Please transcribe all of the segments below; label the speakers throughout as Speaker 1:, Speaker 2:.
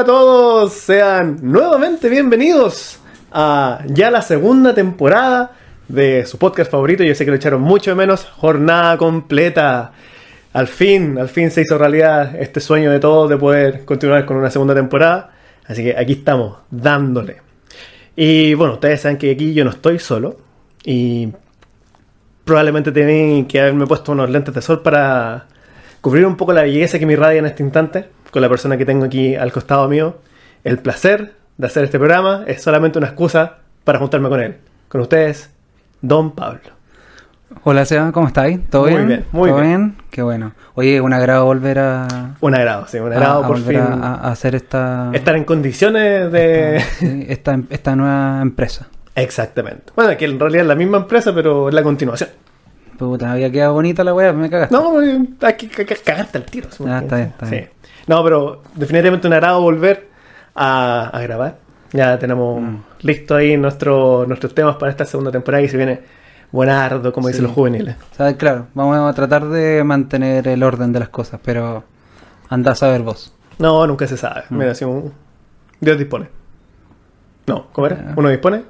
Speaker 1: a todos, sean nuevamente bienvenidos a ya la segunda temporada de su podcast favorito. Yo sé que lo echaron mucho de menos, jornada completa. Al fin, al fin se hizo realidad este sueño de todos de poder continuar con una segunda temporada. Así que aquí estamos, dándole. Y bueno, ustedes saben que aquí yo no estoy solo y probablemente tenía que haberme puesto unos lentes de sol para cubrir un poco la belleza que me irradia en este instante con la persona que tengo aquí al costado mío. El placer de hacer este programa es solamente una excusa para juntarme con él. Con ustedes, Don Pablo.
Speaker 2: Hola Seba, ¿cómo estáis? ¿Todo
Speaker 1: Muy
Speaker 2: bien?
Speaker 1: bien, muy
Speaker 2: ¿Todo
Speaker 1: bien.
Speaker 2: Qué bueno. Oye, un agrado volver a,
Speaker 1: Un agrado, sí, un
Speaker 2: a-
Speaker 1: agrado
Speaker 2: Ah, a
Speaker 1: por fin eh,
Speaker 2: volver a- a- Ah. a hacer esta,
Speaker 1: estar en condiciones de...
Speaker 2: sí, esta, esta nueva empresa.
Speaker 1: Exactamente. Bueno, que en realidad es la misma empresa, pero es la continuación.
Speaker 2: Puta, había quedado bonita la weá, me cagaste.
Speaker 1: No, porque hay que ca- ca- cagarte al tiro. sí,
Speaker 2: Ah, está bien, está
Speaker 1: sí.
Speaker 2: bien.
Speaker 1: No, pero definitivamente un agrado volver a, a grabar. Ya tenemos
Speaker 2: Mm.
Speaker 1: listo ahí nuestro, nuestros temas para esta segunda temporada que se viene buenardo, como dicen los juveniles.
Speaker 2: O sea, claro, vamos a tratar de mantener el orden de las cosas, pero andás a ver vos.
Speaker 1: No, nunca se sabe.
Speaker 2: Mm.
Speaker 1: Mira, si un- Dios dispone. No, ¿cómo era?
Speaker 2: Ya.
Speaker 1: Uno dispone,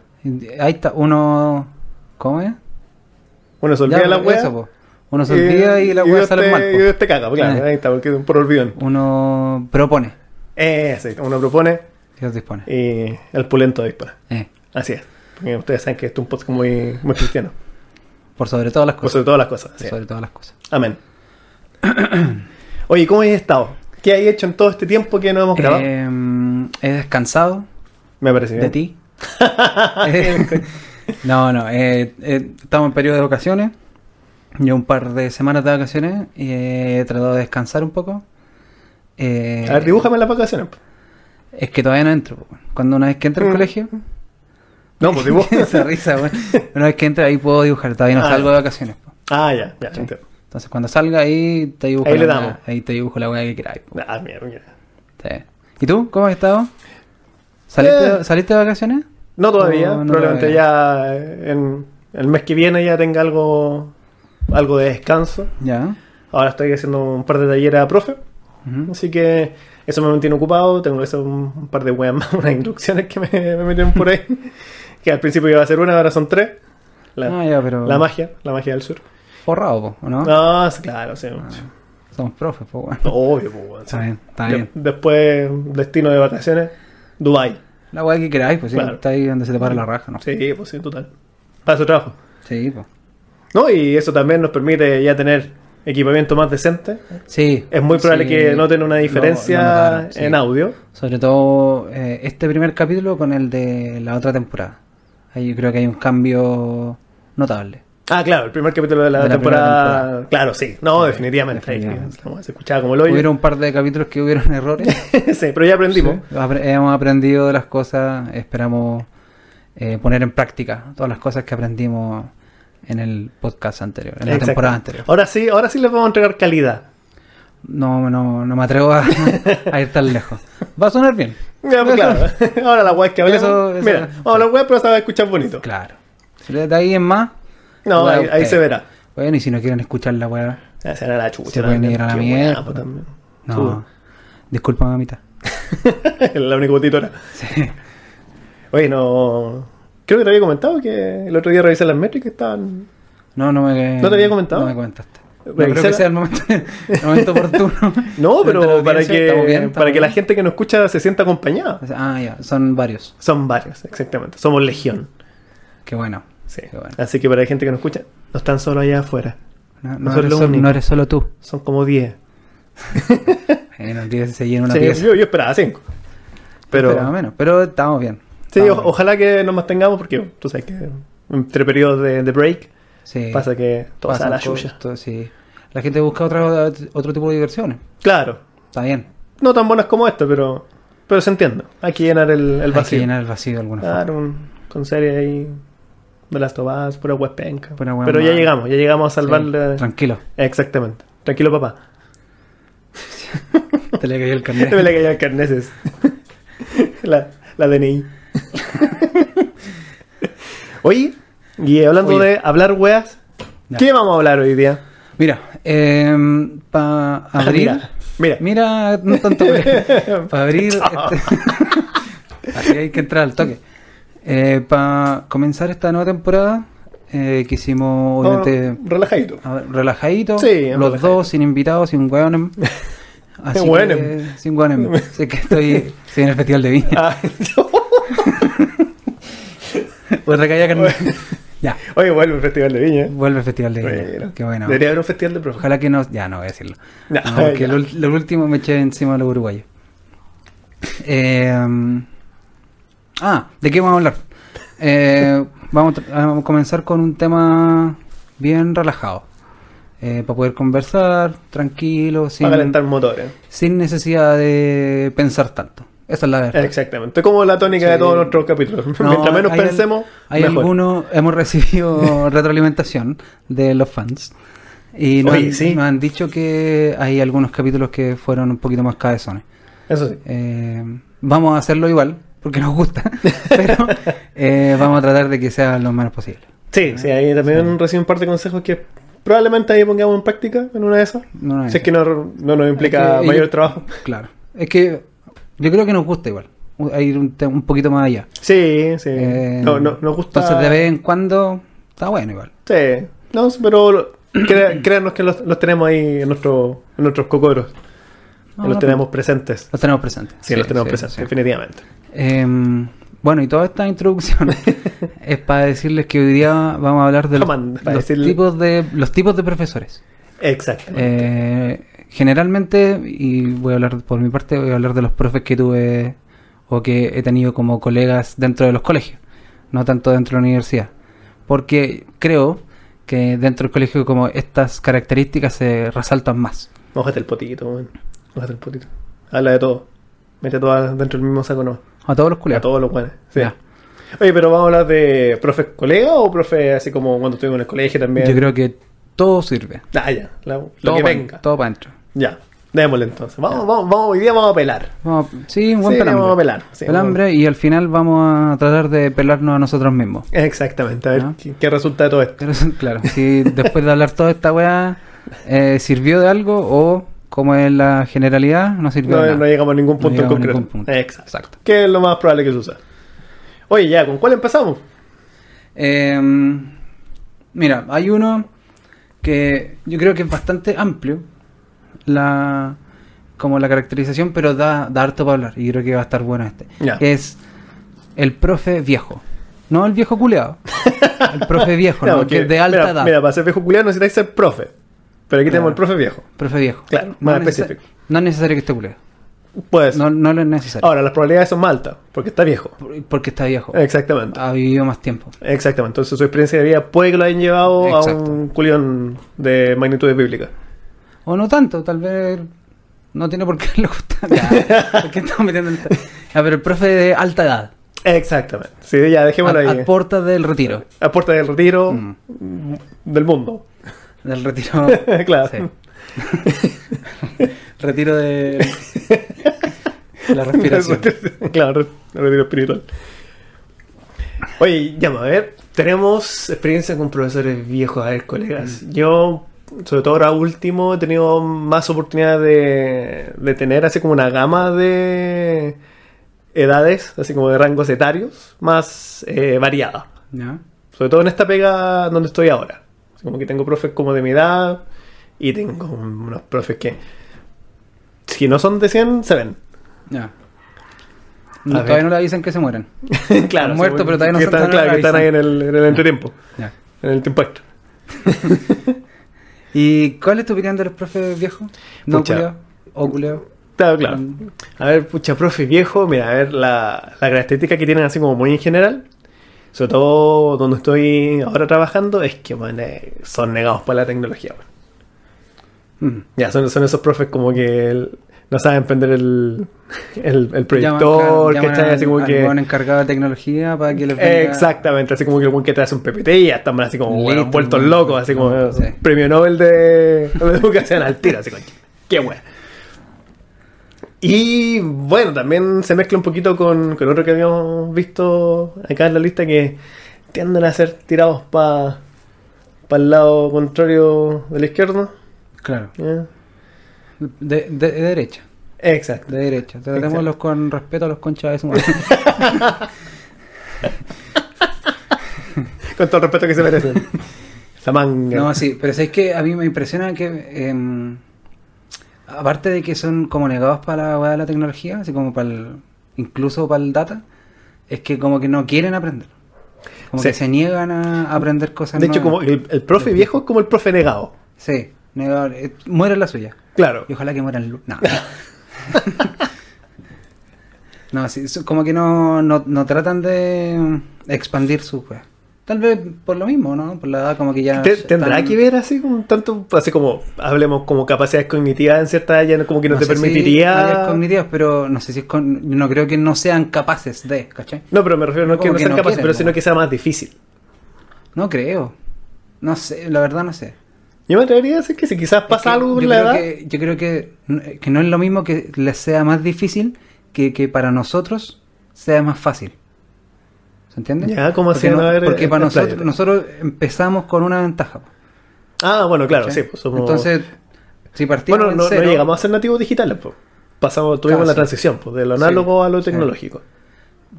Speaker 2: Ahí está, uno... ¿Cómo es?
Speaker 1: uno se
Speaker 2: Ya,
Speaker 1: olvida la
Speaker 2: eso,
Speaker 1: wea.
Speaker 2: po. Uno se olvida y la weá
Speaker 1: Dios
Speaker 2: sale
Speaker 1: te-
Speaker 2: mal.
Speaker 1: Y
Speaker 2: po. Mm.
Speaker 1: Dios te caga, claro,
Speaker 2: Ah.
Speaker 1: ahí está, porque es un por olvidón.
Speaker 2: Uno propone,
Speaker 1: Eh, sí, uno propone
Speaker 2: Dios dispone.
Speaker 1: y el pulento dispone.
Speaker 2: Eh,
Speaker 1: Así es. Porque ustedes saben que esto es un podcast muy, muy cristiano.
Speaker 2: por sobre todas las
Speaker 1: Por
Speaker 2: cosas.
Speaker 1: sobre todas las cosas. así
Speaker 2: Por
Speaker 1: es.
Speaker 2: sobre todas las cosas.
Speaker 1: Amén. Oye, ¿cómo has estado? ¿Qué has hecho en todo este tiempo que no hemos grabado?
Speaker 2: Eh, he descansado
Speaker 1: Me parece bien.
Speaker 2: de ti.
Speaker 1: Ah,
Speaker 2: Eh, no, no. eh, eh, estamos en periodo de vacaciones. Yo un par de semanas de vacaciones y he tratado de descansar un poco. Eh,
Speaker 1: A ver, dibújame las vacaciones. po.
Speaker 2: Es que todavía no entro. po. Cuando una vez que entro al
Speaker 1: Mm.
Speaker 2: colegio...
Speaker 1: No, pues dibújame.
Speaker 2: esa risa, weón. Una vez que entro ahí puedo dibujar. Todavía no
Speaker 1: Ah,
Speaker 2: salgo
Speaker 1: ya.
Speaker 2: de vacaciones. po.
Speaker 1: ah, ya, ya, entiendo.
Speaker 2: Entonces cuando salga ahí te dibujo
Speaker 1: Ahí
Speaker 2: la
Speaker 1: le
Speaker 2: weá-
Speaker 1: damos.
Speaker 2: ahí te dibujo la weá que queráis. po.
Speaker 1: Ah, mira, mira.
Speaker 2: Sí. ¿Y tú? ¿Cómo has estado? ¿Saliste,
Speaker 1: Eh.
Speaker 2: ¿Saliste de vacaciones?
Speaker 1: No todavía,
Speaker 2: No, no
Speaker 1: probablemente ya en el mes que viene ya tenga algo, algo de descanso.
Speaker 2: Ya.
Speaker 1: Ahora estoy haciendo un par de talleres a profe,
Speaker 2: Ujú.
Speaker 1: así que eso me mantiene ocupado. Tengo que hacer un, un par de weas más, unas inducciones que me, me metieron por ahí. que al principio iba a ser una, ahora son tres. La,
Speaker 2: Ah, ya, pero.
Speaker 1: la magia, la magia del sur.
Speaker 2: Forrado, po, ¿o ¿no?
Speaker 1: No, sí, claro, sí.
Speaker 2: Somos profes, po, weón.
Speaker 1: Obvio, pues, weón, sí.
Speaker 2: Está bien, está
Speaker 1: De-
Speaker 2: bien.
Speaker 1: Después, destino de vacaciones, Dubai.
Speaker 2: La weá que queráis, pues sí,
Speaker 1: Claro.
Speaker 2: está ahí donde se te para la raja, ¿no?
Speaker 1: Sí, pues sí, total. Para su trabajo.
Speaker 2: Sí, po.
Speaker 1: No, y eso también nos permite ya tener equipamiento más decente.
Speaker 2: Sí.
Speaker 1: Es muy probable
Speaker 2: sí,
Speaker 1: que noten una
Speaker 2: lo- lo
Speaker 1: diferencia
Speaker 2: notaron, sí.
Speaker 1: en audio.
Speaker 2: Sobre todo eh, este primer capítulo con el de la otra temporada. Ahí yo creo que hay un cambio notable.
Speaker 1: Ah, claro, el primer capítulo de la,
Speaker 2: De la primera
Speaker 1: temporada, Claro, sí. No,
Speaker 2: Sí,
Speaker 1: definitivamente. Ahí,
Speaker 2: definitivamente.
Speaker 1: no, Se escuchaba como el hoyo.
Speaker 2: Hubieron un par de capítulos que hubieron errores.
Speaker 1: sí, pero ya aprendimos.
Speaker 2: Sí, apre- hemos aprendido de las cosas, esperamos eh, poner en práctica todas las cosas que aprendimos en el podcast anterior, en la
Speaker 1: Exacto.
Speaker 2: temporada anterior.
Speaker 1: Ahora sí, ahora sí les vamos a entregar calidad.
Speaker 2: No, no, no me atrevo a, a ir tan lejos. Va a sonar bien.
Speaker 1: Ya, pues, claro. Ahora la web que hablemos.
Speaker 2: Eso- eso-
Speaker 1: Mira, vamos a la web, pero se va a escuchar bonito.
Speaker 2: Claro. De ahí en más.
Speaker 1: No,
Speaker 2: weá,
Speaker 1: ahí, ahí
Speaker 2: ustedes.
Speaker 1: se verá.
Speaker 2: Bueno, y si no quieren escuchar la weá,
Speaker 1: Ah, Se hará la chucha.
Speaker 2: Se pueden ir a la
Speaker 1: Qué
Speaker 2: mierda.
Speaker 1: guapo pues, también.
Speaker 2: no.
Speaker 1: Tú.
Speaker 2: Disculpa, mamita.
Speaker 1: la única botitora.
Speaker 2: Sí.
Speaker 1: Oye, no. Creo que te había comentado que el otro día revisé las métricas y estaban.
Speaker 2: No, no me.
Speaker 1: ¿No te había comentado?
Speaker 2: No me comentaste. No
Speaker 1: Revisé
Speaker 2: creo que
Speaker 1: la-
Speaker 2: sea el momento, el momento oportuno.
Speaker 1: No,
Speaker 2: Frente a la
Speaker 1: pero para
Speaker 2: audiencia,
Speaker 1: que,
Speaker 2: estamos bien, estamos
Speaker 1: para que la
Speaker 2: bien.
Speaker 1: gente que nos escucha se sienta acompañada.
Speaker 2: Ah, ya, son varios.
Speaker 1: Son varios, exactamente. Somos legión.
Speaker 2: Qué bueno.
Speaker 1: Sí.
Speaker 2: Qué bueno.
Speaker 1: Así que para la gente que nos escucha, no están solo allá afuera.
Speaker 2: No,
Speaker 1: No
Speaker 2: no
Speaker 1: soy
Speaker 2: eres
Speaker 1: lo
Speaker 2: solo,
Speaker 1: único.
Speaker 2: no eres solo tú.
Speaker 1: Son como 10.
Speaker 2: Eh, no tienes que seguir en una
Speaker 1: Sí,
Speaker 2: pieza.
Speaker 1: yo, yo esperaba 5. Pero.
Speaker 2: Esperaba menos, pero estamos bien.
Speaker 1: Sí,
Speaker 2: Estamos
Speaker 1: o-
Speaker 2: bien.
Speaker 1: ojalá que nos mantengamos porque tú sabes que entre periodos de, de break
Speaker 2: Sí,
Speaker 1: pasa que todo se da
Speaker 2: pasan
Speaker 1: la
Speaker 2: cosas,
Speaker 1: suya.
Speaker 2: todo- sí. La gente busca otra, otro tipo de diversiones.
Speaker 1: Claro,
Speaker 2: Está bien.
Speaker 1: no tan buenas como esta, pero, pero se entiende. Hay que llenar el, el
Speaker 2: Hay que
Speaker 1: vacío.
Speaker 2: llenar el vacío de alguna forma.
Speaker 1: Claro, un- con serie ahí de las tobadas, pura huespenca.
Speaker 2: Pura hueá
Speaker 1: Pero ya
Speaker 2: mala.
Speaker 1: llegamos, ya llegamos a salvarle.
Speaker 2: Sí, tranquilo.
Speaker 1: Exactamente. Tranquilo, papá.
Speaker 2: Te le cayó el carnet.
Speaker 1: Déjame la que el carneses. la, la DNI. Oye, y hablando
Speaker 2: Oye.
Speaker 1: de hablar weas,
Speaker 2: Ya.
Speaker 1: ¿qué vamos a hablar hoy día?
Speaker 2: Mira, eh, para
Speaker 1: Ah,
Speaker 2: abrir,
Speaker 1: mira, Mira.
Speaker 2: Mira, no tanto para, para abrir. este- así hay que entrar al toque. Eh, para comenzar esta nueva temporada, eh, quisimos,
Speaker 1: No,
Speaker 2: obviamente,
Speaker 1: Ah, relajadito.
Speaker 2: a ver, relajadito.
Speaker 1: Sí,
Speaker 2: los
Speaker 1: relajadito.
Speaker 2: dos, sin invitados, sin hueonem. Así
Speaker 1: Sin
Speaker 2: que-
Speaker 1: hueonem.
Speaker 2: Sin hueonem. Así que estoy, estoy en el Festival de Viña.
Speaker 1: Ah,
Speaker 2: Pues recaía que no- Ya,
Speaker 1: Oye, vuelve el Festival de Viña. ¿eh?
Speaker 2: vuelve el Festival de Viña.
Speaker 1: Bueno.
Speaker 2: Qué bueno.
Speaker 1: Debería haber un festival de profesores.
Speaker 2: Ojalá que no. Ya, no voy a decirlo.
Speaker 1: No,
Speaker 2: No, porque
Speaker 1: ya.
Speaker 2: lo, ul- lo último me eché encima de los uruguayos. Eh, ah, ¿de qué vamos a hablar? Eh, vamos, a- vamos a comenzar con un tema bien relajado. eh, para poder conversar tranquilo, sin,
Speaker 1: Para calentar motores.
Speaker 2: sin necesidad de pensar tanto. Esa es la verdad.
Speaker 1: Exactamente. Como la tónica de
Speaker 2: Sí.
Speaker 1: todos nuestros capítulos.
Speaker 2: No,
Speaker 1: Eh, Mientras menos
Speaker 2: hay al-
Speaker 1: pensemos,
Speaker 2: hay
Speaker 1: mejor.
Speaker 2: algunos, hemos recibido retroalimentación de los fans. Y nos,
Speaker 1: Oye,
Speaker 2: han,
Speaker 1: sí.
Speaker 2: nos han dicho que hay algunos capítulos que fueron un poquito más cabezones.
Speaker 1: Eso sí.
Speaker 2: Eh, vamos a hacerlo igual, porque nos gusta, pero eh, vamos a tratar de que sea lo menos posible.
Speaker 1: Sí, sí, ahí también recibo un par de consejos que probablemente ahí pongamos en práctica en una de esas.
Speaker 2: No, no
Speaker 1: Si es que no, no nos
Speaker 2: Es
Speaker 1: implica
Speaker 2: que-
Speaker 1: mayor
Speaker 2: y-
Speaker 1: trabajo.
Speaker 2: Claro. Es que yo creo que nos gusta igual, u- a ir un, te- un poquito más allá.
Speaker 1: Sí, sí.
Speaker 2: Eh,
Speaker 1: no, no, nos gusta.
Speaker 2: Entonces, de vez en cuando, está bueno igual.
Speaker 1: Sí, no, pero lo- crea- créanos que los, los tenemos ahí en, nuestro, en nuestros cocoros.
Speaker 2: No,
Speaker 1: los
Speaker 2: no,
Speaker 1: tenemos presentes.
Speaker 2: Los tenemos presentes.
Speaker 1: Sí, los tenemos
Speaker 2: Ah, sí,
Speaker 1: presentes,
Speaker 2: sí.
Speaker 1: definitivamente.
Speaker 2: Em, bueno, y toda esta introducción es para decirles que hoy día vamos a hablar de los,
Speaker 1: Command, para
Speaker 2: los
Speaker 1: decirle-
Speaker 2: tipos de los tipos de profesores.
Speaker 1: Exactamente.
Speaker 2: Eh, generalmente, y voy a hablar por mi parte, voy a hablar de los profes que tuve o que he tenido como colegas dentro de los colegios, no tanto dentro de la universidad. Porque creo que dentro del colegio como estas características se resaltan más.
Speaker 1: Mójate el potito, weón. Mójate el potito. Habla de todo. Mete todas dentro del mismo saco nomás.
Speaker 2: A todos los
Speaker 1: A
Speaker 2: culiados.
Speaker 1: todos los buenos. Sí.
Speaker 2: Ya.
Speaker 1: Oye, pero vamos a hablar de profes colega o profe así como cuando estuvimos en el colegio también.
Speaker 2: Yo creo que todo sirve.
Speaker 1: Ah, ya. La- lo
Speaker 2: todo
Speaker 1: que
Speaker 2: pa-
Speaker 1: venga.
Speaker 2: Todo para adentro.
Speaker 1: Ya. Démosle entonces. Vamos, vamos, vamos, hoy día vamos a pelar.
Speaker 2: Vamos a- sí, un buen
Speaker 1: Sí,
Speaker 2: pelambre.
Speaker 1: vamos a pelar, sí,
Speaker 2: Pelambre y al final vamos a tratar de pelarnos a nosotros mismos.
Speaker 1: Exactamente. A ver
Speaker 2: Ya.
Speaker 1: qué, qué resulta de todo esto.
Speaker 2: Pero claro, si después de hablar toda esta weá, eh, ¿sirvió de algo o, como es la generalidad, no sirvió de
Speaker 1: No,
Speaker 2: nada?
Speaker 1: no llegamos a ningún
Speaker 2: No
Speaker 1: punto en
Speaker 2: llegamos a
Speaker 1: concreto.
Speaker 2: ningún punto.
Speaker 1: Exacto.
Speaker 2: Exacto.
Speaker 1: Que es lo más probable que suceda. Oye, ya, ¿con cuál empezamos?
Speaker 2: Eh, mira, hay uno que yo creo que es bastante amplio, la como la caracterización, pero da, da harto para hablar y creo que va a estar bueno este.
Speaker 1: Ya.
Speaker 2: Que es el profe viejo. No el viejo culeado. El profe viejo,
Speaker 1: Ya,
Speaker 2: ¿no?
Speaker 1: porque,
Speaker 2: que es de alta
Speaker 1: mira,
Speaker 2: edad.
Speaker 1: Mira, para ser viejo culiado necesitáis ser profe. Pero aquí tenemos el profe viejo.
Speaker 2: Profe viejo.
Speaker 1: Claro,
Speaker 2: No
Speaker 1: más
Speaker 2: es necesa-
Speaker 1: específico.
Speaker 2: No es necesario que esté culeado.
Speaker 1: Pues.
Speaker 2: No, no lo es necesario.
Speaker 1: Ahora, Eh, las probabilidades son más altas, porque está viejo.
Speaker 2: Por- Porque está viejo.
Speaker 1: Exactamente.
Speaker 2: Ha vivido más tiempo.
Speaker 1: Exactamente. Entonces su experiencia de vida puede que lo hayan llevado a
Speaker 2: Exacto.
Speaker 1: un culión de magnitud bíblica.
Speaker 2: O no tanto, tal vez no tiene por qué le gustar. Ya, ¿por qué estamos metiendo el tema? Ya, pero el profe de alta edad.
Speaker 1: Exactamente. Sí, ya, dejémoslo
Speaker 2: a,
Speaker 1: ahí.
Speaker 2: a puertas del retiro.
Speaker 1: A puerta del retiro
Speaker 2: Mm.
Speaker 1: mm, del mundo.
Speaker 2: Del retiro.
Speaker 1: Claro.
Speaker 2: sí. retiro de. La respiración.
Speaker 1: claro, el retiro espiritual. Oye, ya, a ver. Tenemos experiencia con profesores viejos, a ver, colegas. Yo, sobre todo ahora último, he tenido más oportunidad de, de tener así como una gama de edades, así como de rangos etarios, más eh, variada.
Speaker 2: ¿Ya?
Speaker 1: Sobre todo en esta pega donde estoy ahora. Así como que tengo profes como de mi edad y tengo unos profes que, si no son de 100, se ven.
Speaker 2: Ya.
Speaker 1: A
Speaker 2: No,
Speaker 1: ver.
Speaker 2: todavía no le avisan que se mueren.
Speaker 1: claro,
Speaker 2: Están muertos,
Speaker 1: sí,
Speaker 2: pero todavía no
Speaker 1: que
Speaker 2: son-
Speaker 1: están,
Speaker 2: todavía no
Speaker 1: claro, que están ahí en
Speaker 2: avisan.
Speaker 1: el, en el entretiempo,
Speaker 2: Ya.
Speaker 1: en el tiempo extra.
Speaker 2: ¿Y cuál es tu opinión de los profes viejos? ¿No
Speaker 1: Pucha.
Speaker 2: culeado? ¿O culeado?
Speaker 1: Claro, claro.
Speaker 2: Mm.
Speaker 1: A ver, pucha, profe viejo, mira, a ver, la, la característica que tienen así como muy en general, sobre todo donde estoy ahora trabajando, es que bueno, eh, son negados para la tecnología. bueno.
Speaker 2: Mm.
Speaker 1: Ya, son, son esos profes como que el- no saben prender el, el, el
Speaker 2: Llaman,
Speaker 1: proyector,
Speaker 2: claro,
Speaker 1: ¿cachai?
Speaker 2: llaman
Speaker 1: Así
Speaker 2: al-
Speaker 1: como
Speaker 2: al
Speaker 1: que...
Speaker 2: weón encargado de tecnología para que les venga-
Speaker 1: Exactamente, así como que el buen que te hace un PPT y ya están así como
Speaker 2: Listo,
Speaker 1: bueno, vueltos
Speaker 2: bueno,
Speaker 1: locos, así como
Speaker 2: sí.
Speaker 1: eh, premio Nobel de, de educación al tiro, así como qué bueno. Y bueno, también se mezcla un poquito con, con otro que habíamos visto acá en la lista que tienden a ser tirados para el lado contrario de la izquierda.
Speaker 2: Claro.
Speaker 1: ¿eh?
Speaker 2: De, de- de derecha,
Speaker 1: Exacto.
Speaker 2: de derecha. Tratémoslos
Speaker 1: Exacto.
Speaker 2: con respeto a los conchas de su madre.
Speaker 1: Con todo el respeto que se merecen. Esa manga.
Speaker 2: No, sí, pero es que a mí me impresiona que. em, aparte de que son como negados para la weá de la tecnología, así como para el. incluso para el data, es que como que no quieren aprender. Como
Speaker 1: Sí.
Speaker 2: que se niegan a aprender cosas
Speaker 1: de hecho,
Speaker 2: nuevas.
Speaker 1: como el, el profe viejo es como el profe negado.
Speaker 2: Sí, negado. eh, muere la suya.
Speaker 1: Claro.
Speaker 2: Y ojalá que mueran luz. No. no, sí, so- como que no, no, no tratan de mm, expandir su wea. Tal vez por lo mismo, ¿no? Por la edad, como que ya.
Speaker 1: Te-
Speaker 2: ya
Speaker 1: ¿Tendrá
Speaker 2: están-
Speaker 1: que ver así con tanto, así como hablemos como capacidades cognitivas en cierta edad, ya no- como que no, te
Speaker 2: sé si habilidades
Speaker 1: permitiría...
Speaker 2: cognitivas, pero no sé si es con. No creo que no sean capaces de, ¿cachai?
Speaker 1: no, pero me refiero no
Speaker 2: Como
Speaker 1: que no
Speaker 2: que
Speaker 1: sean
Speaker 2: no
Speaker 1: capaces,
Speaker 2: quieren,
Speaker 1: pero
Speaker 2: ¿no?
Speaker 1: sino que sea más difícil.
Speaker 2: No creo. No sé, la verdad no sé.
Speaker 1: Yo me atrevería a decir que si quizás pasa
Speaker 2: Es que
Speaker 1: algo con
Speaker 2: yo
Speaker 1: la
Speaker 2: creo
Speaker 1: edad...
Speaker 2: que- yo creo que, n- que no es lo mismo que les sea más difícil que, que para nosotros sea más fácil. ¿Se entiende?
Speaker 1: Ya, ¿cómo
Speaker 2: porque
Speaker 1: así?
Speaker 2: no-
Speaker 1: A ver,
Speaker 2: porque para
Speaker 1: expláyate.
Speaker 2: nosotros, nosotros empezamos con una ventaja.
Speaker 1: Ah, bueno, claro,
Speaker 2: ¿cachai?
Speaker 1: sí. pues somos-
Speaker 2: Entonces, si partimos
Speaker 1: bueno,
Speaker 2: en
Speaker 1: no, no
Speaker 2: cero,
Speaker 1: llegamos a ser nativos digitales, pues. Pasamos, tuvimos
Speaker 2: Claro,
Speaker 1: la
Speaker 2: sí.
Speaker 1: transición, pues, de lo
Speaker 2: Sí,
Speaker 1: análogo a lo
Speaker 2: sí.
Speaker 1: tecnológico.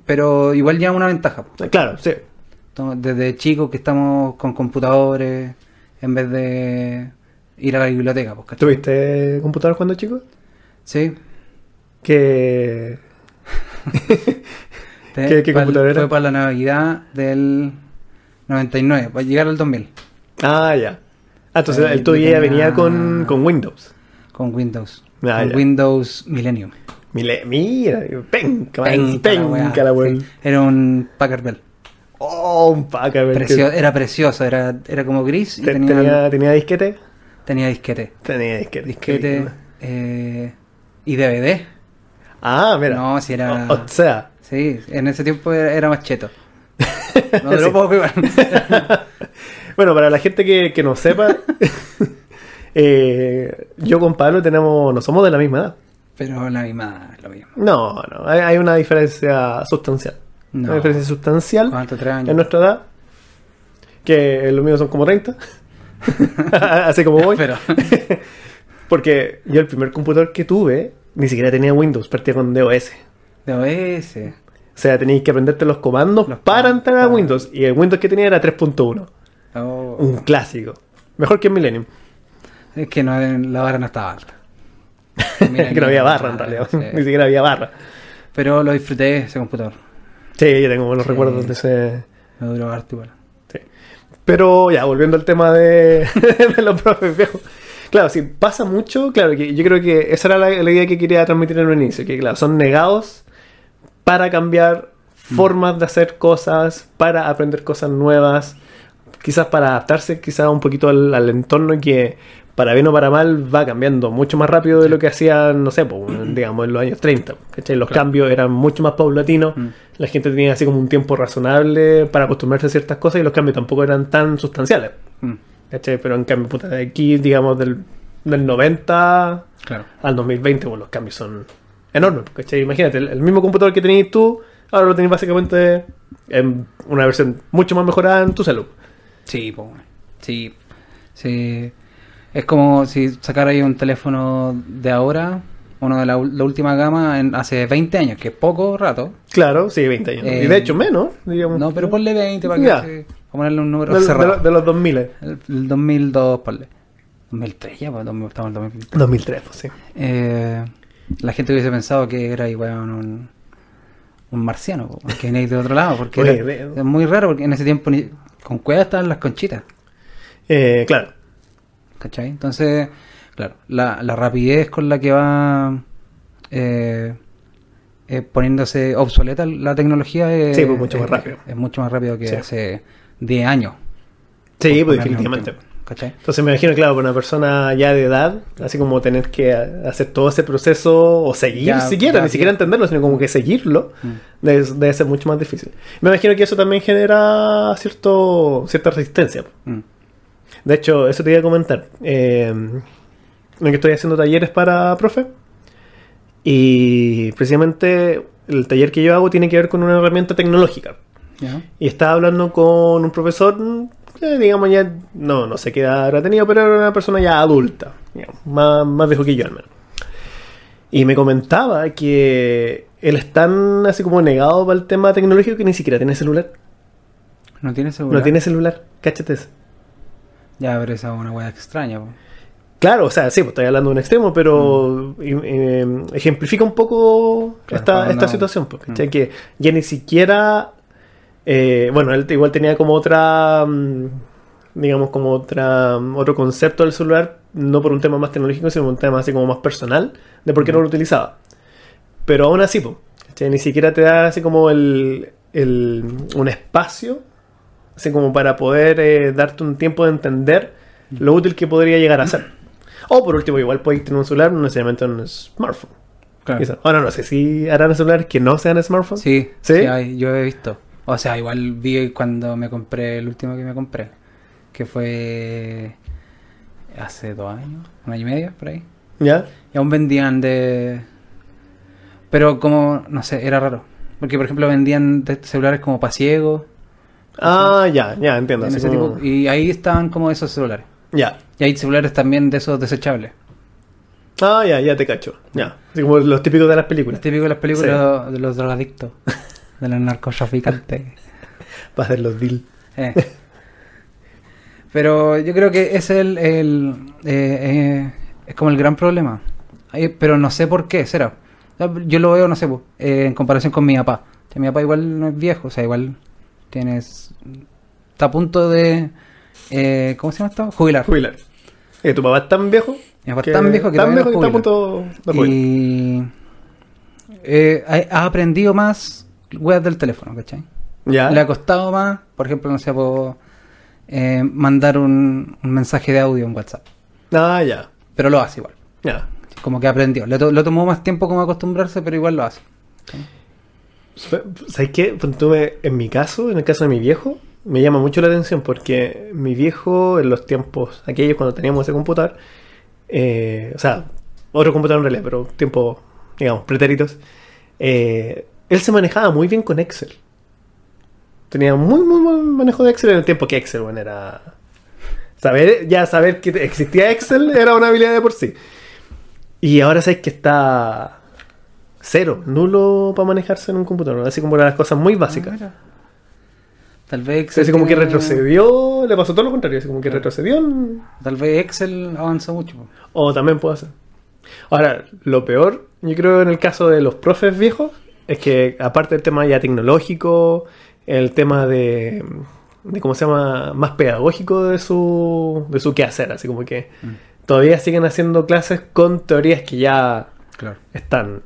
Speaker 2: pero igual ya una ventaja. po.
Speaker 1: Eh, Claro, sí.
Speaker 2: Entonces, Desde chicos que estamos con computadores en vez de ir a la biblioteca. po, ¿cachai?
Speaker 1: ¿Tuviste computador cuando chico?
Speaker 2: Sí.
Speaker 1: Que...
Speaker 2: Te-
Speaker 1: ¿Qué- qué
Speaker 2: pa'l-
Speaker 1: computador era?
Speaker 2: Fue para la Navidad del 99, para llegar al 2000,
Speaker 1: Ah, ya. Ah, entonces
Speaker 2: Eh,
Speaker 1: el tuyo
Speaker 2: yo
Speaker 1: ya
Speaker 2: tenía-
Speaker 1: venía con, con Windows.
Speaker 2: con Windows.
Speaker 1: Ah,
Speaker 2: con
Speaker 1: ya.
Speaker 2: Windows Millennium.
Speaker 1: Mile- Mira, penca, man,
Speaker 2: Penca la weá,
Speaker 1: penca la weá.
Speaker 2: sí. Era un Packard Bell.
Speaker 1: Oh, un pack, a ver, que-
Speaker 2: Precio- era precioso, era, era como gris y
Speaker 1: te-
Speaker 2: tenía,
Speaker 1: tenía, tenía disquete.
Speaker 2: tenía disquete.
Speaker 1: Tenía disquete.
Speaker 2: Disquete eh, y DVD.
Speaker 1: Ah, mira.
Speaker 2: No, si era-
Speaker 1: O, o sea,
Speaker 2: Sí, en ese tiempo era, era más cheto. No te
Speaker 1: Sí.
Speaker 2: lo puedo jugar.
Speaker 1: bueno, para la gente que, que no sepa, eh, yo con Pablo tenemos, no somos de la misma edad.
Speaker 2: Pero la misma, lo mismo.
Speaker 1: No, no, hay, hay una diferencia sustancial.
Speaker 2: No.
Speaker 1: Una diferencia sustancial
Speaker 2: ¿Cuánto? ¿Tres años?
Speaker 1: en nuestra edad, que los míos son como 30. Así como voy.
Speaker 2: Pero,
Speaker 1: Porque yo el primer computador que tuve ni siquiera tenía Windows, partía con DOS.
Speaker 2: de OS.
Speaker 1: O sea, tenéis que aprenderte los comandos
Speaker 2: Los
Speaker 1: para
Speaker 2: comandos,
Speaker 1: entrar a
Speaker 2: para-
Speaker 1: Windows. Y el Windows que tenía era 3.1.
Speaker 2: Oh.
Speaker 1: Un clásico. Mejor que en Millennium.
Speaker 2: Es que no, la barra no estaba alta.
Speaker 1: que no había barra en realidad. Ni
Speaker 2: sí.
Speaker 1: siquiera había barra.
Speaker 2: Pero lo disfruté ese computador.
Speaker 1: Sí, yo tengo buenos
Speaker 2: Sí.
Speaker 1: recuerdos de ese...
Speaker 2: Me duró harto igual.
Speaker 1: sí. Pero ya, volviendo al tema de, de los profes viejos. Claro, sí, pasa mucho. Claro, que yo creo que esa era la, la idea que quería transmitir en un inicio. Que claro, son negados para cambiar
Speaker 2: Mm.
Speaker 1: formas de hacer cosas, para aprender cosas nuevas, quizás para adaptarse quizás un poquito al, al entorno que para bien o para mal va cambiando mucho más rápido de lo que hacían, no sé, pues, digamos en los años 30. ¿cachai? Los
Speaker 2: Claro.
Speaker 1: cambios eran mucho más paulatinos,
Speaker 2: Mm.
Speaker 1: la gente tenía así como un tiempo razonable para acostumbrarse a ciertas cosas y los cambios tampoco eran tan sustanciales.
Speaker 2: Mm,
Speaker 1: ¿cachai? Pero en cambio, puta, de aquí, digamos, del, del 90
Speaker 2: claro.
Speaker 1: al 2020, bueno, los cambios son enormes. ¿cachai? Imagínate, el, el mismo computador que tenías tú, ahora lo tenés básicamente en una versión mucho más mejorada en tu salud.
Speaker 2: Sí, po, weón. sí, sí. Es como si sacara ahí un teléfono de ahora, uno de la, ul- la última gama, en, hace 20 años, que es poco rato.
Speaker 1: Claro, sí, 20 años.
Speaker 2: Eh,
Speaker 1: y de hecho, menos, digamos.
Speaker 2: No, pero ponle 20 para
Speaker 1: Ya.
Speaker 2: que... se- Vamos a ponerle un
Speaker 1: de,
Speaker 2: número
Speaker 1: de-
Speaker 2: cerrado.
Speaker 1: de los eh. 2000.
Speaker 2: El, el 2002, ponle. 2003 ya, pues, 2000 estamos en el 2000.
Speaker 1: 2003, pues sí.
Speaker 2: Eh, la gente hubiese pensado que era igual un, un marciano, po, que venía de otro lado, porque
Speaker 1: Oye,
Speaker 2: era-
Speaker 1: de-
Speaker 2: es muy raro, porque en ese tiempo ni- con cueva estaban las conchitas,
Speaker 1: Eh, claro.
Speaker 2: ¿cachai? Entonces, claro, la, la rapidez con la que va eh, eh, poniéndose obsoleta la tecnología es,
Speaker 1: Sí, pues, mucho más
Speaker 2: es-
Speaker 1: rápido.
Speaker 2: es mucho más rápido que
Speaker 1: Sí.
Speaker 2: hace 10 años.
Speaker 1: Sí, pues
Speaker 2: por ponerle un
Speaker 1: definitivamente.
Speaker 2: tiempo, ¿Cachai?
Speaker 1: Entonces me imagino, claro, para una persona ya de edad, así como tener que a- hacer todo ese proceso o seguir
Speaker 2: Ya,
Speaker 1: siquiera,
Speaker 2: ya,
Speaker 1: ni
Speaker 2: sí.
Speaker 1: siquiera entenderlo, sino como que seguirlo,
Speaker 2: Mm.
Speaker 1: debe, debe ser mucho más difícil. Me imagino que eso también genera cierto cierta resistencia.
Speaker 2: Mm.
Speaker 1: De hecho, eso te iba a comentar. Eh, en que estoy haciendo talleres para profe. Y precisamente el taller que yo hago tiene que ver con una herramienta tecnológica.
Speaker 2: ¿Ya?
Speaker 1: Y estaba hablando con un profesor mm, eh, digamos ya, no, no sé qué edad habrá tenido, pero era una persona ya adulta, digamos, más, más viejo que yo al menos. Y me comentaba que él es tan así como negado para el tema tecnológico que ni siquiera tiene celular.
Speaker 2: No tiene seguro.
Speaker 1: No tiene celular, cáchate eso.
Speaker 2: Ya, pero esa es una hueá extraña. po.
Speaker 1: Claro, o sea, sí, pues estoy hablando de un extremo, pero y- eh, ejemplifica un poco
Speaker 2: Mm. Claro,
Speaker 1: esta,
Speaker 2: para
Speaker 1: esta
Speaker 2: no-
Speaker 1: situación, pues, ¿cachai?
Speaker 2: Mm.
Speaker 1: Que ya ni siquiera. eh, bueno, él igual tenía como otra. mm, digamos, como otra mm, otro concepto del celular, no por un tema más tecnológico, sino por un tema así como más personal, de por qué
Speaker 2: Mm.
Speaker 1: no lo utilizaba. Pero aún así, pues, ¿cachai? ni siquiera te da así como el, el- mm, un espacio, así como para poder eh, darte un tiempo de entender
Speaker 2: Mm.
Speaker 1: lo útil que podría llegar a ser. O por último, igual podéis tener un celular, no necesariamente un smartphone.
Speaker 2: Claro.
Speaker 1: quizá. Ahora no sé si harán celulares que no sean smartphones.
Speaker 2: Sí,
Speaker 1: ¿Sí?
Speaker 2: sí, hay- yo he visto. O sea, igual vi cuando me compré el último que me compré, que fue hace dos años, un año y medio, por ahí.
Speaker 1: ¿Ya?
Speaker 2: Y aún vendían de... Pero como, no sé, era raro. Porque, por ejemplo, vendían de- celulares como para ciegos.
Speaker 1: Ah, ya, ya, entiendo.
Speaker 2: en
Speaker 1: así
Speaker 2: ese
Speaker 1: como-
Speaker 2: tipo, y ahí estaban como esos celulares.
Speaker 1: Ya.
Speaker 2: Y hay celulares también de esos desechables.
Speaker 1: Ah, ya, ya te cacho. Ya. Así como los típicos de las
Speaker 2: Los
Speaker 1: películas.
Speaker 2: típicos de las películas de los drogadictos, de los narcotraficantes.
Speaker 1: Para hacer los deal.
Speaker 2: Eh. Pero yo creo que es el, el, eh, eh, es como el gran problema. Eh, pero no sé por qué, será. Yo lo veo, no sé, po, eh, en comparación con mi papá. Que Mi papá igual no es viejo, o sea, igual tienes está a punto de eh, ¿cómo se llama esto? Jubilar.
Speaker 1: Jubilar. Eh, tu papá es tan viejo.
Speaker 2: Mi papá es tan viejo que todavía no
Speaker 1: viejo que está a
Speaker 2: jubila.
Speaker 1: punto de jubilar.
Speaker 2: Y eh, ha, ha aprendido más weas del teléfono, ¿cachai?
Speaker 1: Ya.
Speaker 2: le ha costado más, por ejemplo, no sé, po, eh, mandar un, un mensaje de audio en WhatsApp.
Speaker 1: Ah, ya.
Speaker 2: Pero lo hace igual.
Speaker 1: Ya.
Speaker 2: Como que aprendió. Le to- lo tomó más tiempo como acostumbrarse, pero igual lo hace.
Speaker 1: ¿Sabes qué? Pues tú me- en mi caso, en el caso de mi viejo, me llama mucho la atención porque mi viejo, en los tiempos aquellos cuando teníamos ese computador, eh, o sea, otro computador en realidad, pero tiempo, digamos, pretéritos, eh, él se manejaba muy bien con Excel. Tenía muy, muy buen manejo de Excel en el tiempo que Excel, bueno, era. Saber, ya saber que existía Excel era una habilidad de por sí. Y ahora sabes que está cero, nulo para manejarse en un computador. Así como eran las cosas muy básicas.
Speaker 2: Ah, mira. Tal vez
Speaker 1: O sea, así como que
Speaker 2: tiene-
Speaker 1: retrocedió, le pasó todo lo contrario, así como que retrocedió. en-
Speaker 2: Tal vez Excel avanzó mucho. po.
Speaker 1: O también puede ser. Ahora, lo peor, yo creo en el caso de los profes viejos, es que aparte del tema ya tecnológico, el tema de, de cómo se llama, más pedagógico de su, de su quehacer, así como que
Speaker 2: Mm.
Speaker 1: todavía siguen haciendo clases con teorías que ya
Speaker 2: Claro,
Speaker 1: están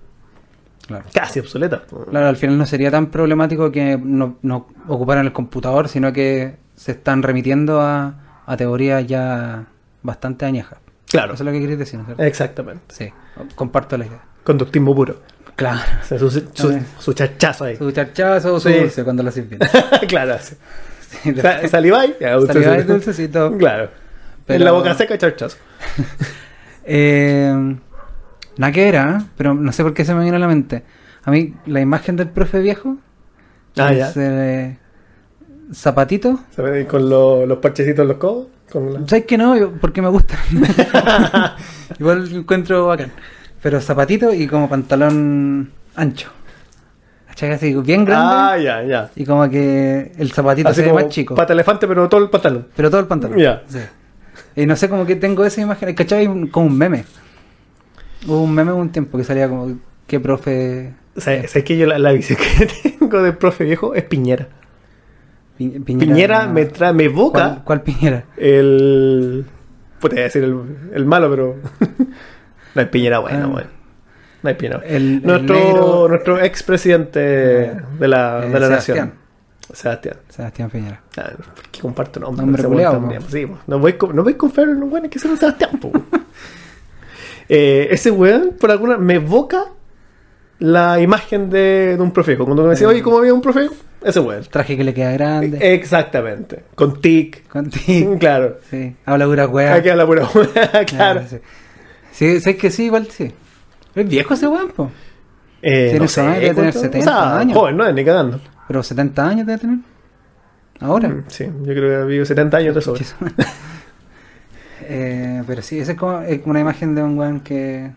Speaker 2: claro.
Speaker 1: casi obsoletas.
Speaker 2: Claro, al final no sería tan problemático que no, no ocuparan el computador, sino que se están remitiendo a, a teorías ya bastante añejas.
Speaker 1: Claro, Eh.
Speaker 2: Eso es lo que queréis decir, ¿no es cierto?
Speaker 1: exactamente.
Speaker 2: Sí, comparto la idea.
Speaker 1: Conductismo puro.
Speaker 2: Claro.
Speaker 1: O sea, su, su, su chachazo ahí.
Speaker 2: Ah, Su charchazo, su
Speaker 1: Sí.
Speaker 2: dulce cuando lo sirven.
Speaker 1: claro, sí.
Speaker 2: Sí, de-
Speaker 1: Sa- Saliváis. ya,
Speaker 2: Saliváis,
Speaker 1: dulcecito.
Speaker 2: dulcecito.
Speaker 1: Claro. En
Speaker 2: Pero-
Speaker 1: la boca seca, chachazo.
Speaker 2: Eh, nada que era, ¿eh? pero no sé por qué se me viene a la mente. A mí, la imagen del profe viejo
Speaker 1: Ah, ya.
Speaker 2: es eh, zapatito.
Speaker 1: Se ve Con lo- los parchecitos en los codos. Con la-
Speaker 2: ¿Sabes que no? Yo- Porque me gusta. Igual lo encuentro bacán. Pero zapatito y como pantalón ancho. ¿Cachai? Así, bien grande.
Speaker 1: Ah, ya, ya.
Speaker 2: Y como que el zapatito
Speaker 1: Así
Speaker 2: se ve
Speaker 1: como
Speaker 2: más chico.
Speaker 1: pata elefante, pero todo el pantalón.
Speaker 2: Pero todo el pantalón.
Speaker 1: Ya.
Speaker 2: Sí. Y no sé, como que tengo esa imagen. ¿Cachai? Un- Como un meme. Hubo un meme un tiempo que salía como, ¿qué profe?
Speaker 1: O sea, ¿Sabes que yo la, la visión que tengo del profe viejo es Piñera?
Speaker 2: Pi-
Speaker 1: Piñera, me, trae, me
Speaker 2: ¿Cuál,
Speaker 1: evoca
Speaker 2: cuál Piñera?
Speaker 1: el... Puta, iba a decir el, el malo, pero... no hay Piñera bueno,
Speaker 2: Ah.
Speaker 1: bueno. No hay Piñera bueno.
Speaker 2: El- el
Speaker 1: nuestro,
Speaker 2: negro-
Speaker 1: nuestro expresidente de la, de
Speaker 2: Eh,
Speaker 1: la
Speaker 2: Sebastián.
Speaker 1: nación. Sebastián.
Speaker 2: Sebastián Piñera.
Speaker 1: Ah, ¿Por qué comparto nombre?
Speaker 2: Nombre
Speaker 1: Ese weón
Speaker 2: culiao,
Speaker 1: también,
Speaker 2: po.
Speaker 1: sí, po. no voy con, no voy con Fer, no, bueno, que se nos Sebastián, po. Eh, ese weón, por alguna, me evoca la imagen de, de un profejo. Cuando me decía, oye, ¿cómo había un profejo? Ese weón. E,
Speaker 2: El traje que le queda
Speaker 1: Eh,
Speaker 2: grande.
Speaker 1: Exactamente. Con tic.
Speaker 2: Contigo.
Speaker 1: Claro.
Speaker 2: Sí. Habla pura wea.
Speaker 1: Aquí habla pura weá, claro. Eh,
Speaker 2: Ah, sí. Sí, sé que sí, igual sí. Es viejo ese weón, po.
Speaker 1: Eh,
Speaker 2: Tiene
Speaker 1: no
Speaker 2: fama de
Speaker 1: sé,
Speaker 2: tener
Speaker 1: cuánto-
Speaker 2: 70
Speaker 1: o sea,
Speaker 2: años.
Speaker 1: joven, no, ni cagando. Mm,
Speaker 2: Pero 70 años debe tener. ahora.
Speaker 1: Sí, yo creo que vivo 70 años de sobra.
Speaker 2: Eh, pero sí, esa es como es una imagen de un weón que.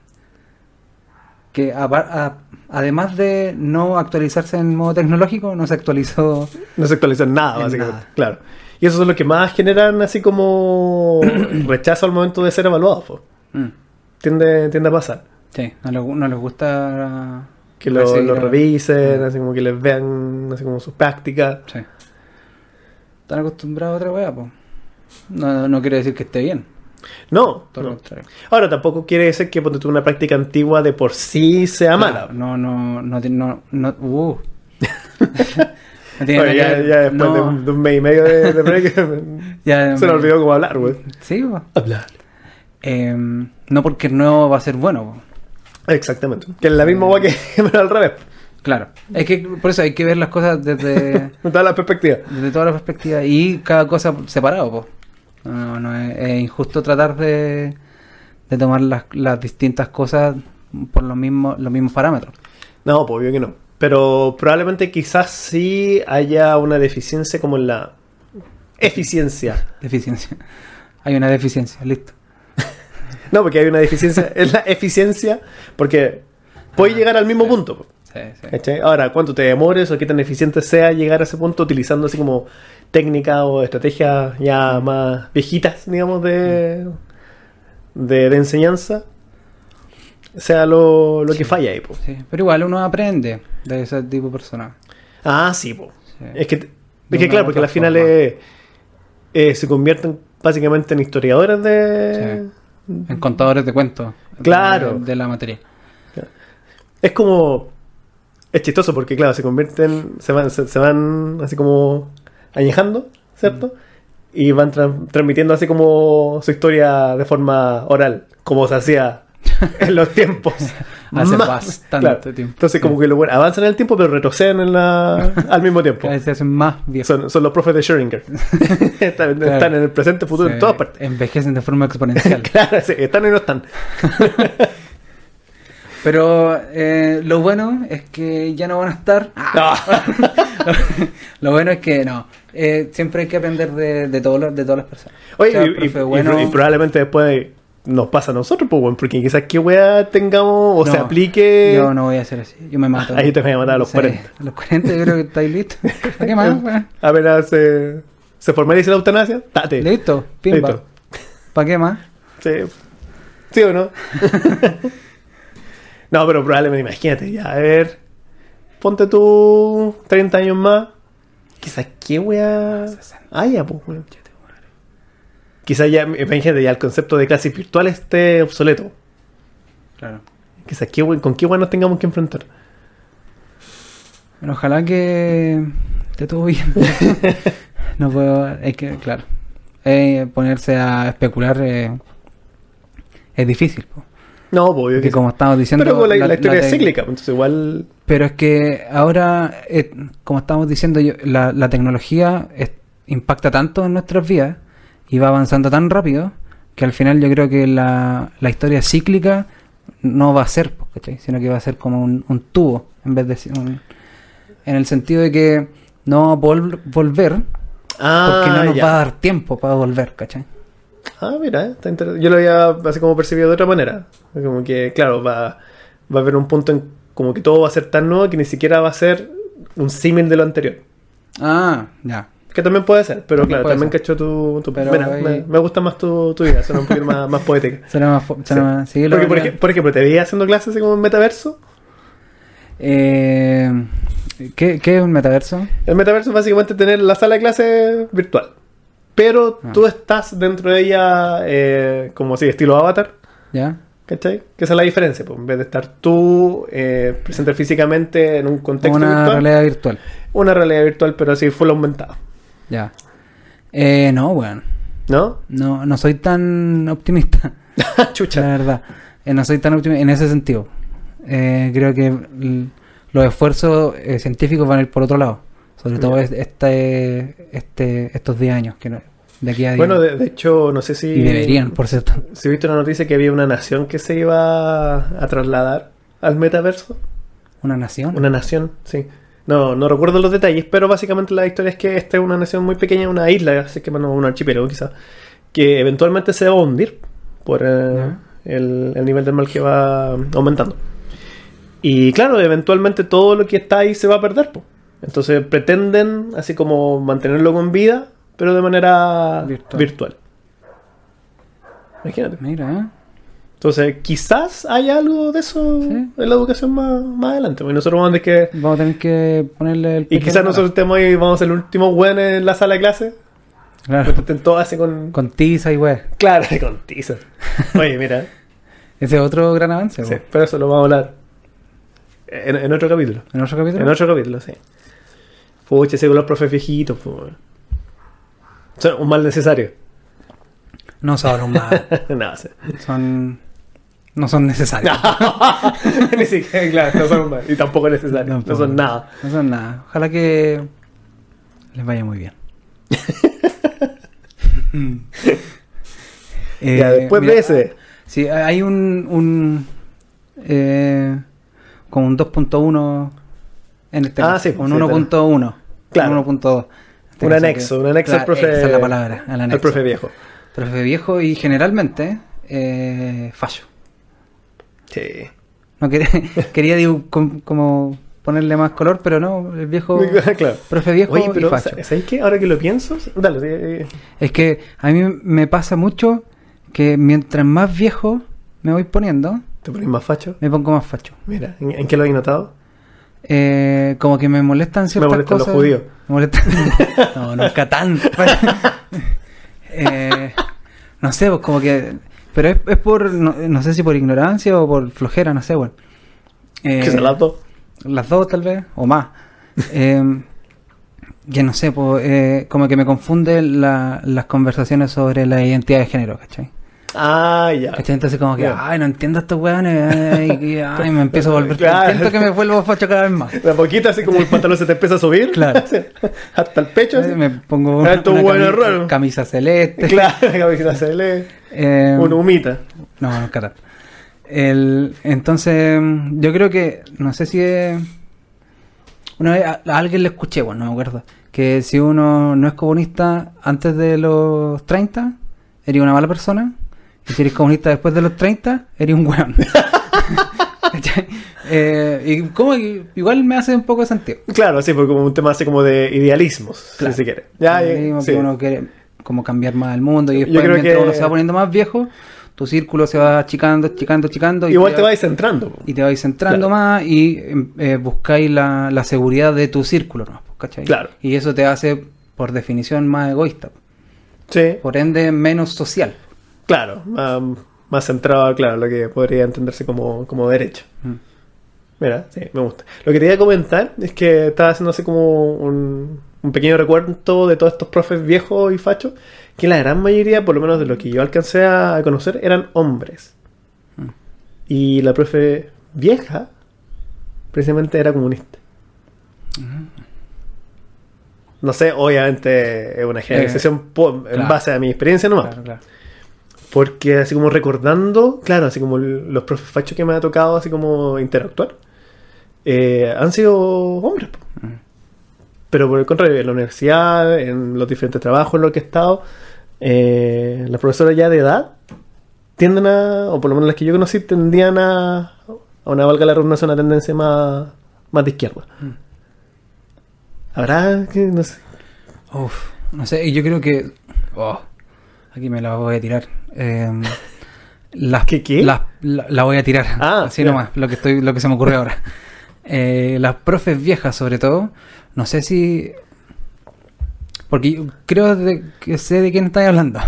Speaker 2: que a- a- además de no actualizarse en modo tecnológico, no se actualizó.
Speaker 1: No se actualizan nada,
Speaker 2: En
Speaker 1: básicamente.
Speaker 2: nada.
Speaker 1: Claro. Y eso es lo que más generan así como rechazo al momento de ser evaluados. po.
Speaker 2: Mm,
Speaker 1: Tiende, tiende a pasar.
Speaker 2: sí, no, le- no les gusta.
Speaker 1: Que lo,
Speaker 2: recibir
Speaker 1: lo
Speaker 2: a-
Speaker 1: revisen,
Speaker 2: Mm.
Speaker 1: así como que les vean así como sus prácticas.
Speaker 2: Sí. Están acostumbrados a otra weá, po. No, no quiere decir que esté bien,
Speaker 1: No,
Speaker 2: todo lo
Speaker 1: no.
Speaker 2: contrario.
Speaker 1: Ahora, tampoco quiere decir que ponte tú una práctica antigua de por sí sea mala.
Speaker 2: No, no, no, ti- no, no, uh. No tiene
Speaker 1: Oye,
Speaker 2: nada que
Speaker 1: ya,
Speaker 2: ver,
Speaker 1: ya después
Speaker 2: no,
Speaker 1: de, un, de un mes y medio de, de break,
Speaker 2: ya-
Speaker 1: se nos olvidó cómo hablar, güey.
Speaker 2: Sí, po.
Speaker 1: Hablar.
Speaker 2: Eh, no porque el nuevo va a ser bueno, po.
Speaker 1: Exactamente. Que es la misma
Speaker 2: Mm.
Speaker 1: guay que pero al revés.
Speaker 2: claro. Es que por eso hay que ver las cosas desde,
Speaker 1: En todas las perspectivas.
Speaker 2: desde todas las perspectivas y cada cosa separado, po. No, no, no, es, es injusto tratar de, de tomar las, las distintas cosas por los mismos, los mismos parámetros.
Speaker 1: No, pues obvio que no. Pero probablemente quizás sí haya una deficiencia como en la eficiencia.
Speaker 2: Deficiencia. Hay una deficiencia, listo.
Speaker 1: No, porque hay una deficiencia en la eficiencia porque puedes llegar al mismo punto. po.
Speaker 2: Sí, Ah, sí.
Speaker 1: ¿Cachai? Ahora, cuánto te demores o qué tan eficiente sea llegar a ese punto utilizando así como técnica o estrategias ya más viejitas, digamos, de, de, de enseñanza, sea lo, lo que falla ahí. po.
Speaker 2: Sí, Pero igual uno aprende de ese tipo de personas.
Speaker 1: Ah, sí, po.
Speaker 2: Sí.
Speaker 1: es que,
Speaker 2: De
Speaker 1: es que
Speaker 2: una
Speaker 1: claro,
Speaker 2: u
Speaker 1: porque
Speaker 2: otra
Speaker 1: al final
Speaker 2: forma.
Speaker 1: eh, eh, se convierten básicamente en historiadores de...
Speaker 2: En contadores de cuentos. de-
Speaker 1: Claro.
Speaker 2: De, la materia.
Speaker 1: Es como... Es chistoso porque, claro, se convierten, se van, se, se van así como añejando, ¿cierto?
Speaker 2: Mm.
Speaker 1: Y van tra- transmitiendo así como su historia de forma oral, como se hacía en los tiempos.
Speaker 2: Hace
Speaker 1: Más-
Speaker 2: bastante
Speaker 1: claro.
Speaker 2: tiempo.
Speaker 1: Entonces, como que lo bueno, avanzan en el tiempo, pero retroceden en la, al mismo tiempo.
Speaker 2: Cada vez se hacen más viejos.
Speaker 1: Son, son los profes de Schrödinger. están,
Speaker 2: Claro.
Speaker 1: están en el presente, futuro,
Speaker 2: Se
Speaker 1: en todas partes.
Speaker 2: Envejecen de forma exponencial.
Speaker 1: Claro, sí, están y no están.
Speaker 2: Pero eh, lo bueno es que ya no van a estar. lo bueno es que no. Eh, siempre hay que aprender de, de, todos los- de todas las personas.
Speaker 1: Oye,
Speaker 2: O sea,
Speaker 1: y, y-
Speaker 2: profe,
Speaker 1: y-
Speaker 2: bueno,
Speaker 1: y probablemente después nos pasa a nosotros, pues, weón, porque quizás qué weá tengamos o se
Speaker 2: No,
Speaker 1: aplique.
Speaker 2: Yo no voy a hacer así. Yo me mato.
Speaker 1: Ahí te vas a matar a los
Speaker 2: Sí,
Speaker 1: 40.
Speaker 2: A los 40 yo creo que estáis listos. ¿Para qué más? weón?
Speaker 1: Apenas se, se formalice la eutanasia, date.
Speaker 2: Listo, pimba.
Speaker 1: Listo.
Speaker 2: ¿Para qué más?
Speaker 1: Sí. ¿Sí o no? no, pero probablemente, imagínate, ya, a ver. Ponte tú 30 años más. Quizás qué weá. Ah, ya, pues, weón. Quizás ya, imagínate, ya el concepto de clases virtuales esté obsoleto.
Speaker 2: Claro.
Speaker 1: Quizás qué we- con qué weá nos tengamos que enfrentar.
Speaker 2: Bueno, ojalá que te todo bien. no puedo, es que, claro, eh, ponerse a especular eh, es difícil, po.
Speaker 1: No, pues, obvio que
Speaker 2: porque
Speaker 1: sí.
Speaker 2: como estamos diciendo...
Speaker 1: Pero la, la historia es
Speaker 2: tec-
Speaker 1: cíclica, pues, entonces igual.
Speaker 2: Pero es que ahora, eh, como estamos diciendo, yo- la, la tecnología es- impacta tanto en nuestras vidas y va avanzando tan rápido que al final yo creo que la, la historia cíclica no va a ser, po, ¿cachai? sino que va a ser como un, un tubo en vez de si- un- en el sentido de que no va a vol- volver
Speaker 1: Ah,
Speaker 2: porque no nos
Speaker 1: ya.
Speaker 2: va a dar tiempo para volver, ¿cachai?
Speaker 1: Ah, mira, está inter- yo lo había así como percibido de otra manera. Como que, claro, va, va a haber un punto en como que todo va a ser tan nuevo que ni siquiera va a ser un símil de lo anterior.
Speaker 2: Ah, ya.
Speaker 1: Que también puede ser, pero
Speaker 2: También
Speaker 1: claro,
Speaker 2: puede
Speaker 1: también
Speaker 2: ser.
Speaker 1: cacho tu... tu-
Speaker 2: Pero
Speaker 1: mira,
Speaker 2: ahí-
Speaker 1: me, me gusta más tu, tu idea, suena un poquito más, más poética.
Speaker 2: Suena más fu- suena
Speaker 1: Sí.
Speaker 2: más- sí, lo
Speaker 1: Porque, por,
Speaker 2: haría.
Speaker 1: ej- por ejemplo, te veía haciendo clases así como en metaverso.
Speaker 2: Eh, ¿qué, ¿Qué es un metaverso?
Speaker 1: El metaverso es básicamente tener la sala de clases virtual. Pero
Speaker 2: Ah.
Speaker 1: tú estás dentro de ella eh, como así, estilo avatar.
Speaker 2: ¿Ya?
Speaker 1: ¿Cachai? Que esa es la diferencia, pues, en vez de estar tú eh, presente físicamente en un contexto
Speaker 2: una
Speaker 1: virtual,
Speaker 2: realidad virtual.
Speaker 1: una realidad virtual, pero así full aumentada,
Speaker 2: Ya. Eh, no, weón.
Speaker 1: ¿no?
Speaker 2: No, no soy tan optimista.
Speaker 1: Chucha.
Speaker 2: La verdad. Eh, no soy tan optimista en ese sentido. Eh, creo que l- los esfuerzos eh, científicos van a ir por otro lado. Sobre todo
Speaker 1: Ya.
Speaker 2: es- este, este, estos 10 años. Que no- de aquí a 10.
Speaker 1: Bueno, de, de hecho, no sé si.
Speaker 2: y deberían, por cierto.
Speaker 1: Si viste una noticia que había una nación que se iba a trasladar al metaverso.
Speaker 2: Una nación.
Speaker 1: Una nación, sí. No, no recuerdo los detalles, pero básicamente la historia es que esta es una nación muy pequeña, una isla, así que bueno, un archipiélago quizás, que eventualmente se va a hundir por eh, el, el nivel del mal que va aumentando. Y claro, eventualmente todo lo que está ahí se va a perder. po. Entonces pretenden así como mantenerlo con vida, pero de manera virtual.
Speaker 2: Virtual.
Speaker 1: Imagínate.
Speaker 2: Mira, ¿eh?
Speaker 1: Entonces quizás haya algo de eso
Speaker 2: Sí.
Speaker 1: en la educación más, más adelante. Y nosotros vamos a tener que...
Speaker 2: Vamos a tener que ponerle el...
Speaker 1: Y
Speaker 2: pecho
Speaker 1: quizás
Speaker 2: en la
Speaker 1: nosotros estemos ahí, vamos a ser el último weón en la sala de clase.
Speaker 2: mano. Claro.
Speaker 1: Porque estén todos así con...
Speaker 2: Con tiza y web.
Speaker 1: Claro, con tiza. Oye, mira.
Speaker 2: Ese es otro gran avance.
Speaker 1: sí,
Speaker 2: po.
Speaker 1: pero eso lo vamos a hablar en- en otro capítulo.
Speaker 2: En otro capítulo.
Speaker 1: En otro capítulo, sí. Pucha, ese con los profes viejitos, pues. weón. Son un mal necesario.
Speaker 2: No son un mal.
Speaker 1: no, sí.
Speaker 2: Son... No son necesarios.
Speaker 1: Ni siquiera, claro, no son un mal. Y tampoco necesario.
Speaker 2: Tampoco.
Speaker 1: No son nada.
Speaker 2: No son nada. Ojalá que les vaya muy bien. Eh,
Speaker 1: ya, después
Speaker 2: mira,
Speaker 1: de ese.
Speaker 2: Sí, hay un. un eh, como un 2.1 en este
Speaker 1: Ah,
Speaker 2: caso.
Speaker 1: sí,
Speaker 2: Un
Speaker 1: sí,
Speaker 2: 1.1
Speaker 1: Claro.
Speaker 2: Un 1.2. Este
Speaker 1: Un
Speaker 2: caso
Speaker 1: anexo,
Speaker 2: que-
Speaker 1: un anexo al
Speaker 2: Claro,
Speaker 1: profe-
Speaker 2: Esa es la palabra. Al
Speaker 1: Al
Speaker 2: anexo.
Speaker 1: profe viejo.
Speaker 2: Profe viejo y generalmente eh, fallo.
Speaker 1: Sí.
Speaker 2: No quería, quería digo, com- como ponerle más color, pero no, el viejo.
Speaker 1: claro.
Speaker 2: Profe viejo
Speaker 1: Oye, pero
Speaker 2: y facho.
Speaker 1: ¿sab- ¿sabéis qué? Ahora que lo pienso. Dale, sí, eh, sí.
Speaker 2: Es que a mí me pasa mucho que mientras más viejo me voy poniendo,
Speaker 1: te pones más facho.
Speaker 2: me pongo más facho.
Speaker 1: Mira, ¿en, en qué lo habéis notado?
Speaker 2: Eh, como que me molestan ciertas
Speaker 1: molestan los
Speaker 2: cosas.
Speaker 1: judíos.
Speaker 2: Me molestan- no, nunca tan. Eh, no sé, pues como que... Pero es, es por... No, no sé si por ignorancia o por flojera, no sé, bueno. Eh,
Speaker 1: que se las dos.
Speaker 2: las dos tal vez, o más. Eh, que no sé, po, eh, como que me confunde la- las conversaciones sobre la identidad de género, ¿cachai?
Speaker 1: Ah, ya.
Speaker 2: ¿Cachai? Entonces como que,
Speaker 1: Bien.
Speaker 2: ay, no entiendo a estos weones, ay, que- ay, me empiezo a volver...
Speaker 1: Claro.
Speaker 2: Siento que me vuelvo facho cada vez más.
Speaker 1: La poquita, así como el pantalón se te empieza a subir.
Speaker 2: Claro.
Speaker 1: Hasta el pecho. así.
Speaker 2: Eh, Me pongo
Speaker 1: Ah, estos weones raros.
Speaker 2: camisa celeste.
Speaker 1: Claro, la cabecita se lee.
Speaker 2: eh,
Speaker 1: Una humita.
Speaker 2: No, no, cara. El, entonces, mm, yo creo que, no sé si es- Una vez a, a alguien le escuché, bueno, no me acuerdo, que si uno no es comunista antes de los 30, eres una mala persona, y si eres comunista después de los 30, eres un weón. ¿Cachai? Eh, y como que igual me hace un poco de sentido.
Speaker 1: Claro, sí, porque como un tema así como de idealismos,
Speaker 2: Claro.
Speaker 1: si se quiere. Ya,
Speaker 2: Lo
Speaker 1: ya,
Speaker 2: mismo
Speaker 1: sí.
Speaker 2: que uno quiere como cambiar más el mundo y
Speaker 1: Yo
Speaker 2: después
Speaker 1: creo
Speaker 2: mientras
Speaker 1: que-
Speaker 2: uno se va poniendo más viejo, tu círculo se va achicando, achicando, achicando. y
Speaker 1: Igual
Speaker 2: te
Speaker 1: te
Speaker 2: va-
Speaker 1: vais centrando. po.
Speaker 2: y te vais centrando
Speaker 1: Claro.
Speaker 2: más y em, eh, buscáis la, la seguridad de tu círculo, ¿no? ¿Cachai?
Speaker 1: Claro.
Speaker 2: Y eso te hace, por definición, más egoísta.
Speaker 1: Sí,
Speaker 2: Por ende, menos social.
Speaker 1: claro. Más, más centrado, claro, lo que podría entenderse como, como derecho.
Speaker 2: Mm.
Speaker 1: Mira, sí, me gusta. Lo que te iba a comentar es que estaba haciendo así como un, un pequeño recuerdo de todos estos profes viejos y fachos, que la gran mayoría, por lo menos de lo que yo alcancé a conocer, eran hombres.
Speaker 2: Mm.
Speaker 1: Y la profe vieja, precisamente, era comunista.
Speaker 2: Mm.
Speaker 1: No sé, obviamente es una generalización po- en
Speaker 2: Eh, claro.
Speaker 1: base a mi experiencia nomás.
Speaker 2: Claro, claro.
Speaker 1: Porque así como recordando, claro, así como l- los profes fachos que me ha tocado así como interactuar, eh, han sido hombres. po.
Speaker 2: Mm.
Speaker 1: Pero por el contrario, en la universidad, en los diferentes trabajos en los que he estado, eh, las profesoras ya de edad tienden a, o por lo menos las que yo conocí, tendían a, a una valga la redundancia, una tendencia más, más de izquierda.
Speaker 2: Mm.
Speaker 1: Habrá que, no sé.
Speaker 2: Uf, no sé, y yo creo que. oh, aquí me la voy a tirar. Em, las,
Speaker 1: ¿Qué, qué?
Speaker 2: las- la, la voy a tirar.
Speaker 1: Ah,
Speaker 2: así
Speaker 1: ya.
Speaker 2: nomás, lo que, estoy, lo que se me ocurre ahora. Eh, las profes viejas, sobre todo. No sé si. Porque yo creo de- que sé de quién estáis hablando.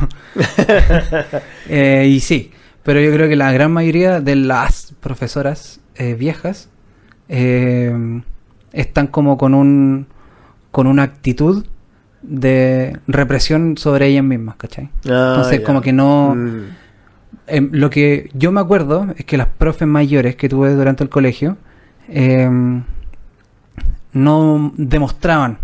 Speaker 2: Eh, y sí, pero yo creo que la gran mayoría de las profesoras eh, viejas eh, están como con un con una actitud de represión sobre ellas mismas, ¿cachai?
Speaker 1: Ah,
Speaker 2: Entonces
Speaker 1: ya.
Speaker 2: como que no...
Speaker 1: Mm.
Speaker 2: em, lo que yo me acuerdo es que las profes mayores que tuve durante el colegio em, no demostraban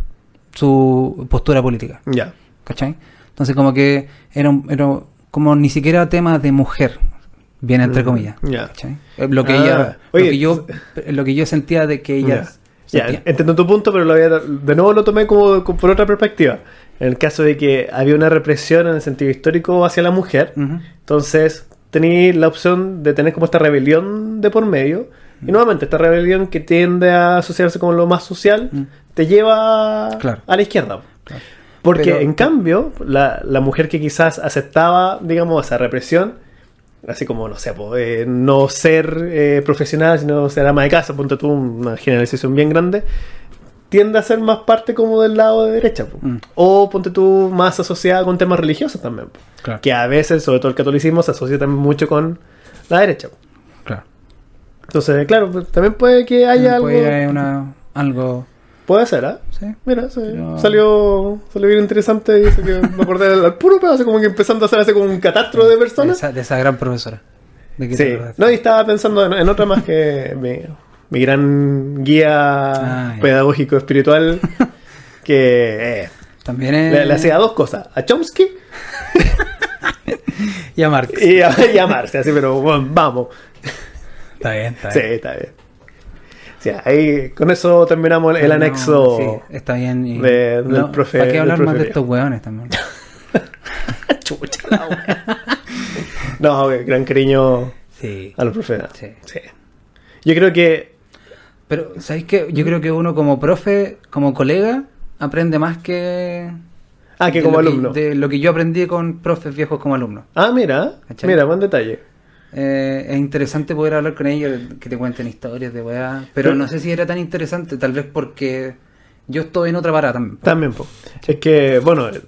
Speaker 2: su postura política.
Speaker 1: Ya.
Speaker 2: ¿cachai? Entonces como que era, un- era como ni siquiera tema de mujer, bien entre
Speaker 1: Mm,
Speaker 2: comillas.
Speaker 1: ya.
Speaker 2: ¿cachai? Eh, Lo que
Speaker 1: Ah,
Speaker 2: ella,
Speaker 1: oye,
Speaker 2: lo que yo, lo que yo sentía de que ellas
Speaker 1: Ya,
Speaker 2: sentía.
Speaker 1: entiendo tu punto, pero lo había- de nuevo lo tomé como, como por otra perspectiva. En el caso de que había una represión en el sentido histórico hacia la mujer,
Speaker 2: Ujú.
Speaker 1: entonces tení la opción de tener como esta rebelión de por medio.
Speaker 2: Mm.
Speaker 1: Y nuevamente, esta rebelión que tiende a asociarse con lo más social,
Speaker 2: Mm.
Speaker 1: te lleva
Speaker 2: Claro.
Speaker 1: a la izquierda.
Speaker 2: Claro.
Speaker 1: Porque
Speaker 2: Pero-
Speaker 1: en cambio, la, la mujer que quizás aceptaba, digamos, esa represión, así como, no sé, po, eh, no ser eh, profesional, sino ser ama de casa, ponte tú una generalización bien grande, tiende a ser más parte como del lado de derecha. po.
Speaker 2: Mm.
Speaker 1: O ponte tú más asociada con temas religiosos también. po.
Speaker 2: Claro.
Speaker 1: Que a veces, sobre todo el catolicismo, se asocia también mucho con la derecha. po.
Speaker 2: Claro.
Speaker 1: Entonces, claro, pues, también puede que haya algo...
Speaker 2: Puede haber una- algo.
Speaker 1: Puede ser, ¿ah?
Speaker 2: ¿sí?
Speaker 1: Mira, sí,
Speaker 2: Pero-
Speaker 1: salió, salió bien interesante y eso que me acordé del al puro pedazo, como que empezando a hacer así como un catastro de
Speaker 2: De,
Speaker 1: personas.
Speaker 2: esa, de esa gran profesora. ¿De qué te
Speaker 1: Sí,
Speaker 2: acuerdas?
Speaker 1: no, y estaba pensando en, en otra más que mi, mi gran guía
Speaker 2: Ah, ya.
Speaker 1: pedagógico espiritual que eh,
Speaker 2: También es.
Speaker 1: le, le hacía dos cosas, a Chomsky
Speaker 2: Y a Marx.
Speaker 1: y a, y a Marx, así, pero bueno, vamos.
Speaker 2: Está bien, está
Speaker 1: Sí,
Speaker 2: bien.
Speaker 1: está bien. Sí, ahí, con eso terminamos el, el
Speaker 2: No,
Speaker 1: anexo.
Speaker 2: sí, está bien. y-
Speaker 1: de- del profe-
Speaker 2: ¿Para qué
Speaker 1: del
Speaker 2: hablar más
Speaker 1: profe
Speaker 2: de
Speaker 1: Río?
Speaker 2: estos hueones también?
Speaker 1: Chucha la wea. No, güey, gran cariño
Speaker 2: Sí.
Speaker 1: a los profetas.
Speaker 2: Sí.
Speaker 1: Sí. Yo creo que
Speaker 2: Pero, ¿sabéis qué? Yo creo que uno como profe, como colega, aprende más que.
Speaker 1: Ah, que
Speaker 2: de
Speaker 1: como
Speaker 2: lo
Speaker 1: alumno.
Speaker 2: de lo que yo aprendí con profes viejos como alumno.
Speaker 1: Ah, mira,
Speaker 2: ¿Cachai?
Speaker 1: mira, buen detalle.
Speaker 2: Eh, es interesante poder hablar con ellos, que te cuenten historias de weá. Pero
Speaker 1: Pero-
Speaker 2: no sé si era tan interesante, tal vez porque yo estoy en otra parada también.
Speaker 1: También, po. Es que, bueno, eh,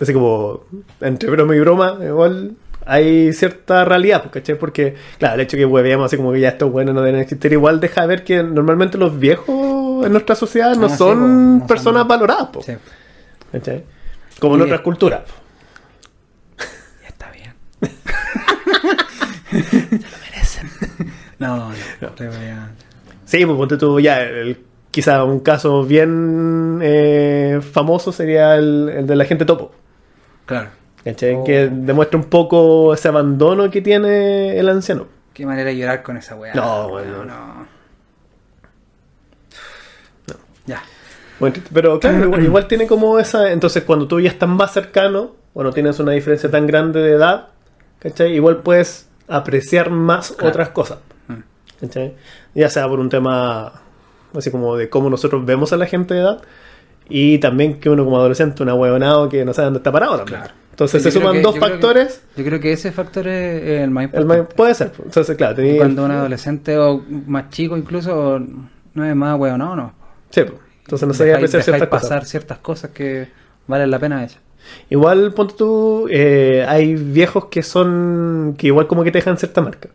Speaker 1: así como entre broma y broma, igual hay cierta realidad, po, ¿cachai? Porque, claro, el hecho que hueveamos así como que ya estos buenos no deben existir, igual deja ver que normalmente los viejos en nuestra sociedad no
Speaker 2: Ah, sí, po,
Speaker 1: son
Speaker 2: no son-
Speaker 1: personas valoradas, po,
Speaker 2: Sí,
Speaker 1: ¿cachai? Como en
Speaker 2: Y-
Speaker 1: otras culturas. po.
Speaker 2: ya está bien. No, no, te voy a-
Speaker 1: Sí, pues ponte tú ya, el- quizá un caso bien eh, famoso sería el, el de la gente topo.
Speaker 2: Claro.
Speaker 1: ¿Cachai?
Speaker 2: Oh.
Speaker 1: Que demuestra un poco ese abandono que tiene el anciano.
Speaker 2: Qué manera de llorar con esa weá.
Speaker 1: No, bueno.
Speaker 2: no. Ya.
Speaker 1: Bueno, pero claro, igual, igual tiene como esa. Entonces, cuando tú ya estás más cercano o no tienes una diferencia tan grande de edad, ¿cachai? Igual puedes apreciar más
Speaker 2: Claro.
Speaker 1: otras cosas.
Speaker 2: Mm.
Speaker 1: ¿cachai? Ya sea por un tema así como de cómo nosotros vemos a la gente de edad y también que uno como adolescente, un ahueonado que no sabe dónde está parado también.
Speaker 2: Claro.
Speaker 1: Entonces,
Speaker 2: Yo
Speaker 1: se
Speaker 2: creo
Speaker 1: suman
Speaker 2: que-
Speaker 1: dos
Speaker 2: yo creo que-
Speaker 1: factores.
Speaker 2: yo creo que ese factor es el más
Speaker 1: el
Speaker 2: importante.
Speaker 1: ma- puede ser. pues. Entonces, claro, tenés-
Speaker 2: Cuando un adolescente o más chico incluso o no es más weón, no, no.
Speaker 1: Sí, pues. entonces no sabía
Speaker 2: Dejáis-
Speaker 1: apreciar
Speaker 2: dejáis
Speaker 1: ciertas cosas.
Speaker 2: pasar ciertas cosas que valen la pena ella.
Speaker 1: Igual, ponte tú, eh, hay viejos que son, que igual como que te dejan cierta marca.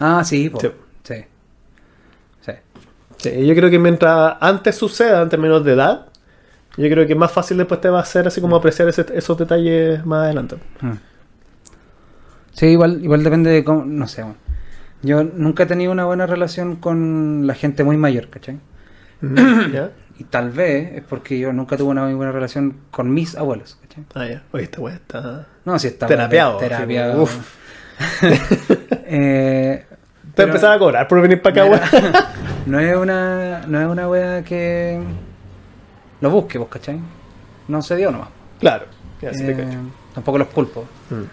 Speaker 2: Ah, sí, po.
Speaker 1: Sí.
Speaker 2: sí. Sí.
Speaker 1: Sí, yo creo que mientras antes suceda, en términos de edad, yo creo que más fácil después te va a hacer así como apreciar ese- esos detalles más adelante.
Speaker 2: Mm. Sí, igual, igual depende de cómo, no sé. bueno. Yo nunca he tenido una buena relación con la gente muy mayor, ¿cachai?
Speaker 1: ¿Ya?
Speaker 2: Y tal vez es porque yo nunca tuve una muy buena relación con mis abuelos, ¿cachai?
Speaker 1: Ah, ya. Oye, esta weá está
Speaker 2: No, si estaba
Speaker 1: terapeado. así como,
Speaker 2: terapiado.
Speaker 1: uf.
Speaker 2: Eh,
Speaker 1: te
Speaker 2: pero-
Speaker 1: empezaba a cobrar por venir para acá,
Speaker 2: no,
Speaker 1: weá.
Speaker 2: era- no es una no es una wea que lo busque vos ¿cachai? no se dio nomás
Speaker 1: Claro. Ya, sí te
Speaker 2: Eh,
Speaker 1: cacho.
Speaker 2: tampoco los culpo
Speaker 1: Mm.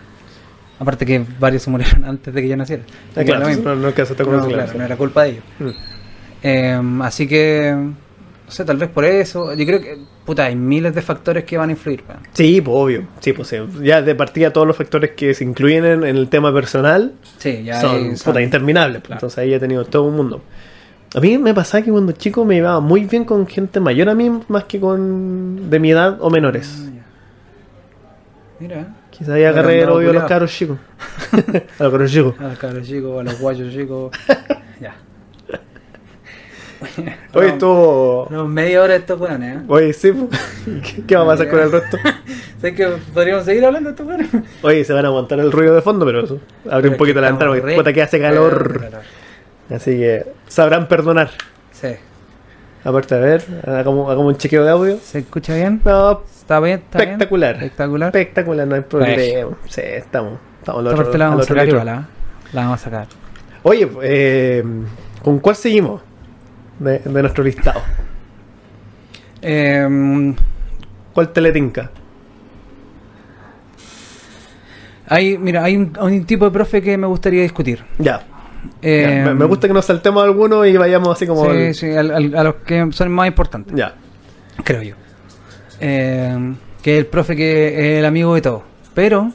Speaker 2: aparte que varios se murieron antes de que yo naciera
Speaker 1: Ah,
Speaker 2: Así que
Speaker 1: claro,
Speaker 2: lo
Speaker 1: sí,
Speaker 2: mismo.
Speaker 1: no, no alcanzaste a
Speaker 2: No,
Speaker 1: conocer la
Speaker 2: claro,
Speaker 1: razón.
Speaker 2: no era culpa de ellos
Speaker 1: Mm.
Speaker 2: Eh, así que no sé tal vez por eso yo creo que puta hay miles de factores que van a influir weón.
Speaker 1: Sí, pues obvio. Sí, pues sí. ya de partida todos los factores que se incluyen en, en el tema personal
Speaker 2: sí ya
Speaker 1: son,
Speaker 2: hay- son-
Speaker 1: puta, interminables. pues.
Speaker 2: Claro.
Speaker 1: Entonces ahí he tenido todo un mundo. A mí me pasaba que cuando chico me llevaba muy bien con gente mayor a mí más que con de mi edad o menores.
Speaker 2: Ah, ya. mira
Speaker 1: Quizás ahí agarré el
Speaker 2: Agrandado,
Speaker 1: odio a los
Speaker 2: culiao.
Speaker 1: caros chicos. a los caros chicos.
Speaker 2: a los cabros chicos a los guayos chicos ya
Speaker 1: Oye,
Speaker 2: No,
Speaker 1: esto.
Speaker 2: No, media hora de estos weones, ¿eh?
Speaker 1: Oye, sí. po. ¿Qué, qué va a pasar con el resto?
Speaker 2: Sé que podríamos seguir hablando de estos weones.
Speaker 1: Oye, se van a aguantar el ruido de fondo, pero eso, abre
Speaker 2: Pero
Speaker 1: un
Speaker 2: es
Speaker 1: poquito
Speaker 2: que
Speaker 1: la ventana
Speaker 2: estamos
Speaker 1: porque
Speaker 2: re-
Speaker 1: puta que hace
Speaker 2: re-
Speaker 1: calor.
Speaker 2: calor.
Speaker 1: Así que sabrán perdonar.
Speaker 2: Sí.
Speaker 1: Aparte, a ver, hagamos, hagamos un chequeo de audio.
Speaker 2: ¿Se escucha bien?
Speaker 1: No,
Speaker 2: ¿Está bien? ¿Está bien?
Speaker 1: Espectacular.
Speaker 2: Espectacular.
Speaker 1: espectacular, no hay problema. Sí, estamos. Estamos al
Speaker 2: Esta
Speaker 1: otro-
Speaker 2: parte la
Speaker 1: al
Speaker 2: vamos a
Speaker 1: otro
Speaker 2: sacar
Speaker 1: litro.
Speaker 2: igual, ¿ah? La vamos a sacar.
Speaker 1: Oye, eh, ¿con cuál seguimos? de, de nuestro listado?
Speaker 2: Em,
Speaker 1: ¿Cuál teletinca?
Speaker 2: hay, mira, hay un, un tipo de profe que me gustaría discutir.
Speaker 1: Ya. ya.
Speaker 2: Em,
Speaker 1: Me, me gusta que nos saltemos alguno y vayamos así como.
Speaker 2: sí,
Speaker 1: al-
Speaker 2: sí, al- al- a los que son más importantes,
Speaker 1: Ya.
Speaker 2: creo yo. Em, que es el profe que es el amigo de todos. Pero,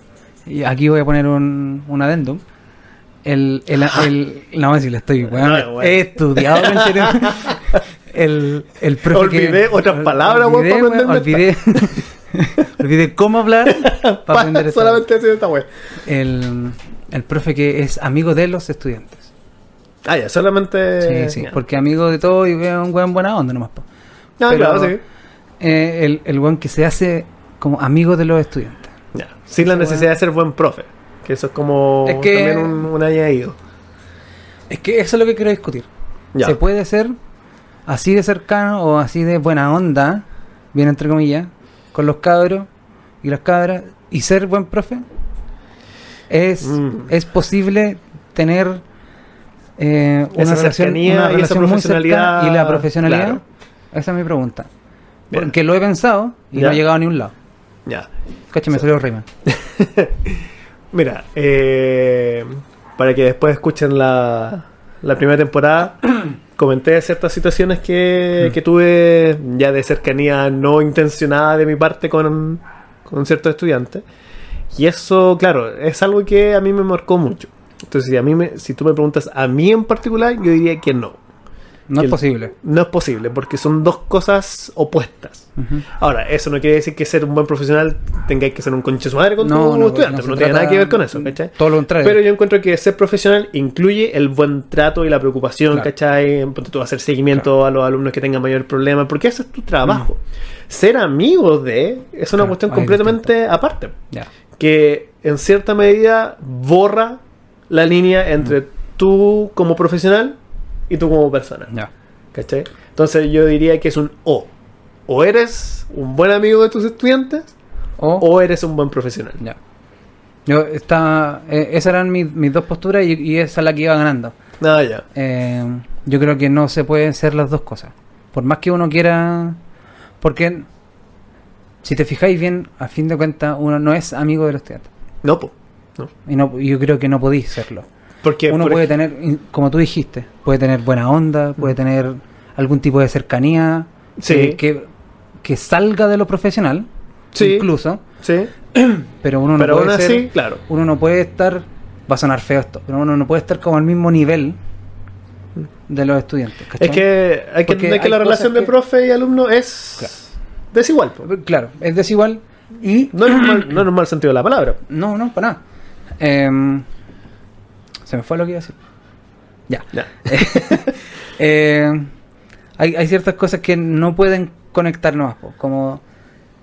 Speaker 2: y aquí voy a poner un, un adendum. El, el, el- no, si lo estoy, weón,
Speaker 1: No, weón.
Speaker 2: he estudiado, conchetum. el, el profe
Speaker 1: Olvidé
Speaker 2: que,
Speaker 1: otras palabras, weón,
Speaker 2: olvidé,
Speaker 1: para aprenderme
Speaker 2: olvidé, olvidé cómo hablar para aprender esta-
Speaker 1: Solamente así de esta wea.
Speaker 2: el, el profe que es amigo de los estudiantes.
Speaker 1: Ah, ya, solamente.
Speaker 2: sí, sí,
Speaker 1: Eh, ya.
Speaker 2: porque amigo de todo y es un weón buena onda nomás. po.
Speaker 1: Ah,
Speaker 2: pero-
Speaker 1: claro, sí.
Speaker 2: Eh, el, el weón que se hace como amigo de los estudiantes.
Speaker 1: Ya. Sin la
Speaker 2: Esa
Speaker 1: necesidad
Speaker 2: wea.
Speaker 1: de ser buen profe. Que eso es como
Speaker 2: Es que-
Speaker 1: también un, un añadido.
Speaker 2: Es que eso es lo que quiero discutir.
Speaker 1: Ya.
Speaker 2: Se puede ser así de cercano o así de buena onda, bien entre comillas, con los cabros y las cabras y ser buen profe. Es,
Speaker 1: Mm.
Speaker 2: es posible tener eh, una
Speaker 1: Esa
Speaker 2: relación,
Speaker 1: cercanía
Speaker 2: una
Speaker 1: y esa
Speaker 2: relación muy cercana
Speaker 1: profesionalidad,
Speaker 2: y la profesionalidad.
Speaker 1: claro.
Speaker 2: Esa es mi pregunta.
Speaker 1: Bien.
Speaker 2: Porque lo he pensado y
Speaker 1: Ya.
Speaker 2: no he llegado a ningún lado.
Speaker 1: Ya.
Speaker 2: Cacha, me salió Rayman.
Speaker 1: Mira, eh, para que después escuchen la, la primera temporada, comenté ciertas situaciones que,
Speaker 2: Mm.
Speaker 1: que tuve ya de cercanía no intencionada de mi parte con, con ciertos estudiantes. Y eso, claro, es algo que a mí me marcó mucho. Entonces, si, a mí me- si tú me preguntas a mí en particular, yo diría que no.
Speaker 2: No
Speaker 1: Y
Speaker 2: es
Speaker 1: el-
Speaker 2: posible.
Speaker 1: No es posible, porque son dos cosas opuestas.
Speaker 2: Ujú.
Speaker 1: Ahora, eso no quiere decir que ser un buen profesional tengáis que ser un conche su madre con
Speaker 2: No,
Speaker 1: tu
Speaker 2: no,
Speaker 1: estudiante.
Speaker 2: no
Speaker 1: No,
Speaker 2: se
Speaker 1: tiene nada
Speaker 2: trata-
Speaker 1: que ver con eso, ¿cachai?
Speaker 2: Todo lo contrario.
Speaker 1: Pero yo encuentro que ser profesional incluye el buen trato y la preocupación,
Speaker 2: Claro.
Speaker 1: ¿cachai? Ponte tú a hacer seguimiento a los alumnos que tengan mayor problema, porque ese es tu trabajo. Ser amigo de es una
Speaker 2: Mm. Claro,
Speaker 1: cuestión
Speaker 2: ahí es
Speaker 1: completamente aparte,
Speaker 2: Ya.
Speaker 1: que en cierta medida borra la línea entre
Speaker 2: Mm.
Speaker 1: tú como profesional y tú como persona.
Speaker 2: Ya.
Speaker 1: ¿Cachai? Entonces yo diría que es un o. O eres un buen amigo de tus estudiantes o eres un buen profesional.
Speaker 2: Ya. Yo esta, eh, esas eran mis, mis dos posturas y, y esa es la que iba ganando.
Speaker 1: Ah, ya.
Speaker 2: Eh, yo creo que no se pueden ser las dos cosas. Por más que uno quiera... Porque, si te fijáis bien, a fin de cuentas, uno no es amigo de los teatros.
Speaker 1: No, po.
Speaker 2: Y no, yo creo que no podéis serlo.
Speaker 1: Porque
Speaker 2: uno
Speaker 1: por
Speaker 2: puede tener, in- como tú dijiste, puede tener buena onda, puede tener algún tipo de cercanía
Speaker 1: Mm. Sí.
Speaker 2: eh, que, que salga de lo profesional,
Speaker 1: Sí.
Speaker 2: incluso,
Speaker 1: Sí,
Speaker 2: pero uno no
Speaker 1: pero
Speaker 2: puede
Speaker 1: aún
Speaker 2: ser-
Speaker 1: así, claro.
Speaker 2: uno no puede estar, va a sonar feo esto, pero uno no puede estar como al mismo nivel de los estudiantes. ¿cachai?
Speaker 1: Es que hay que
Speaker 2: Porque
Speaker 1: entender que
Speaker 2: hay
Speaker 1: la
Speaker 2: cosas
Speaker 1: relación de
Speaker 2: que-
Speaker 1: profe y alumno es
Speaker 2: Claro.
Speaker 1: desigual. po.
Speaker 2: Claro, es desigual y...
Speaker 1: No en, un mal, no en un mal sentido de la palabra.
Speaker 2: No, no, para nada. Em, se me fue lo que iba a decir. Ya.
Speaker 1: Ya.
Speaker 2: Eh, hay, hay ciertas cosas que no pueden conectarnos, como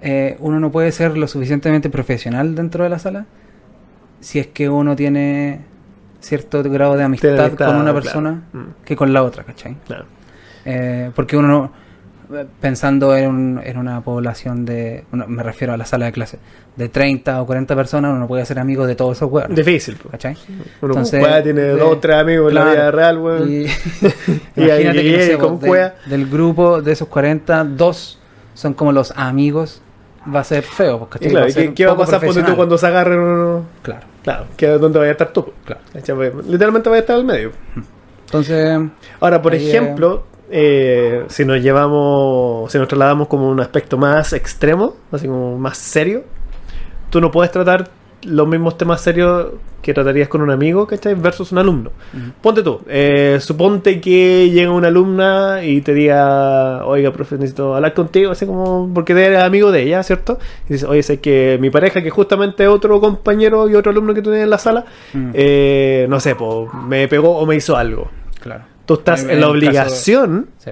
Speaker 2: eh, uno no puede ser lo suficientemente profesional dentro de la sala si es que uno tiene cierto grado de amistad,
Speaker 1: Tiene amistad,
Speaker 2: con una
Speaker 1: claro.
Speaker 2: persona
Speaker 1: Mm,
Speaker 2: que con la otra, ¿cachai?
Speaker 1: claro.
Speaker 2: Eh, porque uno, no- pensando en, un- en una población de, uno- me refiero a la sala de clase, de 30 o 40 personas, uno no puede ser amigo de todos esos huevos.
Speaker 1: Difícil. po.
Speaker 2: ¿Cachai?
Speaker 1: Uno
Speaker 2: Entonces,
Speaker 1: con cueva tiene
Speaker 2: de-
Speaker 1: dos o tres amigos en la
Speaker 2: claro.
Speaker 1: vida real, weón.
Speaker 2: Y-
Speaker 1: Y
Speaker 2: imagínate
Speaker 1: ahí
Speaker 2: que no
Speaker 1: llegué
Speaker 2: sé,
Speaker 1: con
Speaker 2: vos, del,
Speaker 1: cueva.
Speaker 2: del grupo de esos 40, dos son como los amigos. Va a ser feo, pues,
Speaker 1: Y
Speaker 2: ¿cachai?
Speaker 1: claro,
Speaker 2: a
Speaker 1: ¿y
Speaker 2: ser
Speaker 1: ¿qué, qué va a
Speaker 2: poco
Speaker 1: pasar ponte tú
Speaker 2: profesional.
Speaker 1: cuando se agarren uno?
Speaker 2: Claro.
Speaker 1: Claro, que es donde vaya a estar tú. po.
Speaker 2: Claro.
Speaker 1: ¿Cachai? Porque Literalmente vaya a estar al medio.
Speaker 2: Entonces,
Speaker 1: Ahora, por
Speaker 2: Ahí, eh,
Speaker 1: ejemplo, eh, si nos llevamos, si nos trasladamos como un aspecto más extremo, así como más serio, tú no puedes tratar los mismos temas serios que tratarías con un amigo, ¿cachai? Versus un alumno.
Speaker 2: Ujú.
Speaker 1: Ponte tú, eh, suponte que llega una alumna y te diga, oiga, profe, necesito hablar contigo, así como, porque eres amigo de ella, ¿cierto? Y dices, oye, sé que mi pareja, que justamente es otro compañero y otro alumno que tú tienes en la sala,
Speaker 2: Mm.
Speaker 1: eh, no sé, po, me pegó o me hizo algo.
Speaker 2: claro.
Speaker 1: Tú estás
Speaker 2: En-
Speaker 1: en la
Speaker 2: en el caso-
Speaker 1: obligación
Speaker 2: Sí.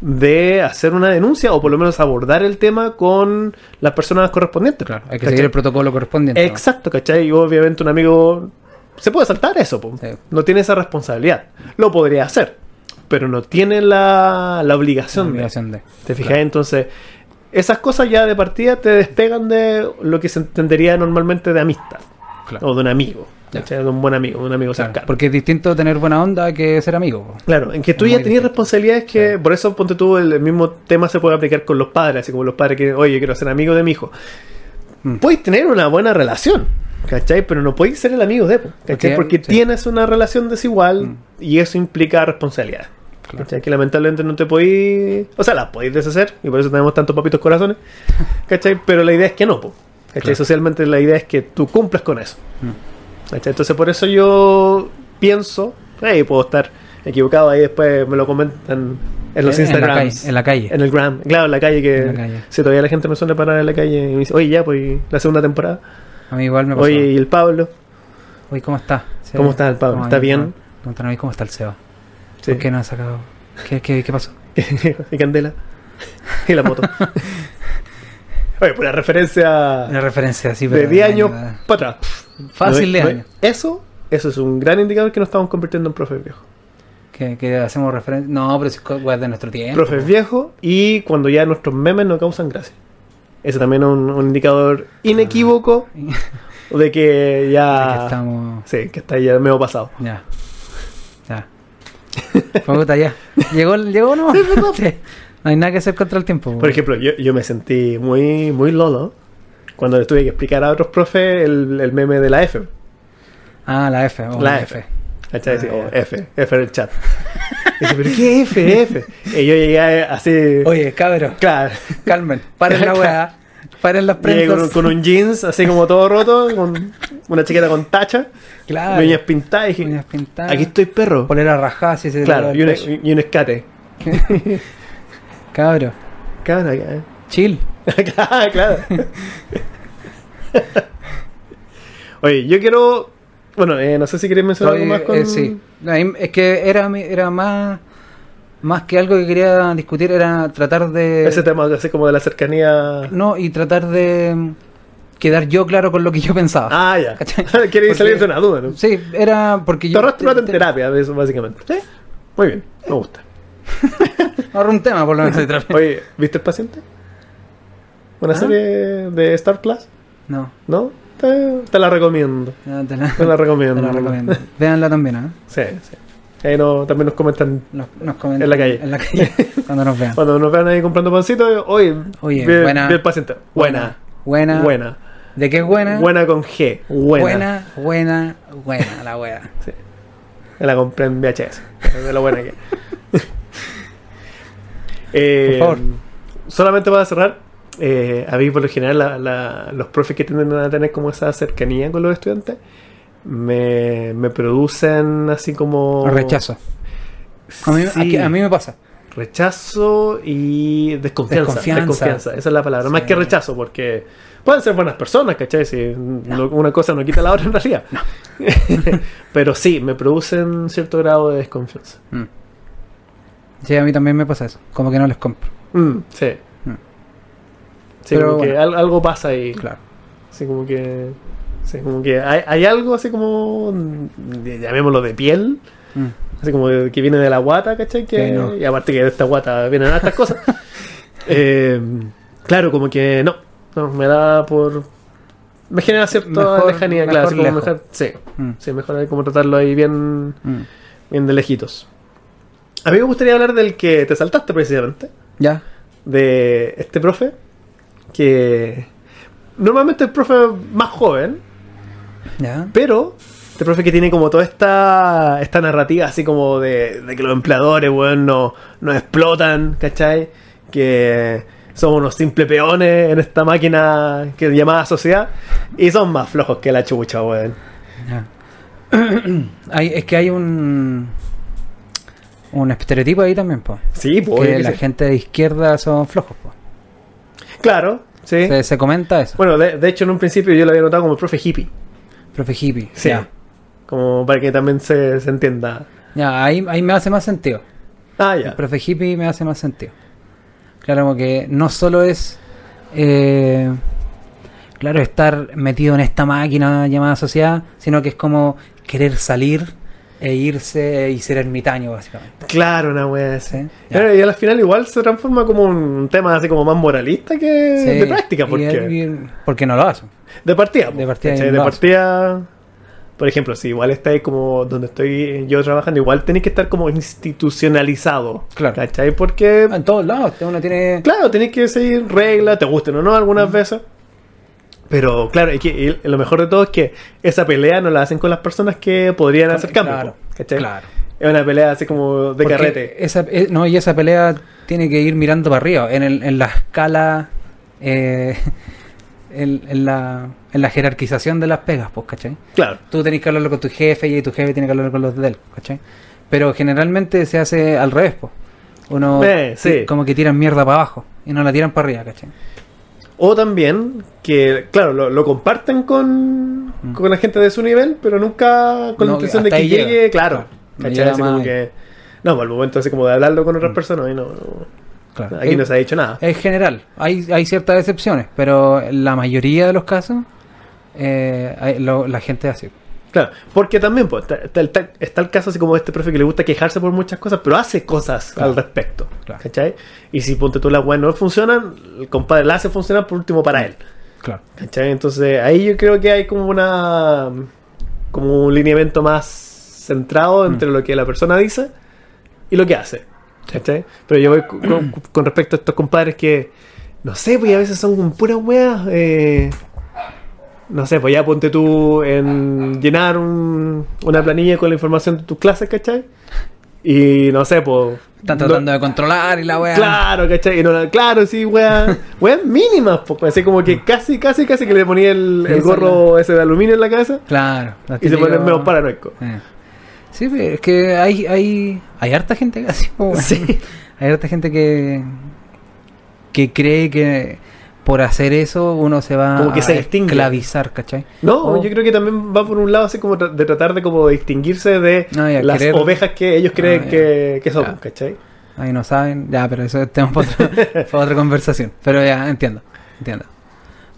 Speaker 1: de hacer una denuncia o por lo menos abordar el tema con las personas correspondientes.
Speaker 2: Claro, hay que
Speaker 1: ¿cachai?
Speaker 2: seguir el protocolo correspondiente. ¿no?
Speaker 1: Exacto, ¿cachai? Y obviamente un amigo se puede saltar eso, po.
Speaker 2: Sí.
Speaker 1: no tiene esa responsabilidad. Lo podría hacer, pero no tiene la, la
Speaker 2: La
Speaker 1: obligación. de.
Speaker 2: obligación de.
Speaker 1: ¿Te fijas? Entonces, esas cosas ya de partida te despegan de lo que se entendería normalmente de amistad
Speaker 2: Claro.
Speaker 1: o de un amigo.
Speaker 2: Ya.
Speaker 1: ¿cachai? De un buen amigo, un amigo
Speaker 2: Claro,
Speaker 1: cercano.
Speaker 2: porque es distinto tener buena onda que ser amigo. pues. po.
Speaker 1: Claro, en que tú
Speaker 2: Muy
Speaker 1: ya tenías
Speaker 2: distinto.
Speaker 1: responsabilidades que, por eso ponte tú, el mismo tema se puede aplicar con los padres, así como los padres que, oye, quiero ser amigo de mi hijo.
Speaker 2: Mm.
Speaker 1: Puedes tener una buena relación, ¿cachai? Pero no puedes ser el amigo de, po, ¿cachai?
Speaker 2: Porque-
Speaker 1: Porque
Speaker 2: sí.
Speaker 1: tienes una relación desigual
Speaker 2: Mm.
Speaker 1: y eso implica responsabilidades.
Speaker 2: Claro.
Speaker 1: ¿Cachai? Que lamentablemente no te podéis. O sea, las podéis deshacer y por eso tenemos tantos papitos corazones, ¿cachai? Pero la idea es que no, po, ¿cachai?
Speaker 2: Claro.
Speaker 1: Socialmente la idea es que tú cumplas con eso.
Speaker 2: Mm.
Speaker 1: ¿Cachai? Entonces por eso yo pienso, hey, puedo estar equivocado ahí después me lo comentan en los
Speaker 2: En- en la
Speaker 1: Instagrams.
Speaker 2: calle- en la calle.
Speaker 1: En el gram, claro, en la calle que
Speaker 2: En la calle.
Speaker 1: si todavía la gente me suena parar en la calle y me dice, oye ya, pues la segunda temporada.
Speaker 2: A mí igual me pasó.
Speaker 1: Oye,
Speaker 2: Oye,
Speaker 1: y el Pablo.
Speaker 2: ¿cómo está? Seba?
Speaker 1: ¿Cómo está el Pablo?
Speaker 2: ¿Cómo
Speaker 1: ¿Está
Speaker 2: anda?
Speaker 1: bien?
Speaker 2: Preguntan a mí, ¿cómo está el Seba?
Speaker 1: Sí.
Speaker 2: ¿Por qué no ha sacado? ¿Qué, qué, qué pasó?
Speaker 1: y Candela. Y la moto. oye, pura
Speaker 2: Una
Speaker 1: referencia
Speaker 2: referencia así,
Speaker 1: de 10 años para atrás.
Speaker 2: Fácil de
Speaker 1: No es- no
Speaker 2: años.
Speaker 1: es- Eso, eso es un gran indicador que nos estamos convirtiendo en profes viejos.
Speaker 2: Que, que hacemos referencia. No, pero si es co- weas de nuestro tiempo.
Speaker 1: profes viejos y cuando ya nuestros memes no causan gracia. Ese también es un, un indicador inequívoco de que
Speaker 2: Así Ah. que
Speaker 1: ya.
Speaker 2: estamos.
Speaker 1: Sí, que está ya medio pasado.
Speaker 2: Ya. Ya. Puta, ya. Llegó, llegó nomás.
Speaker 1: Sí, ¿verdad?
Speaker 2: Sí. No hay nada que hacer contra el tiempo.
Speaker 1: Por ejemplo, yo, yo me sentí muy, muy lolo cuando le tuve que explicar a otros profes el, el meme de la F.
Speaker 2: Ah, la F. oh,
Speaker 1: La F. ¿Cachai?
Speaker 2: Ah,
Speaker 1: Así, oh,
Speaker 2: ya.
Speaker 1: F, F en el chat. Y dice, ¿pero qué F, F? Y yo llegué así.
Speaker 2: Oye, cabros,
Speaker 1: Claro.
Speaker 2: calmen. Paren la weá. Paren las
Speaker 1: Llegué
Speaker 2: prensas.
Speaker 1: con, con un jeans así como todo roto, con una chaqueta con tacha,
Speaker 2: Claro.
Speaker 1: uñas pintadas y dije,
Speaker 2: Uñas pintadas.
Speaker 1: Aquí estoy perro.
Speaker 2: Polera rajada, si se
Speaker 1: Claro,
Speaker 2: te
Speaker 1: y
Speaker 2: da
Speaker 1: un,
Speaker 2: el pecho.
Speaker 1: y un escate.
Speaker 2: Cabro,
Speaker 1: Claro, eh.
Speaker 2: chill.
Speaker 1: claro, claro. Oye, yo quiero. Bueno, eh, no sé si queréis mencionar
Speaker 2: Oye,
Speaker 1: algo más con.
Speaker 2: eh, sí. No, ahí- es que era, mi- era más, más que algo que quería discutir, era tratar de...
Speaker 1: Ese tema así como de la cercanía.
Speaker 2: No, y tratar de mm, quedar yo claro con lo que yo pensaba.
Speaker 1: Ah, ya.
Speaker 2: ¿Cachai?
Speaker 1: Queréis
Speaker 2: Porque-
Speaker 1: salir de una duda, ¿no?
Speaker 2: Sí, era porque
Speaker 1: Te
Speaker 2: yo...
Speaker 1: ahorraste
Speaker 2: te-
Speaker 1: plata en
Speaker 2: te-
Speaker 1: terapia, eso básicamente. Sí. Muy bien, me gusta.
Speaker 2: ahorro un tema, por lo menos. de terapia.
Speaker 1: Oye, ¿viste el paciente? Una
Speaker 2: Ah.
Speaker 1: serie de Star Plus,
Speaker 2: No,
Speaker 1: ¿no? Te, te la recomiendo.
Speaker 2: no, te la,
Speaker 1: Te la
Speaker 2: te
Speaker 1: recomiendo.
Speaker 2: la recomiendo. Véanla también, ¿eh?
Speaker 1: Sí, sí. Ahí no, también nos comentan
Speaker 2: Nos, nos comentan
Speaker 1: En la calle.
Speaker 2: En la calle, cuando nos vean.
Speaker 1: Cuando nos vean ahí comprando pancito, oye,
Speaker 2: Oye,
Speaker 1: vi-
Speaker 2: buena.
Speaker 1: vi el paciente. Buena.
Speaker 2: Buena.
Speaker 1: Buena.
Speaker 2: ¿De qué es buena?
Speaker 1: Buena con G. Buena.
Speaker 2: buena, buena, buena, la wea.
Speaker 1: Me la compré en VHS. De lo buena que. es. Eh,
Speaker 2: Por favor.
Speaker 1: Solamente para cerrar, eh, a mí por lo general la- la- los profes que tienden a tener como esa cercanía con los estudiantes me, me producen así como...
Speaker 2: Rechazo. A mí,
Speaker 1: Oh. Sí.
Speaker 2: a que- a mí me pasa.
Speaker 1: Rechazo y desconfianza.
Speaker 2: Desconfianza.
Speaker 1: Desconfianza. Esa es la palabra. Más
Speaker 2: Sí.
Speaker 1: que rechazo, porque pueden ser buenas personas, ¿cachai? Si no- una cosa no quita la otra en realidad. Pero sí, me producen cierto grado de desconfianza.
Speaker 2: Mm. Sí, a mí también me pasa eso. Como que no les compro.
Speaker 1: Mm, sí.
Speaker 2: Mm.
Speaker 1: Sí,
Speaker 2: Pero
Speaker 1: como que
Speaker 2: bueno.
Speaker 1: al- algo pasa ahí.
Speaker 2: Claro.
Speaker 1: Sí, como que. Sí, como que hay, hay algo así como. mm, Llamémoslo de piel.
Speaker 2: Mm.
Speaker 1: Así como de- que viene de la guata, ¿cachai? Que,
Speaker 2: Sí, no.
Speaker 1: Y aparte que de esta guata vienen estas cosas. Eh, claro, como que no, no, me da por... Me genera cierta
Speaker 2: Mejor-
Speaker 1: lejanía,
Speaker 2: mejor
Speaker 1: claro. así como
Speaker 2: lejos.
Speaker 1: mejor- sí,
Speaker 2: Mm.
Speaker 1: sí, mejor hay como tratarlo ahí bien,
Speaker 2: Mm.
Speaker 1: bien de lejitos. A mí me gustaría hablar del que te saltaste precisamente,
Speaker 2: Ya.
Speaker 1: de este profe, que normalmente el profe más joven,
Speaker 2: Ya.
Speaker 1: pero este profe que tiene como toda esta, esta narrativa así como de, de que los empleadores, weón, no, no explotan, ¿cachai? Que somos unos simples peones en esta máquina que llamada sociedad. Y son más flojos que la chucha, weón.
Speaker 2: Ya. hay, es que hay un. Un estereotipo ahí también, po.
Speaker 1: Sí, pues.
Speaker 2: que
Speaker 1: obvio que
Speaker 2: la
Speaker 1: sí.
Speaker 2: gente de izquierda son flojos, po.
Speaker 1: Claro, sí.
Speaker 2: Se, se comenta eso.
Speaker 1: Bueno, de, de hecho en un principio yo lo había notado como el profe hippie.
Speaker 2: Profe hippie.
Speaker 1: Sí.
Speaker 2: Ya.
Speaker 1: Como para que también se, se entienda.
Speaker 2: Ya, ahí, ahí me hace más sentido.
Speaker 1: Ah,
Speaker 2: El
Speaker 1: ya.
Speaker 2: profe hippie me hace más sentido. Claro, como que no solo es. eh, claro, estar metido en esta máquina llamada sociedad, sino que es como querer salir e irse y ser ermitaño, básicamente.
Speaker 1: Claro, una wea así.
Speaker 2: ¿sí? Ya.
Speaker 1: Claro, y al final igual se transforma como un tema así como más moralista que
Speaker 2: Sí,
Speaker 1: Mm, de práctica,
Speaker 2: y-
Speaker 1: porque...
Speaker 2: y- porque no lo hacen.
Speaker 1: De partida.
Speaker 2: De
Speaker 1: po,
Speaker 2: partida
Speaker 1: ¿cachai?
Speaker 2: hay un
Speaker 1: De
Speaker 2: lazo.
Speaker 1: partida. por ejemplo, si igual estáis como donde estoy yo trabajando, igual tenéis que estar como institucionalizado.
Speaker 2: Claro. Ah,
Speaker 1: ¿Cachai? Porque,
Speaker 2: En todos lados, este uno tiene...
Speaker 1: claro, tenéis que seguir reglas, te gusten o no algunas
Speaker 2: Mm.
Speaker 1: veces. Pero claro, es que y lo mejor de todo es que esa pelea no la hacen con las personas que podrían hacer cambio.
Speaker 2: Claro,
Speaker 1: ¿cachai?
Speaker 2: claro.
Speaker 1: Es una pelea así como de
Speaker 2: Porque
Speaker 1: carrete.
Speaker 2: Esa, eh, no, y esa pelea tiene que ir mirando para arriba, en, el- en la escala, eh, en, en la, en la jerarquización de las pegas, pues, ¿cachai?
Speaker 1: Claro.
Speaker 2: Tú tenés que hablarlo con tu jefe y tu jefe tiene que hablarlo con los de él, ¿cachai? Pero generalmente se hace al revés, pues. Uno
Speaker 1: Eh, sí.
Speaker 2: como que tiran mierda para abajo y no la tiran para arriba, ¿cachai?
Speaker 1: O también que, claro, lo, lo comparten con,
Speaker 2: Mm.
Speaker 1: con la gente de su nivel, pero nunca con la
Speaker 2: No,
Speaker 1: intención de
Speaker 2: hasta
Speaker 1: que
Speaker 2: ahí llega.
Speaker 1: llegue, claro.
Speaker 2: No
Speaker 1: ¿Cachai?
Speaker 2: llega
Speaker 1: Así como
Speaker 2: más. Mm.
Speaker 1: que- no, pues, al momento así como de hablarlo con otras personas, y no,
Speaker 2: Claro. Eh,
Speaker 1: aquí no
Speaker 2: Es-
Speaker 1: se ha dicho nada.
Speaker 2: Es general, hay, hay ciertas excepciones, pero en la mayoría de los casos eh, hay- lo- la gente hace.
Speaker 1: Claro, porque también pues, está, está el, ta- está el caso así como este profe que le gusta quejarse por muchas cosas, pero hace cosas
Speaker 2: Claro.
Speaker 1: al respecto.
Speaker 2: Claro.
Speaker 1: ¿Cachai? Y si ponte tú las weas no funcionan, el compadre la hace funcionar por último para él.
Speaker 2: Claro.
Speaker 1: ¿Cachai? Entonces ahí yo creo que hay como una como un lineamiento más centrado
Speaker 2: Mm.
Speaker 1: entre lo que la persona dice y lo que hace. ¿Cachai? Pero yo voy cu- con, con respecto a estos compadres que no sé, pues a veces son con puras weas eh, no sé, pues ya ponte tú en llenar un- una planilla con la información de tus clases, ¿cachai? Y no sé, pues
Speaker 2: Están
Speaker 1: no-
Speaker 2: tratando de controlar y la weá.
Speaker 1: Claro, ¿cachai? Y no la- claro, sí, weá. Weas mínimas, poco. Así como que casi, casi, casi que le ponía el, el
Speaker 2: Ah. Esa
Speaker 1: gorro ese de aluminio en la cabeza
Speaker 2: Claro. los
Speaker 1: y se
Speaker 2: típicos-
Speaker 1: pone menos paranoico.
Speaker 2: Eh. Sí, pero es que hay, hay, hay harta gente que así, po, weón.
Speaker 1: Sí.
Speaker 2: Hay harta gente que, que cree que por hacer eso uno se va
Speaker 1: Como que
Speaker 2: a
Speaker 1: se distingue.
Speaker 2: esclavizar, ¿cachai?
Speaker 1: No,
Speaker 2: Oh.
Speaker 1: yo creo que también va por un lado así como tra- de tratar de como distinguirse de
Speaker 2: Ah, ya,
Speaker 1: las
Speaker 2: querer-
Speaker 1: ovejas que ellos creen
Speaker 2: Ah, ya.
Speaker 1: que, que son,
Speaker 2: Ya.
Speaker 1: ¿cachai?
Speaker 2: Ahí no saben, ya, pero eso es tema para otra, para otra conversación. Pero ya, entiendo, entiendo.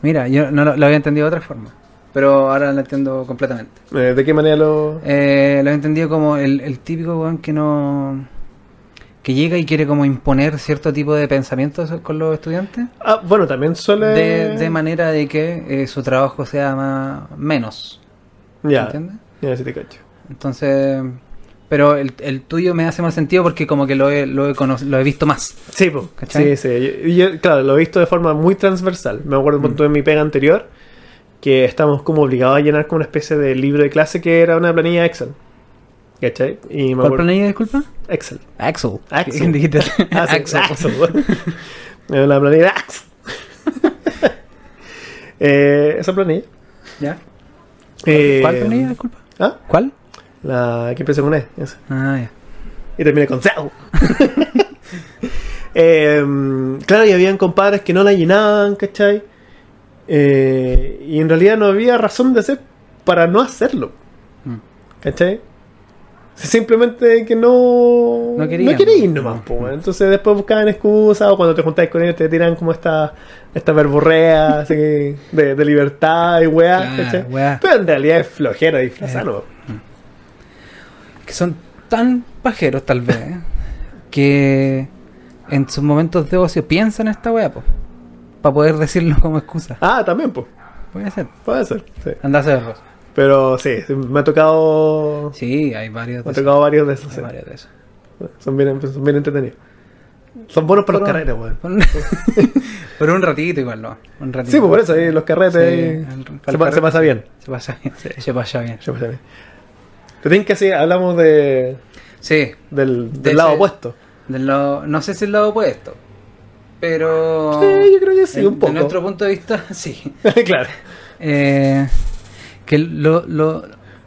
Speaker 2: Mira, yo no lo, lo había entendido de otra forma, pero ahora lo entiendo completamente.
Speaker 1: Eh, ¿De qué manera lo...?
Speaker 2: Eh, lo he entendido como el, el típico weón que no. que llega y quiere como imponer cierto tipo de pensamientos con los estudiantes.
Speaker 1: Ah, bueno, también suele...
Speaker 2: De, de manera de que eh, su trabajo sea más, menos.
Speaker 1: Ya,
Speaker 2: ¿Entiendes?
Speaker 1: ya, sí te cacho.
Speaker 2: Entonces. Pero el, el tuyo me hace más sentido porque como que lo he, lo he, cono- lo he visto más.
Speaker 1: Sí, po.
Speaker 2: ¿Cachai?
Speaker 1: sí, sí. Yo- yo, claro, lo he visto de forma muy transversal. Me acuerdo
Speaker 2: Mm.
Speaker 1: un punto en mi pega anterior que estamos como obligados a llenar como una especie de libro de clase que era una planilla Excel. ¿Cachai? Y me
Speaker 2: ¿Cuál
Speaker 1: acuerdo...
Speaker 2: planilla, disculpa?
Speaker 1: Excel.
Speaker 2: Axel.
Speaker 1: Axel.
Speaker 2: ¿Quién dijiste?
Speaker 1: Ah, sí,
Speaker 2: Axel.
Speaker 1: Axel. Era una planilla Axel. Eh, esa planilla.
Speaker 2: Ah. ¿Ya?
Speaker 1: Eh,
Speaker 2: ¿Cuál planilla, disculpa?
Speaker 1: ¿Ah?
Speaker 2: ¿Cuál?
Speaker 1: La que empieza con E. esa.
Speaker 2: Ah, ya.
Speaker 1: Y terminé con Zeus. Em, claro, y habían compadres que no la llenaban, ¿cachai? Eh, y en realidad no había razón de ser para no hacerlo,
Speaker 2: Mm.
Speaker 1: ¿cachai? Simplemente que no...
Speaker 2: No querían.
Speaker 1: No queréis nomás, po, weón. Entonces después buscaban excusas o cuando te juntáis con ellos te tiran como esta, esta verborrea así que de, de libertad y weá,
Speaker 2: Claro, Eh.
Speaker 1: ¿cachai?
Speaker 2: weá.
Speaker 1: Pero en realidad es flojera disfrazar, ¿no?
Speaker 2: que son tan pajeros tal vez ¿eh? que en sus momentos de ocio piensan esta wea po, para poder decirlo como excusa
Speaker 1: Ah, también, pues.
Speaker 2: puede ser
Speaker 1: Puede ser, sí.
Speaker 2: andarse de rosa
Speaker 1: Pero sí, sí, me ha tocado.
Speaker 2: sí hay varios de
Speaker 1: Me ha
Speaker 2: esos,
Speaker 1: tocado varios de esos.
Speaker 2: hay
Speaker 1: sí.
Speaker 2: varios de esos.
Speaker 1: Son, bien, son bien entretenidos. Son buenos para los
Speaker 2: Por un-
Speaker 1: carretes, weón.
Speaker 2: por un- pero un ratito igual no un ratito
Speaker 1: Sí, pues por eso, ahí los carretes.
Speaker 2: Sí,
Speaker 1: ahí
Speaker 2: el- para el
Speaker 1: se, pa- se
Speaker 2: carrete.
Speaker 1: pasa bien.
Speaker 2: se pasa bien
Speaker 1: Sí.
Speaker 2: se pasa bien
Speaker 1: Se pasa bien. Te tienen que así, hablamos de,
Speaker 2: sí
Speaker 1: del, del
Speaker 2: De
Speaker 1: lado
Speaker 2: ese-
Speaker 1: opuesto.
Speaker 2: del lado- no sé si el lado opuesto pero
Speaker 1: Sí, yo creo que sí,
Speaker 2: de-
Speaker 1: un poco.
Speaker 2: de nuestro punto de vista sí
Speaker 1: claro.
Speaker 2: Eh, que lo, lo,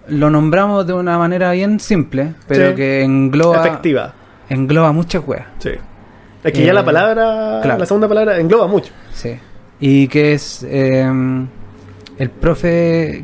Speaker 2: lo nombramos de una manera bien simple, pero
Speaker 1: Sí.
Speaker 2: que engloba,
Speaker 1: Efectiva.
Speaker 2: engloba muchas weas.
Speaker 1: Sí. Es que ya
Speaker 2: Eh,
Speaker 1: la palabra,
Speaker 2: claro.
Speaker 1: la segunda palabra engloba mucho.
Speaker 2: Sí. Y que es eh, el profe. eh,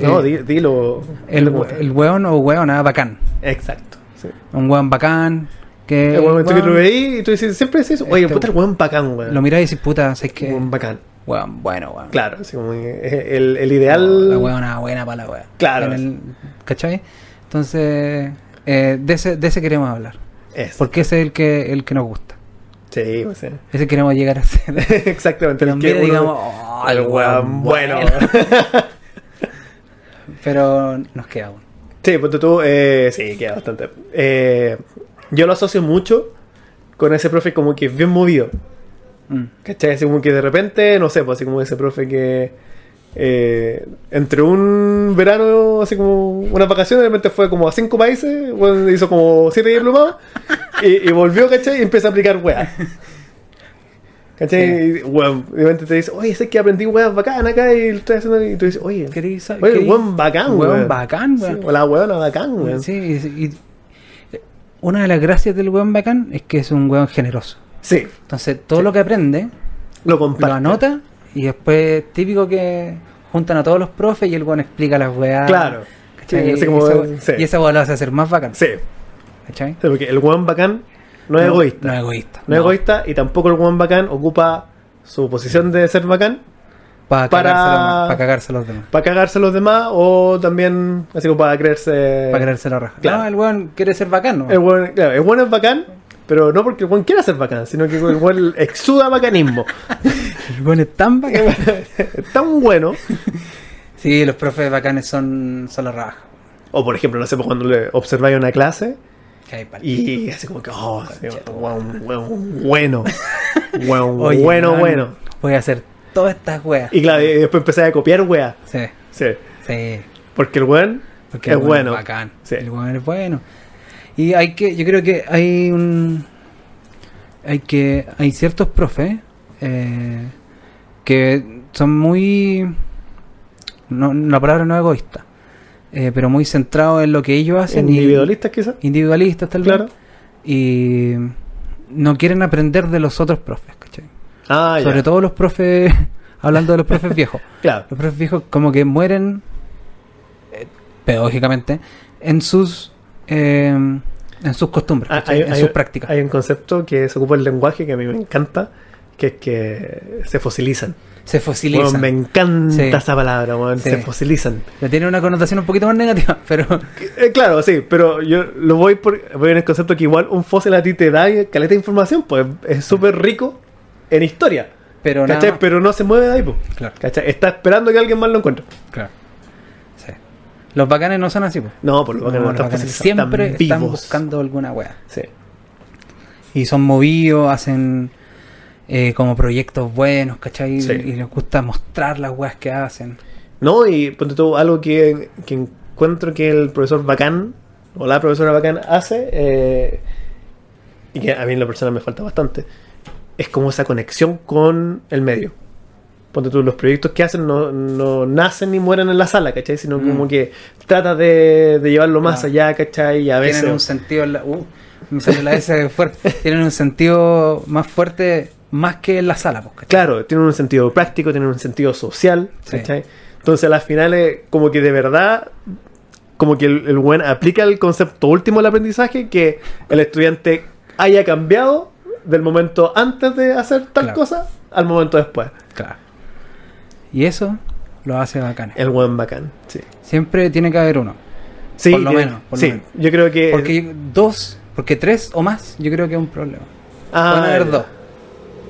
Speaker 1: No, di- dilo.
Speaker 2: el,
Speaker 1: dilo como está.
Speaker 2: el weón o weona bacán.
Speaker 1: Exacto. Sí.
Speaker 2: Un weón bacán. Que
Speaker 1: El momento que tú
Speaker 2: Eh, weón,
Speaker 1: veís y tú dices, siempre dices, oye,
Speaker 2: Este-
Speaker 1: puta, el weón bacán, weón.
Speaker 2: lo mirás y decís, puta, ¿sabes qué?
Speaker 1: Weón bacán.
Speaker 2: Weón, bueno, weón.
Speaker 1: Claro, así como que es el, el
Speaker 2: No,
Speaker 1: ideal.
Speaker 2: La weona buena para la wea.
Speaker 1: Claro.
Speaker 2: En el- ¿Cachai? Entonces, eh, de, ese, de ese queremos hablar.
Speaker 1: es.
Speaker 2: Porque ese es el que, el que nos gusta.
Speaker 1: Sí, o sea.
Speaker 2: Ese queremos llegar a ser.
Speaker 1: Exactamente.
Speaker 2: Que
Speaker 1: el
Speaker 2: nos
Speaker 1: que
Speaker 2: mire y
Speaker 1: uno-
Speaker 2: digamos, "Oh,
Speaker 1: el weón bueno.
Speaker 2: Pero nos queda aún.
Speaker 1: Sí, ponte tú, eh, sí, queda bastante. Eh, yo lo asocio mucho con ese profe como que es bien movido.
Speaker 2: Mm.
Speaker 1: ¿Cachai? Así como que de repente, no sé, pues así como ese profe que eh, entre un verano, así como unas vacaciones, de repente fue como a cinco países, bueno, hizo como siete diplomados y, y volvió, ¿cachai? Y empieza a aplicar weas. ¿Cachai? Y, weón, de repente te dice, oye, sé que aprendí weas bacán acá y lo estoy haciendo. Y tú dices, oye,
Speaker 2: ¿Queréis sa-
Speaker 1: oye,
Speaker 2: queréis-
Speaker 1: weón bacán,
Speaker 2: Weón
Speaker 1: weón.
Speaker 2: bacán, weón.
Speaker 1: Sí, o la weona bacán, weón.
Speaker 2: Sí, y- y- una de las gracias del weón bacán es que es un weón generoso.
Speaker 1: Sí,
Speaker 2: Entonces, todo
Speaker 1: Sí.
Speaker 2: lo que aprende,
Speaker 1: lo comparte.
Speaker 2: lo anota y después, típico que juntan a todos los profes y el weón explica las weas.
Speaker 1: Claro.
Speaker 2: ¿cachai?
Speaker 1: Sí, así como-
Speaker 2: y, esa, we-
Speaker 1: sí.
Speaker 2: y esa wea lo hace hacer más bacán.
Speaker 1: Sí,
Speaker 2: ¿cachai?
Speaker 1: sí, porque el weón bacán no es egoísta.
Speaker 2: No es egoísta.
Speaker 1: No es egoísta y tampoco el buen bacán ocupa su posición de ser bacán
Speaker 2: Para,
Speaker 1: para-
Speaker 2: cagarse a los demás.
Speaker 1: para cagarse a los demás o también así como para creerse.
Speaker 2: Para creerse la raja.
Speaker 1: Eh, claro.
Speaker 2: No, el weón quiere ser bacán, ¿no?
Speaker 1: El buen, claro, el buen es bacán, pero no porque el buen quiera ser bacán, sino que el buen exuda bacanismo.
Speaker 2: El weón es tan bacán.
Speaker 1: Eh, es tan bueno.
Speaker 2: Sí, los profes bacanes son, son la raja.
Speaker 1: O por ejemplo, no sé, pues, cuando le observáis una clase
Speaker 2: Que hay pal-
Speaker 1: y así como que, oh, así como, weón, weón, bueno, weón,
Speaker 2: Oye,
Speaker 1: bueno,
Speaker 2: weón,
Speaker 1: bueno.
Speaker 2: Voy a hacer todas estas weas.
Speaker 1: Y claro, y después empecé a copiar, wea.
Speaker 2: Sí,
Speaker 1: Sí,
Speaker 2: sí.
Speaker 1: porque el buen
Speaker 2: Porque
Speaker 1: es
Speaker 2: el weón
Speaker 1: bueno.
Speaker 2: Es bacán.
Speaker 1: Sí.
Speaker 2: El weón es bueno. Y hay que, yo creo que hay un. Hay que. Hay ciertos profes eh, que son muy. No, la palabra no es egoísta, eh, pero muy centrados en lo que ellos hacen. y-
Speaker 1: individualistas quizás.
Speaker 2: Individualistas, tal vez.
Speaker 1: Claro.
Speaker 2: Y no quieren aprender de los otros profes, ¿cachai?
Speaker 1: Ah,
Speaker 2: Sobre
Speaker 1: ya.
Speaker 2: todo los profes, hablando de los profes viejos.
Speaker 1: Claro.
Speaker 2: Los profes viejos como que mueren, eh, pedagógicamente, en sus eh, en sus costumbres,
Speaker 1: Ah,
Speaker 2: ¿cachai? en sus prácticas.
Speaker 1: hay un concepto que se ocupa en el lenguaje que a mí me encanta, que es que se fosilizan.
Speaker 2: Se fosilizan.
Speaker 1: Weón, me encanta
Speaker 2: Sí.
Speaker 1: esa palabra, weón,
Speaker 2: Sí.
Speaker 1: se fosilizan.
Speaker 2: Ya Tiene una connotación un poquito más negativa, pero
Speaker 1: Eh, claro, sí, pero yo lo voy por voy en el concepto que igual un fósil a ti te da caleta de información, pues es súper rico en historia.
Speaker 2: pero nada
Speaker 1: ¿Cachai?
Speaker 2: más.
Speaker 1: Pero no se mueve de ahí, pues.
Speaker 2: Claro,
Speaker 1: ¿Cachai? Está esperando que alguien más lo encuentre.
Speaker 2: claro. Sí. Los bacanes no son así, pues.
Speaker 1: No, por lo que
Speaker 2: No,
Speaker 1: no,
Speaker 2: los
Speaker 1: están
Speaker 2: bacanes
Speaker 1: fosilizados,
Speaker 2: siempre
Speaker 1: están
Speaker 2: están
Speaker 1: vivos.
Speaker 2: buscando alguna wea.
Speaker 1: Sí.
Speaker 2: y son movidos, hacen eh, como proyectos buenos, ¿cachai?
Speaker 1: Sí.
Speaker 2: Y les gusta mostrar las weas que hacen.
Speaker 1: No, y ponte tú algo que, que encuentro que el profesor Bacán, o la profesora Bacán hace, eh, y que a mí en la persona me falta bastante, es como esa conexión con el medio. Ponte tú, los proyectos que hacen no, no nacen ni mueren en la sala, ¿cachai? Sino
Speaker 2: Mm.
Speaker 1: como que trata de, de llevarlo más
Speaker 2: Claro.
Speaker 1: allá, ¿cachai? Y a
Speaker 2: Tienen un
Speaker 1: veces...
Speaker 2: sentido, en la- uh, me salió la S fuerte. Tienen un sentido más fuerte, más que en la sala, pues, ¿cachai?
Speaker 1: Claro, tienen un sentido práctico, tienen un sentido social,
Speaker 2: Sí.
Speaker 1: ¿cachai? Entonces a las finales, como que de verdad, como que el, el buen aplica el concepto último del aprendizaje, que el estudiante haya cambiado del momento antes de hacer tal
Speaker 2: Claro.
Speaker 1: cosa al momento después.
Speaker 2: Claro. Y eso lo hace bacán.
Speaker 1: El buen bacán, sí.
Speaker 2: Siempre tiene que haber uno.
Speaker 1: Sí,
Speaker 2: Por lo
Speaker 1: yo-
Speaker 2: menos, por lo
Speaker 1: sí,
Speaker 2: menos.
Speaker 1: yo creo que...
Speaker 2: Porque dos, porque tres o más, yo creo que es un problema.
Speaker 1: Ah,
Speaker 2: Pueden haber dos.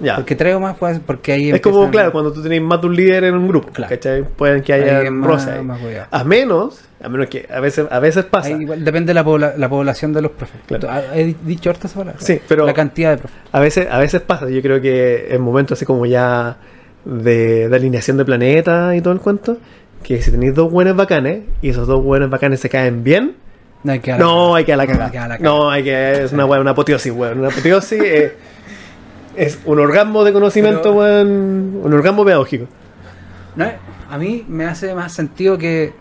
Speaker 1: ya.
Speaker 2: Porque tres o más, pues, porque ahí
Speaker 1: es como,
Speaker 2: empiezan-
Speaker 1: claro, cuando tú tenés más de un líder en un grupo,
Speaker 2: Claro.
Speaker 1: ¿cachai? Pueden que
Speaker 2: ahí
Speaker 1: haya
Speaker 2: es más-
Speaker 1: roce ahí.
Speaker 2: más hueá.
Speaker 1: A menos, a menos que a veces, a veces pasa.
Speaker 2: Ahí igual depende de la, pobla- la población de los profes.
Speaker 1: Claro.
Speaker 2: Ah, He dicho harta esa palabra.
Speaker 1: Sí, pero-
Speaker 2: La cantidad de profes.
Speaker 1: A veces, a veces pasa, yo creo que en momentos así como ya de, de alineación de planetas y todo el cuento, que si tenéis dos buenos bacanes y esos dos buenos bacanes se caen bien,
Speaker 2: No hay que dar-
Speaker 1: no hay que a la
Speaker 2: no, hay que a
Speaker 1: cagada.
Speaker 2: la cagada.
Speaker 1: No, hay que. Es una weá, una apoteosis, weón. Una apoteosis eh, es un orgasmo de conocimiento,
Speaker 2: Pero-
Speaker 1: weón. Un orgasmo pedagógico.
Speaker 2: No, eh, a mí me hace más sentido que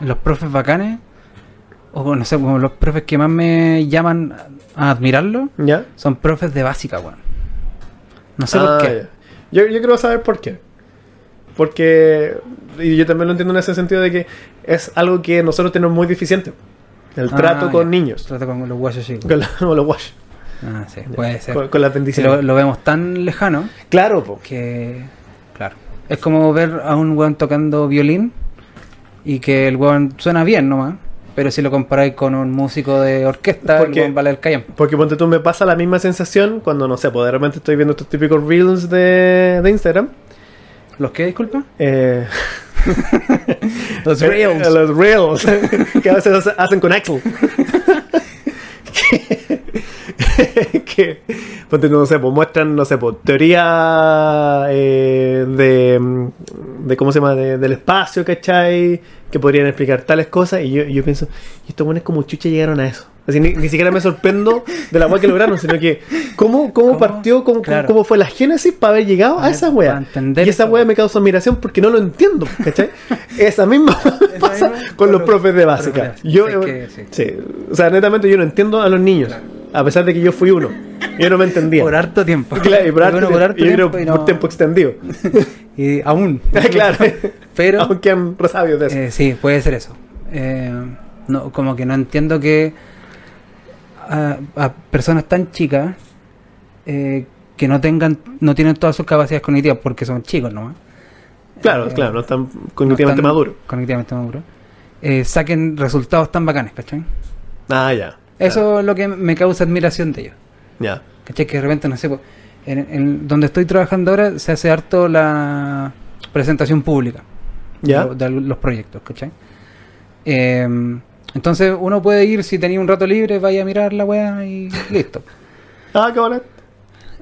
Speaker 2: los profes bacanes, o no sé, como los profes que más me llaman a admirarlo,
Speaker 1: ¿Ya?
Speaker 2: son profes de básica, weón. No sé
Speaker 1: Ah,
Speaker 2: por qué.
Speaker 1: ya. Yo, yo quiero saber por qué. Porque, y yo también lo entiendo en ese sentido de que es algo que nosotros tenemos muy deficiente. El
Speaker 2: Ah,
Speaker 1: trato con
Speaker 2: ya.
Speaker 1: niños.
Speaker 2: Trato con los guayos chicos.
Speaker 1: Con, la- con los wash.
Speaker 2: Ah, sí, puede ser.
Speaker 1: Con, con las
Speaker 2: Si
Speaker 1: bendiciones.
Speaker 2: lo, lo vemos tan lejano
Speaker 1: Claro, po.
Speaker 2: que. Claro. Es como ver a un weón tocando violín y que el weón suena bien nomás, pero si lo comparáis con un músico de orquesta,
Speaker 1: Porque-
Speaker 2: el weón vale el callan.
Speaker 1: Porque ponte tú, me pasa la misma sensación cuando, no sé, pues de repente estoy viendo estos típicos reels de, de Instagram.
Speaker 2: ¿Los qué, disculpa?
Speaker 1: Eh,
Speaker 2: Los
Speaker 1: Eh,
Speaker 2: reels.
Speaker 1: Los reels. que a veces hacen con Axel. que, que, ponte, no sé, pues muestran, no sé, pues teoría eh, de, mm, de, ¿cómo se llama?, de- del espacio, ¿cachai? Que podrían explicar tales cosas. Y yo, yo pienso, y estos buenos como chucha llegaron a eso. Así, ni, ni siquiera me sorprendo de la weá que lograron, sino que cómo, cómo,
Speaker 2: ¿Cómo?
Speaker 1: partió, cómo,
Speaker 2: Claro.
Speaker 1: cómo fue la génesis para haber llegado a
Speaker 2: Para-
Speaker 1: esa weá.
Speaker 2: para entender
Speaker 1: Y esa
Speaker 2: esa
Speaker 1: weá
Speaker 2: weá.
Speaker 1: me causa admiración porque no lo entiendo, ¿cachai? Esa misma
Speaker 2: Esa
Speaker 1: pasa
Speaker 2: misma
Speaker 1: con
Speaker 2: con
Speaker 1: los
Speaker 2: los
Speaker 1: profes de
Speaker 2: profes de
Speaker 1: básica.
Speaker 2: básica.
Speaker 1: Yo, eh,
Speaker 2: Sí, que- sí.
Speaker 1: sí. o sea, netamente yo no entiendo a los niños, a pesar de que yo fui uno. Yo no me entendía.
Speaker 2: Por harto tiempo.
Speaker 1: Claro, y por harto
Speaker 2: Bueno, por harto
Speaker 1: y uno
Speaker 2: tiempo y no-
Speaker 1: por tiempo extendido.
Speaker 2: Y aún.
Speaker 1: claro.
Speaker 2: Pero-
Speaker 1: Aunque han resabios de eso.
Speaker 2: Eh, sí, puede ser eso. Eh, no, como que no entiendo que a, a personas tan chicas eh, que no tengan, no tienen todas sus capacidades cognitivas porque son chicos nomás.
Speaker 1: claro,
Speaker 2: eh,
Speaker 1: claro, no están cognitivamente
Speaker 2: no están
Speaker 1: maduros.
Speaker 2: Cognitivamente maduros. eh, saquen resultados tan bacanes, ¿cachai?
Speaker 1: Ah, ya. Ah,
Speaker 2: Eso es lo que me causa admiración de ellos.
Speaker 1: Ya.
Speaker 2: ¿Cachai? Que de repente, no sé, po, en, en donde estoy trabajando ahora se hace harto la presentación pública
Speaker 1: Ya.
Speaker 2: de, de algún- los proyectos, ¿cachai? Eh, entonces uno puede ir, si tenía un rato libre, vaya a mirar la weá y listo.
Speaker 1: Ah, qué bueno.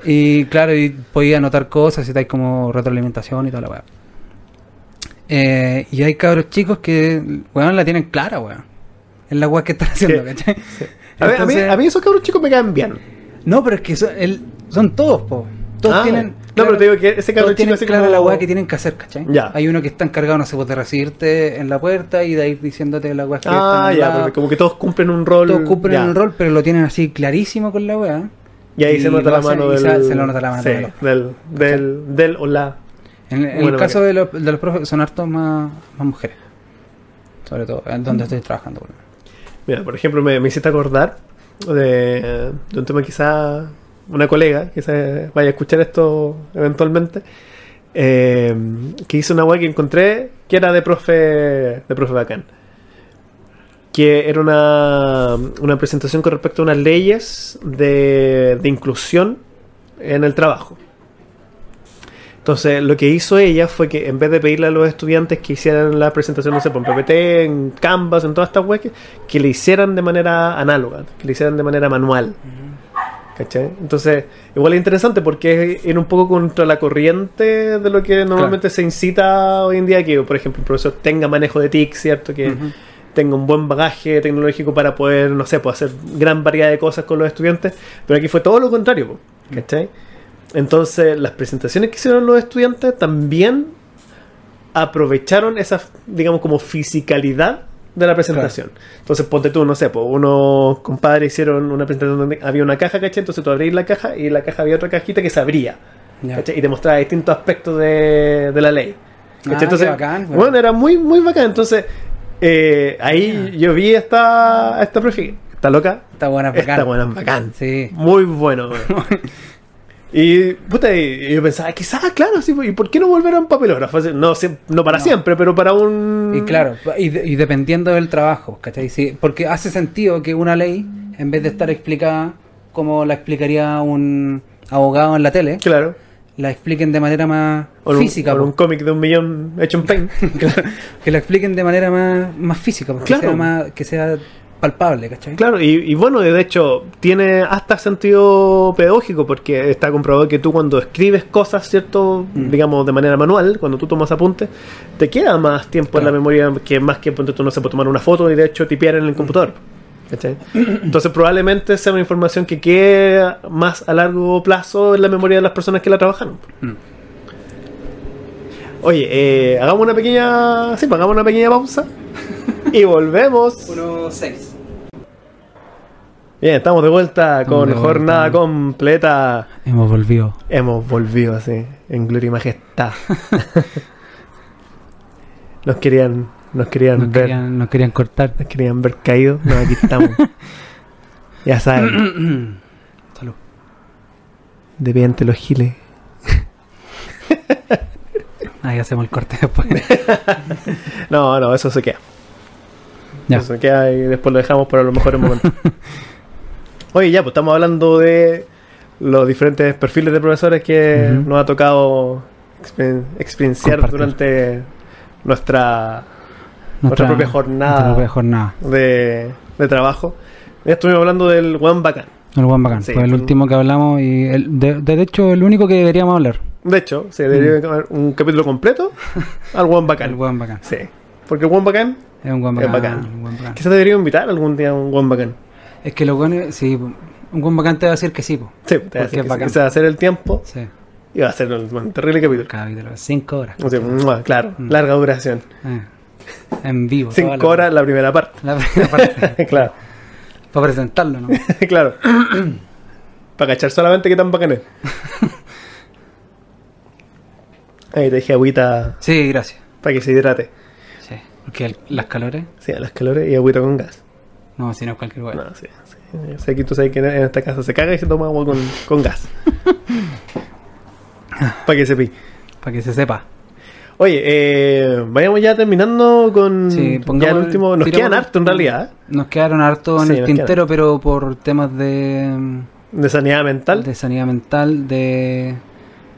Speaker 2: Y claro, y podía anotar cosas y tal como retroalimentación y toda la weá. Eh, y hay cabros chicos que, weón, la tienen clara, weón. Es la weá que están haciendo,
Speaker 1: Sí.
Speaker 2: ¿cachai?
Speaker 1: A, ver, a mí,
Speaker 2: Entonces-
Speaker 1: a mí esos cabros chicos me caen bien.
Speaker 2: No, pero es que son, el- son todos, po. Todos
Speaker 1: Ah,
Speaker 2: tienen.
Speaker 1: no, pero te digo que ese cabrón
Speaker 2: todos tienen
Speaker 1: chico así
Speaker 2: clara
Speaker 1: como-
Speaker 2: la weá que tienen que hacer, ¿cachai?
Speaker 1: Ya.
Speaker 2: Hay uno que está encargado, no sé, pues, de recibirte en la puerta y de ir diciéndote la weá que están
Speaker 1: Ah,
Speaker 2: al
Speaker 1: ya,
Speaker 2: lado.
Speaker 1: porque como que todos cumplen un rol.
Speaker 2: Todos cumplen
Speaker 1: ya.
Speaker 2: un rol, pero lo tienen así clarísimo con la weá.
Speaker 1: Y ahí se
Speaker 2: Y
Speaker 1: nota
Speaker 2: lo
Speaker 1: la
Speaker 2: hacen
Speaker 1: mano
Speaker 2: y
Speaker 1: del.
Speaker 2: se- se lo nota la mano
Speaker 1: sí,
Speaker 2: del-
Speaker 1: del, del, del o la.
Speaker 2: En, en
Speaker 1: Bueno,
Speaker 2: el caso
Speaker 1: porque-
Speaker 2: de los, de los profes, son hartos más, más mujeres. Sobre todo, en donde estoy trabajando, weón.
Speaker 1: Mira, por ejemplo, me, me hiciste acordar de, de un tema quizá una colega, quizá vaya a escuchar esto eventualmente, eh, que hizo una web que encontré que era de profe, de profe bacán. Que era una, una presentación con respecto a unas leyes de, de inclusión en el trabajo. Entonces, lo que hizo ella fue que en vez de pedirle a los estudiantes que hicieran la presentación, no sé, por PPT, en Canvas, en todas estas webs, que, que le hicieran de manera análoga, que le hicieran de manera manual. ¿Cachai? Entonces, igual es interesante porque es ir un poco contra la corriente de lo que normalmente se incita hoy en día, que, por ejemplo, un profesor tenga manejo de TIC, ¿cierto? Que
Speaker 2: Ujú.
Speaker 1: tenga un buen bagaje tecnológico para poder, no sé, pues hacer gran variedad de cosas con los estudiantes, pero aquí fue todo lo contrario, po, ¿cachai? Entonces, las presentaciones que hicieron los estudiantes también aprovecharon esa, digamos, como fisicalidad de la presentación. Entonces, ponte tú, no sé, pues unos compadres hicieron una presentación donde había una caja, ¿cachai? Entonces tú abrís la caja y en la caja había otra cajita que se abría,
Speaker 2: Ya.
Speaker 1: ¿cachai? Y te mostraba distintos aspectos de, de la ley. ¿Cachai?
Speaker 2: Ah, qué bacán,
Speaker 1: bueno.
Speaker 2: bueno.
Speaker 1: era muy, muy bacán. Entonces, eh, ahí yo vi esta, esta profe. ¿Está loca?
Speaker 2: Está buena, bacán.
Speaker 1: Esta buena es bacán.
Speaker 2: Sí.
Speaker 1: Muy bueno, güey. Y, puta, y- y yo pensaba, quizás, claro, sí, pues, ¿y por qué no volver a un papelógrafo? Así, No, siem- no para
Speaker 2: No.
Speaker 1: siempre, pero para un...
Speaker 2: Y claro, y, de- y dependiendo del trabajo, ¿cachai? Sí, porque hace sentido que una ley, en vez de estar explicada como la explicaría un abogado en la tele,
Speaker 1: Claro.
Speaker 2: la expliquen de manera más
Speaker 1: O un-
Speaker 2: física,
Speaker 1: o
Speaker 2: po.
Speaker 1: un cómic de un millón hecho en paint.
Speaker 2: Claro, que la expliquen de manera más, más física, porque
Speaker 1: Claro.
Speaker 2: sea más, que sea palpable, ¿cachai?
Speaker 1: Claro, y, y bueno, de hecho, tiene hasta sentido pedagógico, porque está comprobado que tú cuando escribes cosas, ¿cierto?
Speaker 2: Mm.
Speaker 1: Digamos, de manera manual, cuando tú tomas apuntes, te queda más tiempo en la
Speaker 2: Claro. Mm.
Speaker 1: memoria que más que ponte tú no se puede tomar una foto y de hecho tipear en el computador. ¿cachai? Entonces probablemente sea una información que quede más a largo plazo en la memoria de las personas que la trabajaron.
Speaker 2: Mm.
Speaker 1: Oye, eh, hagamos una pequeña... Sí, pues, hagamos una pequeña pausa y volvemos.
Speaker 2: Uno, seis.
Speaker 1: Bien, estamos de vuelta
Speaker 2: Estamos
Speaker 1: con
Speaker 2: de vuelta.
Speaker 1: jornada completa.
Speaker 2: Hemos volvido.
Speaker 1: Hemos volvido así, en gloria y majestad. nos querían, nos querían
Speaker 2: Nos
Speaker 1: ver,
Speaker 2: querían, nos querían cortar.
Speaker 1: nos querían ver caídos, no, aquí estamos. ya saben,
Speaker 2: Salud.
Speaker 1: de pie ante los giles.
Speaker 2: Ahí hacemos el corte después.
Speaker 1: No, no, eso se queda.
Speaker 2: ya.
Speaker 1: Eso se queda y después lo dejamos para los mejores momentos. Oye, ya, pues estamos hablando de los diferentes perfiles de profesores que
Speaker 2: Ujú.
Speaker 1: nos ha tocado exper- experienciar
Speaker 2: Compartir.
Speaker 1: durante nuestra, nuestra, propia jornada.
Speaker 2: Nuestra propia jornada.
Speaker 1: de, de trabajo. Estuvimos hablando del One Bacán.
Speaker 2: El Juan Bacán.
Speaker 1: Sí,
Speaker 2: fue el
Speaker 1: fue un-
Speaker 2: último que hablamos y el- de, de hecho el único que deberíamos hablar.
Speaker 1: De hecho, se debería tomar un capítulo completo al One
Speaker 2: Mm. El
Speaker 1: Bacán.
Speaker 2: Juan Bacán.
Speaker 1: Sí. Porque el One Bacán,
Speaker 2: Es un Juan
Speaker 1: Es
Speaker 2: Bacán.
Speaker 1: bacán.
Speaker 2: un Juan Bacán.
Speaker 1: quizás debería invitar algún día a un One Bacán.
Speaker 2: Es que lo bueno es, sí, po. un Juan Bacán te va a decir que sí, po.
Speaker 1: Sí, te va a decir
Speaker 2: es
Speaker 1: que sí,
Speaker 2: bacán.
Speaker 1: quizás hacer el tiempo
Speaker 2: Sí,
Speaker 1: y va a ser un, un terrible capítulo.
Speaker 2: cada capítulo, cinco horas.
Speaker 1: O sea, ¡mua! claro,
Speaker 2: Mm.
Speaker 1: larga duración.
Speaker 2: Eh, En vivo. toda
Speaker 1: Cinco horas la primera parte.
Speaker 2: La primera parte.
Speaker 1: claro,
Speaker 2: Para presentarlo, ¿no?
Speaker 1: claro. Para cachar solamente qué tan bacán es. Ahí te dije agüita
Speaker 2: Sí, gracias.
Speaker 1: para que se hidrate.
Speaker 2: Sí. Porque el- las calores,
Speaker 1: Sí, a las calores y agüita con gas.
Speaker 2: no, si no es cualquier lugar.
Speaker 1: No, sí, sí. Yo Sé que tú sabes que en esta casa se caga y se toma agua con, con gas. Para que se pi.
Speaker 2: Para que se sepa.
Speaker 1: Oye, eh, vayamos ya terminando con
Speaker 2: Sí,
Speaker 1: Mm, ya el
Speaker 2: pongamos-
Speaker 1: último. Nos
Speaker 2: tiremos-
Speaker 1: quedan harto en realidad, ¿eh?
Speaker 2: Nos quedaron harto en
Speaker 1: Sí,
Speaker 2: el
Speaker 1: nos
Speaker 2: tintero, pero por temas de,
Speaker 1: ¿eh? de sanidad mental,
Speaker 2: de sanidad mental, de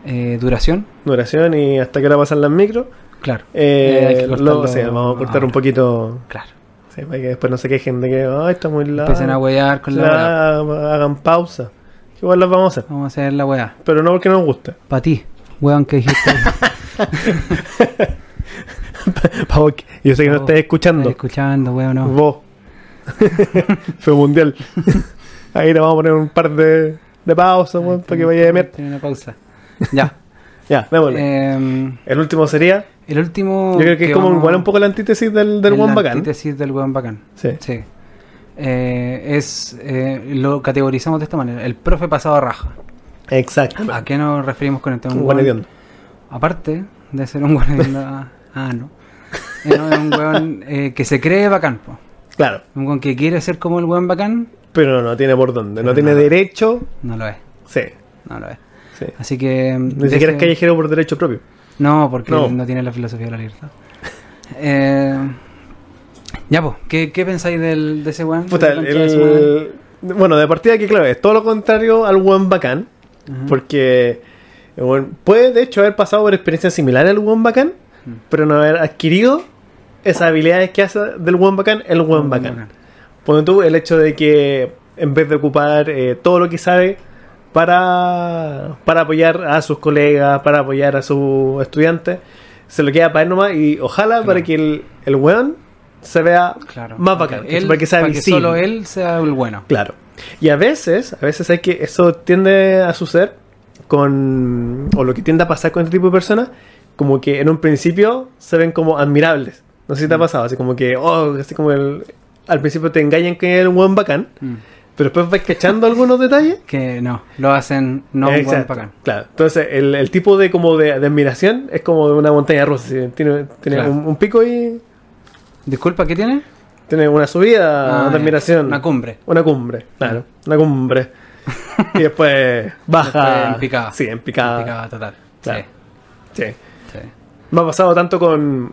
Speaker 2: eh, duración.
Speaker 1: duración y hasta qué hora pasan las micro.
Speaker 2: Claro. Eh, hay
Speaker 1: Eh,
Speaker 2: que cortarlo Ah.
Speaker 1: luego, sí, vamos a cortar
Speaker 2: ahora.
Speaker 1: un poquito.
Speaker 2: Claro.
Speaker 1: sí, para que después no se quejen de que "Ay, está muy largo.
Speaker 2: Empiecen a huear con la, weá.
Speaker 1: La- hagan pausa. Igual las vamos a hacer,
Speaker 2: Vamos a hacer la weá.
Speaker 1: pero no porque nos guste.
Speaker 2: Para ti, weón, que dijiste.
Speaker 1: Pa' vos que- Yo sé que no
Speaker 2: Pa' vos.
Speaker 1: estés escuchando.
Speaker 2: Estás escuchando, weón, no.
Speaker 1: Vos. Fue mundial. Ahí le vamos a poner un par de, de pausas, weón, para que vaya de mierda.
Speaker 2: Tiene una pausa. Ya.
Speaker 1: Ya, démosle.
Speaker 2: Eh,
Speaker 1: el último sería.
Speaker 2: el último.
Speaker 1: Yo creo que es como
Speaker 2: vamos-
Speaker 1: igual un poco la antítesis del, del
Speaker 2: es
Speaker 1: One
Speaker 2: la
Speaker 1: Bacán.
Speaker 2: antítesis del weón bacán.
Speaker 1: Sí.
Speaker 2: Sí. Eh, es. eh, lo categorizamos de esta manera. El profe pasado a raja.
Speaker 1: Exacto.
Speaker 2: ¿A qué nos referimos con el tema?
Speaker 1: Un
Speaker 2: Un
Speaker 1: buen
Speaker 2: Ah, weón-
Speaker 1: hediondo.
Speaker 2: Aparte de ser un weón. ah, no. Eh, no, Es un weón eh, que se cree bacán, po.
Speaker 1: Claro.
Speaker 2: Un weón que quiere ser como el weón bacán,
Speaker 1: Pero no tiene por dónde. No
Speaker 2: Pero
Speaker 1: tiene
Speaker 2: no.
Speaker 1: derecho.
Speaker 2: no lo es.
Speaker 1: Sí.
Speaker 2: No lo es.
Speaker 1: sí.
Speaker 2: Así que.
Speaker 1: Ni siquiera es
Speaker 2: que
Speaker 1: callejero por derecho propio.
Speaker 2: No, porque
Speaker 1: No.
Speaker 2: no, tiene la filosofía de la libertad. Eh, ya, pues, ¿qué, qué pensáis del, de ese weón?
Speaker 1: Puta,
Speaker 2: ¿Del
Speaker 1: el-
Speaker 2: contra de su madre?
Speaker 1: el- bueno, de partida que claro, es todo lo contrario al One Bacán.
Speaker 2: Ajá.
Speaker 1: Porque eh, bueno, puede de hecho haber pasado por experiencias similares al One Bacán,
Speaker 2: Mm.
Speaker 1: pero no haber adquirido esas habilidades que hace del One Bacán el One Bacán. Ponte tú el hecho de que en vez de ocupar eh, todo lo que sabe para, para apoyar a sus colegas, para apoyar a sus estudiantes, se lo queda para él nomás y ojalá para que el, el weón se vea
Speaker 2: Claro.
Speaker 1: más bacán,
Speaker 2: Él-
Speaker 1: para que sea visible.
Speaker 2: solo él sea el bueno.
Speaker 1: Claro. Y a veces, a veces hay que eso tiende a suceder con o lo que tiende a pasar con este tipo de personas, como que en un principio se ven como admirables. No
Speaker 2: Mm.
Speaker 1: sé si te ha pasado, así como que oh, así como el al principio te engañan que eres un buen bacán,
Speaker 2: Mm.
Speaker 1: pero después vas cachando algunos detalles.
Speaker 2: Que no, lo hacen no un buen
Speaker 1: Exacto,
Speaker 2: bacán.
Speaker 1: Claro. Entonces, el, el tipo de como de, de admiración es como una montaña rusa, así, tiene, tiene
Speaker 2: Claro.
Speaker 1: un, un pico y
Speaker 2: Disculpa, ¿qué tiene?
Speaker 1: tiene una subida
Speaker 2: Ah,
Speaker 1: de
Speaker 2: ya.
Speaker 1: admiración.
Speaker 2: Una cumbre.
Speaker 1: Una cumbre, claro. Una cumbre. y después baja.
Speaker 2: Después en picada.
Speaker 1: Sí, en picada.
Speaker 2: Picada total.
Speaker 1: Claro. Sí.
Speaker 2: Sí, sí.
Speaker 1: Me ha pasado tanto con.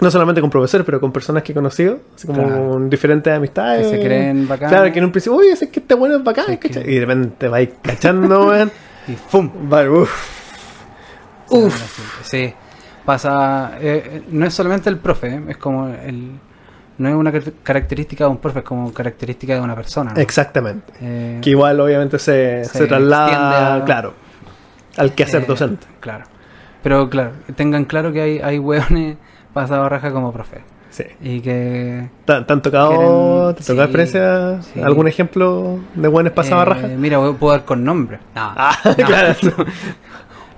Speaker 1: No solamente con profesores, pero con personas que he conocido. Así como
Speaker 2: Claro.
Speaker 1: con diferentes amistades.
Speaker 2: Que se creen bacanes.
Speaker 1: Claro, que en un principio, uy, es que este bueno es bacán,
Speaker 2: Sí,
Speaker 1: ¿cachai?
Speaker 2: que-
Speaker 1: Y de repente vais cachando, weón.
Speaker 2: Y ¡fum!
Speaker 1: Va, uff. Uf.
Speaker 2: Sí, pasa. eh, eh, no es solamente el profe, eh, es como el. No es una car- característica de un profe, es como característica de una persona. ¿no?
Speaker 1: Exactamente.
Speaker 2: Eh,
Speaker 1: Que igual, obviamente, se,
Speaker 2: Se
Speaker 1: se traslada,
Speaker 2: extiende a-
Speaker 1: claro, al quehacer
Speaker 2: eh,
Speaker 1: docente.
Speaker 2: Claro. Pero claro, tengan claro que hay, hay hueones pasados a raja como profe.
Speaker 1: Sí.
Speaker 2: Y que.
Speaker 1: ¿Te, han- te han tocado,
Speaker 2: Quieren-
Speaker 1: te tocó
Speaker 2: sí,
Speaker 1: experiencia?
Speaker 2: sí.
Speaker 1: ¿Algún ejemplo de buenos pasados a
Speaker 2: eh,
Speaker 1: raja?
Speaker 2: Mira, voy- puedo dar con nombre. No,
Speaker 1: Ah,
Speaker 2: no,
Speaker 1: claro.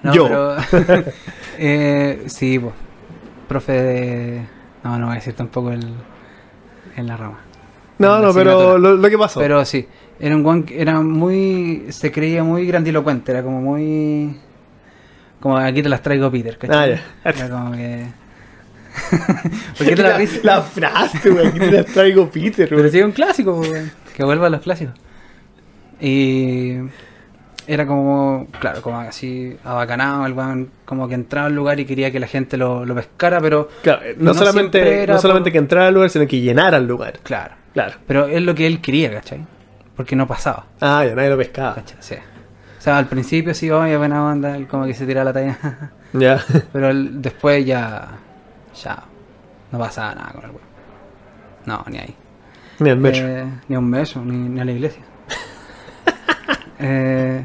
Speaker 2: no,
Speaker 1: Yo.
Speaker 2: pero- eh, sí, pues. Profe de. No, no voy a decir tampoco el. En la rama.
Speaker 1: No,
Speaker 2: la
Speaker 1: no, pero
Speaker 2: asignatura.
Speaker 1: lo, lo que pasó.
Speaker 2: Pero sí, era un guan que era muy. Se creía muy grandilocuente, era como muy. Como aquí te las traigo, Peter, ¿cachai?
Speaker 1: Ah, ya.
Speaker 2: Era como que. ¿Por qué te la
Speaker 1: la,
Speaker 2: risa?
Speaker 1: la frase, güey, aquí te la traigo Peter,
Speaker 2: Pero
Speaker 1: güey.
Speaker 2: sí, es un clásico, po, weón. que vuelva a los clásicos. Y. Era como, claro, como así, abacanado, el weón, como que entraba al lugar y quería que la gente lo, lo pescara, pero
Speaker 1: Claro, eh, no,
Speaker 2: No siempre
Speaker 1: solamente,
Speaker 2: era
Speaker 1: no solamente
Speaker 2: por-
Speaker 1: que entrara al lugar, sino que llenara el lugar.
Speaker 2: claro,
Speaker 1: Claro.
Speaker 2: pero es lo que él quería, ¿cachai? Porque no pasaba.
Speaker 1: Ah, ya nadie lo pescaba.
Speaker 2: ¿Cachai? Sí. O sea, al principio sí, oye, buena onda, él como que se tira la talla.
Speaker 1: Ya.
Speaker 2: Pero él después ya. Chao. No pasaba nada con el weón. No, ni ahí.
Speaker 1: Ni el metro.
Speaker 2: Eh, ni a un beso, ni, ni a la iglesia. Eh,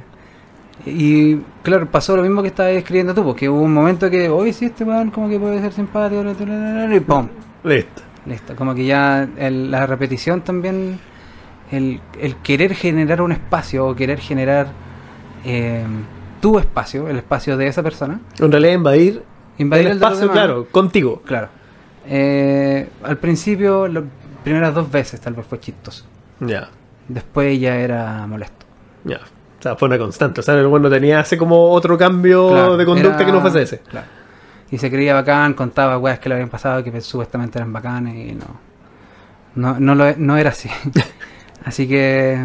Speaker 2: y claro, pasó lo mismo que estabas escribiendo tú, porque hubo un momento que, oye, sí, este weón como que puede ser simpático, bla, bla, bla, bla", y ¡pum!
Speaker 1: Listo.
Speaker 2: Listo, como que ya el- la repetición también, el, el querer generar un espacio o querer generar eh, tu espacio, el espacio de esa persona,
Speaker 1: En realidad invadir,
Speaker 2: Invadir
Speaker 1: el
Speaker 2: el de los
Speaker 1: espacio,
Speaker 2: demás.
Speaker 1: claro, contigo.
Speaker 2: claro. Eh, al principio, las primeras dos veces tal vez fue chistoso,
Speaker 1: Ya,
Speaker 2: después ya era molesto.
Speaker 1: ya. O sea, fue una constante. O sea, el bueno tenía hace como otro cambio
Speaker 2: Claro,
Speaker 1: de conducta
Speaker 2: era-
Speaker 1: que no fuese ese.
Speaker 2: claro. Y se creía bacán, contaba weas que le habían pasado que supuestamente eran bacanes y no. No, no, lo- no era así. así que.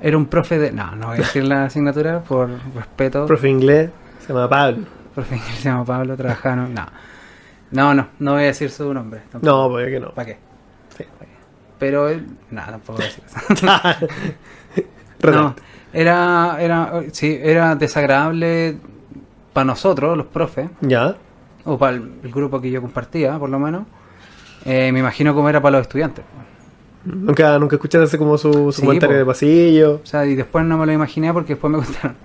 Speaker 2: Era un profe de. No, no voy a decir la asignatura por respeto.
Speaker 1: Profe inglés, se llama Pablo.
Speaker 2: Profe que se llama Pablo, trabajaba. No, no, no, no, no voy a decir su nombre.
Speaker 1: No, pues que no.
Speaker 2: ¿Para qué?
Speaker 1: Sí.
Speaker 2: ¿Pa' qué? Pero. él- No, tampoco voy a decir eso. No,
Speaker 1: Redacta.
Speaker 2: era, era, sí, era desagradable para nosotros, los profes,
Speaker 1: Ya,
Speaker 2: o para el, el grupo que yo compartía, por lo menos, eh, me imagino cómo era para los estudiantes.
Speaker 1: nunca, nunca escuchaste como su, su
Speaker 2: Sí,
Speaker 1: comentario
Speaker 2: po.
Speaker 1: de pasillo.
Speaker 2: O sea, y después no me lo imaginé porque después me contaron.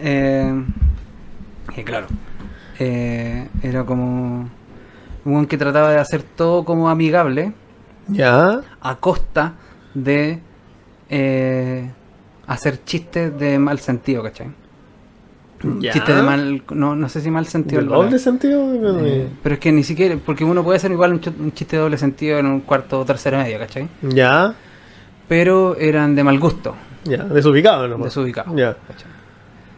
Speaker 2: Eh, y claro, eh, era como un weón que trataba de hacer todo como amigable
Speaker 1: Ya,
Speaker 2: a costa de eh, hacer chistes de mal sentido, ¿cachai?
Speaker 1: ya.
Speaker 2: Chistes de mal, no, no sé si mal
Speaker 1: ¿De
Speaker 2: sentido. el
Speaker 1: doble sentido?
Speaker 2: Eh, pero es que ni siquiera, porque uno puede hacer igual un, chu- un chiste de doble sentido en un cuarto o tercero medio, ¿cachai?
Speaker 1: Ya,
Speaker 2: Pero eran de mal gusto,
Speaker 1: ya, desubicado nomás.
Speaker 2: desubicados.
Speaker 1: Ya.
Speaker 2: ¿cachai?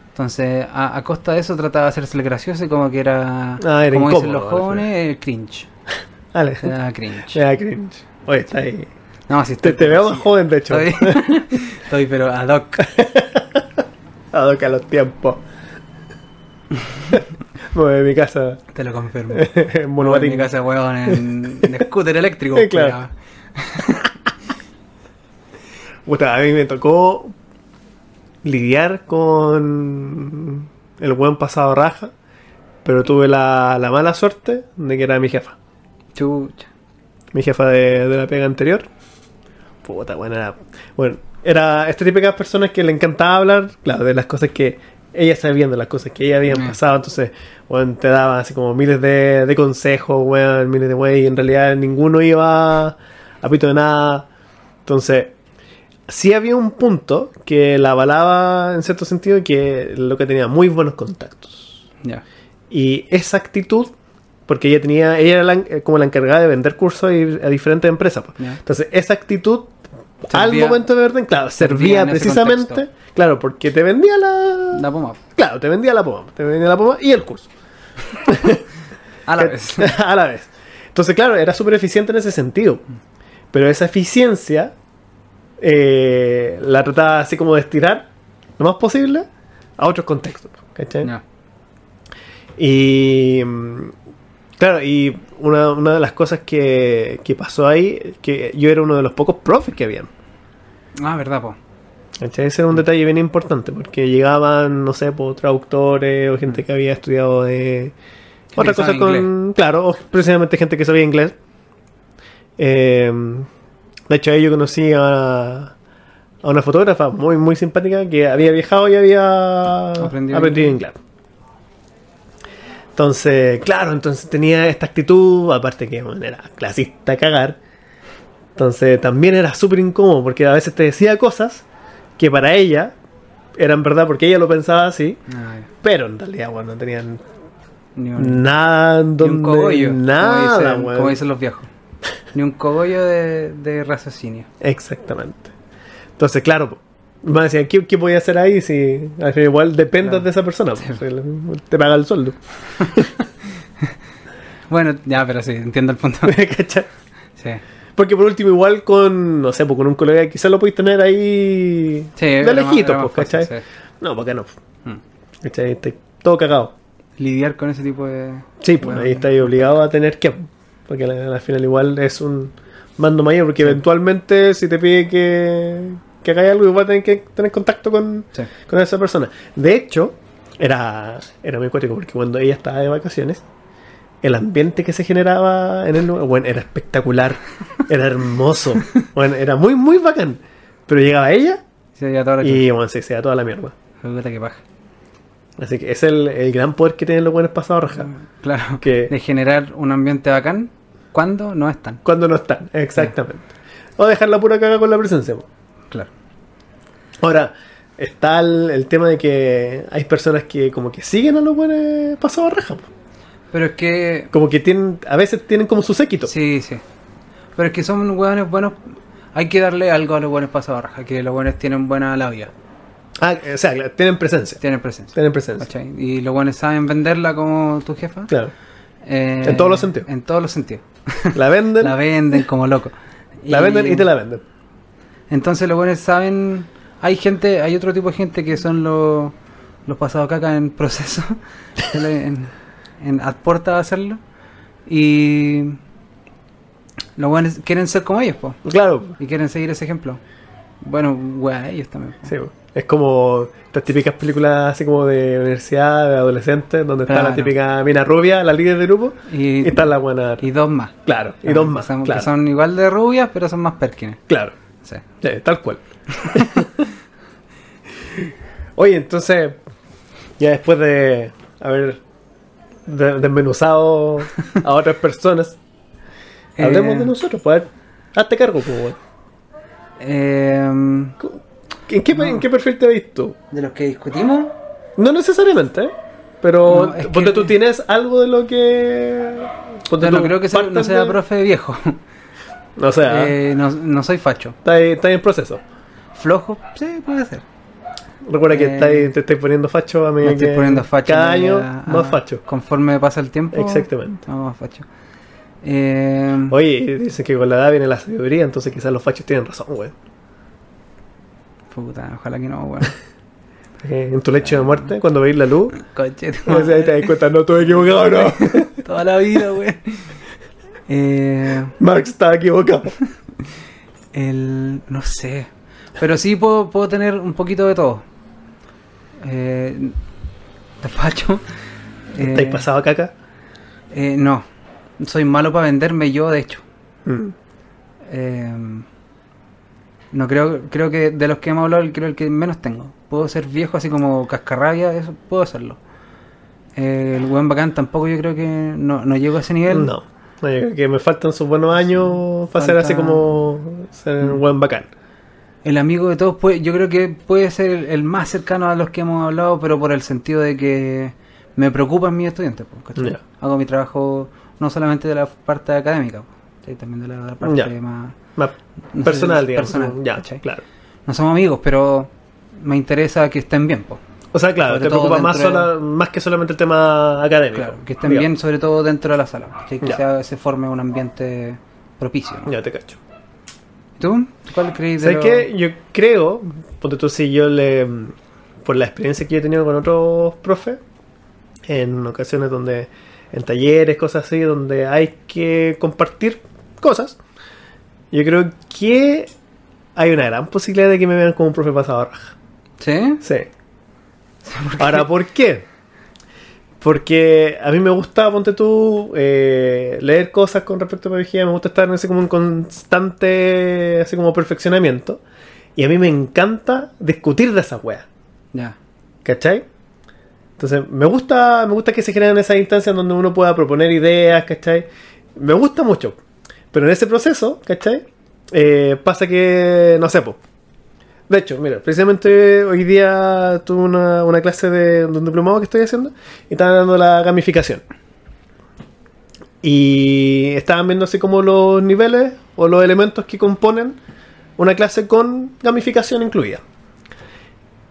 Speaker 2: Entonces, a, a costa de eso trataba de hacerse el gracioso y como que era,
Speaker 1: Ah, era
Speaker 2: como dicen
Speaker 1: incómodo,
Speaker 2: los
Speaker 1: al final.
Speaker 2: jóvenes, el cringe.
Speaker 1: Ale.
Speaker 2: Era cringe.
Speaker 1: Ya, cringe. Oye, está ahí.
Speaker 2: No, si
Speaker 1: Te,
Speaker 2: estoy,
Speaker 1: te veo más joven, de hecho.
Speaker 2: estoy, estoy pero ad hoc.
Speaker 1: Dado que a los tiempos. Me voy de mi casa
Speaker 2: Te lo confirmo.
Speaker 1: en
Speaker 2: Voy En mi
Speaker 1: monopatín.
Speaker 2: casa, weón, en, en scooter eléctrico.
Speaker 1: Eh, claro. Puta, a mí me tocó lidiar con el buen pasado raja, pero tuve la, la mala suerte de que era mi jefa.
Speaker 2: culiao. Chucha.
Speaker 1: Mi jefa de, de la pega anterior. Puta, bueno, era, bueno, era este esta típica persona que le encantaba hablar, claro, de las cosas que ella sabía, de las cosas que ella había
Speaker 2: Mm.
Speaker 1: pasado, entonces, bueno, te daba así como miles de, de consejos, weón, miles de wey, y en realidad ninguno iba a pito de nada. Entonces, sí había un punto que la avalaba en cierto sentido que lo que tenía muy buenos contactos.
Speaker 2: Ya.
Speaker 1: Y esa actitud, porque ella tenía, ella era la- eh, como la encargada de vender cursos y- a diferentes empresas. pues.
Speaker 2: Ya.
Speaker 1: Entonces, esa actitud al
Speaker 2: Servía-
Speaker 1: momento de vender, claro,
Speaker 2: servía
Speaker 1: servía,
Speaker 2: en ese
Speaker 1: precisamente,
Speaker 2: contexto.
Speaker 1: claro, porque te vendía la,
Speaker 2: La poma.
Speaker 1: claro, te vendía la poma, te vendía la poma y el curso
Speaker 2: A la vez.
Speaker 1: a la vez. Entonces, claro, era súper eficiente en ese sentido. Pero esa eficiencia eh, la trataba así como de estirar lo más posible a otros contextos. ¿Cachai?
Speaker 2: Ya.
Speaker 1: Y mm, claro, y una, una de las cosas que, que pasó ahí, es que yo era uno de los pocos profes que habían.
Speaker 2: Ah, verdad, po.
Speaker 1: ¿cachai? Ese era
Speaker 2: Mm.
Speaker 1: un detalle bien importante, porque llegaban, no sé, por traductores o gente que había estudiado de...
Speaker 2: Gente
Speaker 1: Otra
Speaker 2: que
Speaker 1: cosa
Speaker 2: sabe
Speaker 1: con... Claro, o precisamente gente que sabía inglés. Eh, de hecho, ahí yo conocí a, a una fotógrafa muy, muy simpática que había viajado y había
Speaker 2: Aprendido
Speaker 1: aprendido, inglés. Entonces, claro, entonces tenía esta actitud, aparte que bueno, era clasista a cagar. Entonces también era súper incómodo porque a veces te decía cosas que para ella eran verdad porque ella lo pensaba así,
Speaker 2: Ah, ya.
Speaker 1: pero en realidad, bueno, no tenían
Speaker 2: Ni un-
Speaker 1: nada en
Speaker 2: Ni un
Speaker 1: donde-
Speaker 2: cogollo. como,
Speaker 1: nada,
Speaker 2: dicen,
Speaker 1: weón.
Speaker 2: como dicen los viejos. Ni un cogollo de, de raciocinio.
Speaker 1: Exactamente. Entonces, claro, po, me decían, ¿qué, qué voy a hacer ahí si al final igual dependas
Speaker 2: Claro.
Speaker 1: de esa persona? po,
Speaker 2: Sí.
Speaker 1: si el- te paga el sueldo.
Speaker 2: Bueno, ya, pero sí, entiendo el punto.
Speaker 1: ¿Cachai?
Speaker 2: Sí.
Speaker 1: Porque por último, igual con, no sé, po, con un colega quizás lo podéis tener ahí
Speaker 2: Sí,
Speaker 1: de
Speaker 2: era más-
Speaker 1: lejito,
Speaker 2: era más
Speaker 1: pues,
Speaker 2: fácil,
Speaker 1: ¿cachai?
Speaker 2: sí.
Speaker 1: No, porque no.
Speaker 2: Mm.
Speaker 1: ¿Cachai? Estáis todo cagado.
Speaker 2: Lidiar con ese tipo de.
Speaker 1: Sí, pues
Speaker 2: Bueno,
Speaker 1: ahí estáis obligado a tener que. Porque al, al final igual es un mando mayor, porque eventualmente si te pide que, que hagáis algo, igual tenés que tener contacto con,
Speaker 2: sí.
Speaker 1: con esa persona. De hecho, era, era muy cuático porque cuando ella estaba de vacaciones, el ambiente que se generaba en el lugar, bueno, era espectacular, era hermoso, bueno, era muy, muy bacán. Pero llegaba ella
Speaker 2: Se veía toda la
Speaker 1: y bueno, sí, se da toda la mierda.
Speaker 2: chucha. Puta, qué paja.
Speaker 1: Así que ese es el, el gran poder que tienen los buenos pasados raja.
Speaker 2: Claro.
Speaker 1: Ah, Que-
Speaker 2: De generar un ambiente bacán cuando no están.
Speaker 1: Cuando no están, exactamente. O dejar la pura caga con la presencia. po.
Speaker 2: Claro.
Speaker 1: Ahora, está el, el tema de que hay personas que como que siguen a los buenos pasados raja. po.
Speaker 2: Pero es que.
Speaker 1: Como que tienen, a veces tienen como su séquito.
Speaker 2: Sí, sí. Pero es que son hueones buenos. Hay que darle algo a los buenos pasados raja, que los buenos tienen buena labia,
Speaker 1: Ah, o sea, claro, tienen presencia.
Speaker 2: tienen presencia.
Speaker 1: Tienen presencia.
Speaker 2: ¿cachai? Y los buenos saben venderla como tu jefa.
Speaker 1: Claro.
Speaker 2: Eh,
Speaker 1: En todos los sentidos.
Speaker 2: En todos los sentidos.
Speaker 1: La venden,
Speaker 2: La
Speaker 1: la,
Speaker 2: venden como loco.
Speaker 1: venden y te la venden.
Speaker 2: Entonces los buenos saben, hay gente, hay otro tipo de gente que son los los pasados caca en proceso, en, en aporta a hacerlo y los buenos quieren ser como ellos, po,
Speaker 1: Claro.
Speaker 2: y quieren seguir ese ejemplo. Bueno, wea, ellos también. po.
Speaker 1: Sí, po. es como las típicas películas así como de universidad, de adolescentes, donde está
Speaker 2: Claro.
Speaker 1: la típica mina rubia, la líder de grupo, y,
Speaker 2: Y,
Speaker 1: está la buena.
Speaker 2: y dos más.
Speaker 1: claro, y dos más.
Speaker 2: Que son, que
Speaker 1: claro,
Speaker 2: son igual de rubias, pero son más perkines.
Speaker 1: claro.
Speaker 2: Sí.
Speaker 1: Sí, tal cual. Oye, entonces, ya después de haber de- desmenuzado a otras personas, hablemos
Speaker 2: Eh,
Speaker 1: de nosotros, pues. a ver, Hazte cargo, pues. weón.
Speaker 2: eh,
Speaker 1: ¿En qué, ¿En qué perfil te veis tú?
Speaker 2: de los que discutimos,
Speaker 1: No necesariamente, ¿eh? pero
Speaker 2: No, es
Speaker 1: ponte
Speaker 2: que-
Speaker 1: tú tienes algo de lo que. Ponte
Speaker 2: yo no
Speaker 1: tú
Speaker 2: creo que sea, no
Speaker 1: partes
Speaker 2: sea
Speaker 1: de-
Speaker 2: profe viejo.
Speaker 1: O sea,
Speaker 2: Eh, no, no soy facho.
Speaker 1: está, ahí, está ahí en proceso.
Speaker 2: Flojo, sí, puede ser.
Speaker 1: Recuerda que
Speaker 2: Eh,
Speaker 1: está ahí- te estáis poniendo facho a mí.
Speaker 2: Me estoy poniendo facho.
Speaker 1: Cada
Speaker 2: me
Speaker 1: año
Speaker 2: voy a-
Speaker 1: más
Speaker 2: a-
Speaker 1: facho.
Speaker 2: Ah, Conforme pasa el tiempo.
Speaker 1: Exactamente.
Speaker 2: vamos más facho. Eh,
Speaker 1: Oye, dicen que con la edad viene la sabiduría, entonces quizás los fachos tienen razón, güey.
Speaker 2: puta, ojalá que no, weón.
Speaker 1: Eh, En tu lecho de muerte, cuando veis la luz,
Speaker 2: Coche, tu
Speaker 1: o sea, Pues ahí te das cuenta, no estoy equivocado, no.
Speaker 2: madre, toda la vida, weón. Eh,
Speaker 1: Marx estaba equivocado.
Speaker 2: el. No sé. Pero sí puedo, puedo tener un poquito de todo. Eh, de facho. Eh,
Speaker 1: ¿Estáis pasado a caca?
Speaker 2: eh, no. Soy malo para venderme yo, de hecho.
Speaker 1: Mm.
Speaker 2: Eh, no creo, creo que de los que hemos hablado, el- creo el que menos tengo. Puedo ser viejo así como cascarrabia, eso puedo hacerlo. Eh, el buen bacán tampoco yo creo que no, no llego a ese nivel.
Speaker 1: No. No, yo creo que me faltan sus buenos años para ser
Speaker 2: Falta- Mm.
Speaker 1: así como ser un buen bacán.
Speaker 2: El amigo de todos puede, yo creo que puede ser el, el más cercano a los que hemos hablado, pero por el sentido de que me preocupan mis estudiantes. po, ¿cachai?
Speaker 1: Ya.
Speaker 2: Hago mi trabajo no solamente de la parte académica, po, ¿cachai? también de la, parte
Speaker 1: Ya.
Speaker 2: más...
Speaker 1: Más
Speaker 2: No sé,
Speaker 1: personal, digamos.
Speaker 2: personal,
Speaker 1: ya,
Speaker 2: ¿cachai?
Speaker 1: claro.
Speaker 2: No somos amigos, pero me interesa que estén bien. po.
Speaker 1: O sea, claro, te
Speaker 2: Sobre todo
Speaker 1: preocupa más,
Speaker 2: dentro de-
Speaker 1: sola- más que solamente el tema académico.
Speaker 2: Claro, que estén
Speaker 1: Digamos.
Speaker 2: bien, sobre todo dentro de la sala. ¿cachai? Que
Speaker 1: Ya.
Speaker 2: sea- se forme un ambiente propicio. ¿no?
Speaker 1: Ya te cacho.
Speaker 2: ¿Tú? ¿Cuál crees de
Speaker 1: ¿Sabes
Speaker 2: lo-
Speaker 1: qué? Yo creo, ponte tú si yo le. Por la experiencia que yo he tenido con otros profes, en ocasiones donde. En talleres, cosas así, donde hay que compartir cosas. Yo creo que hay una gran posibilidad de que me vean como un profe pasado a raja.
Speaker 2: ¿Sí?
Speaker 1: Sí. Ahora, ¿por qué? Porque a mí me gusta, ponte tú, eh, leer cosas con respecto a pedagogía, me gusta estar en ese como un constante, así como perfeccionamiento. Y a mí me encanta discutir de esas weas,
Speaker 2: Ya.
Speaker 1: ¿cachai? Entonces, me gusta, me gusta que se generen esas instancias donde uno pueda proponer ideas, ¿cachai? Me gusta mucho. Pero en ese proceso, ¿cachai? Eh, pasa que, no sé, po. De hecho, mira, precisamente hoy día tuve una, una clase de, de un diplomado que estoy haciendo y estaban dando la gamificación. Y estaban viendo así como los niveles o los elementos que componen una clase con gamificación incluida.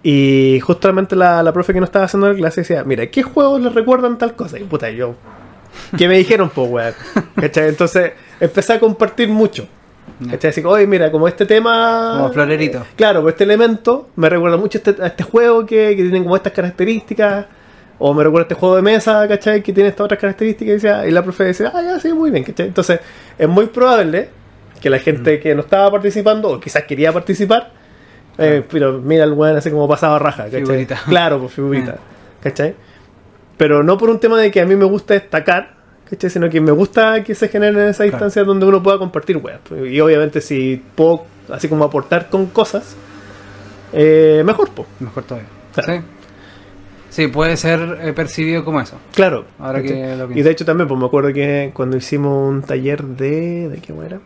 Speaker 1: Y justamente la, la profe que no estaba haciendo la clase decía, mira, ¿qué juegos les recuerdan tal cosa? Y puta, yo... ¿Qué me dijeron, po, weón? ¿Cachai? Entonces empecé a compartir mucho.
Speaker 2: Ya.
Speaker 1: ¿Cachai? Así que, oye, mira, como este tema...
Speaker 2: Como florerito.
Speaker 1: eh, claro, pues este elemento me recuerda mucho a este, a este juego que, que tiene como estas características. O me recuerda a este juego de mesa, ¿cachai? Que tiene estas otras características. Y, decía- y la profe decía, ah, ya, sí, muy bien, ¿cachai? Entonces, es muy probable que la gente que no estaba participando, o quizás quería participar, eh, pero mira el weón así como pasaba raja, ¿cachai?
Speaker 2: Figurita.
Speaker 1: Claro, pues figurita, ¿cachai? Pero no por un tema de que a mí me gusta destacar, ¿cachai? Sino que me gusta que se generen esas instancias donde uno pueda compartir weas. pues, Y obviamente si puedo así como aportar con cosas, eh, mejor, pues.
Speaker 2: Mejor todavía.
Speaker 1: Claro.
Speaker 2: Sí. Sí, puede ser eh, percibido como eso.
Speaker 1: Claro.
Speaker 2: Ahora que
Speaker 1: ¿cachai?
Speaker 2: lo pienso.
Speaker 1: y de hecho también, pues me acuerdo que cuando hicimos un taller de... ¿De qué hueá era?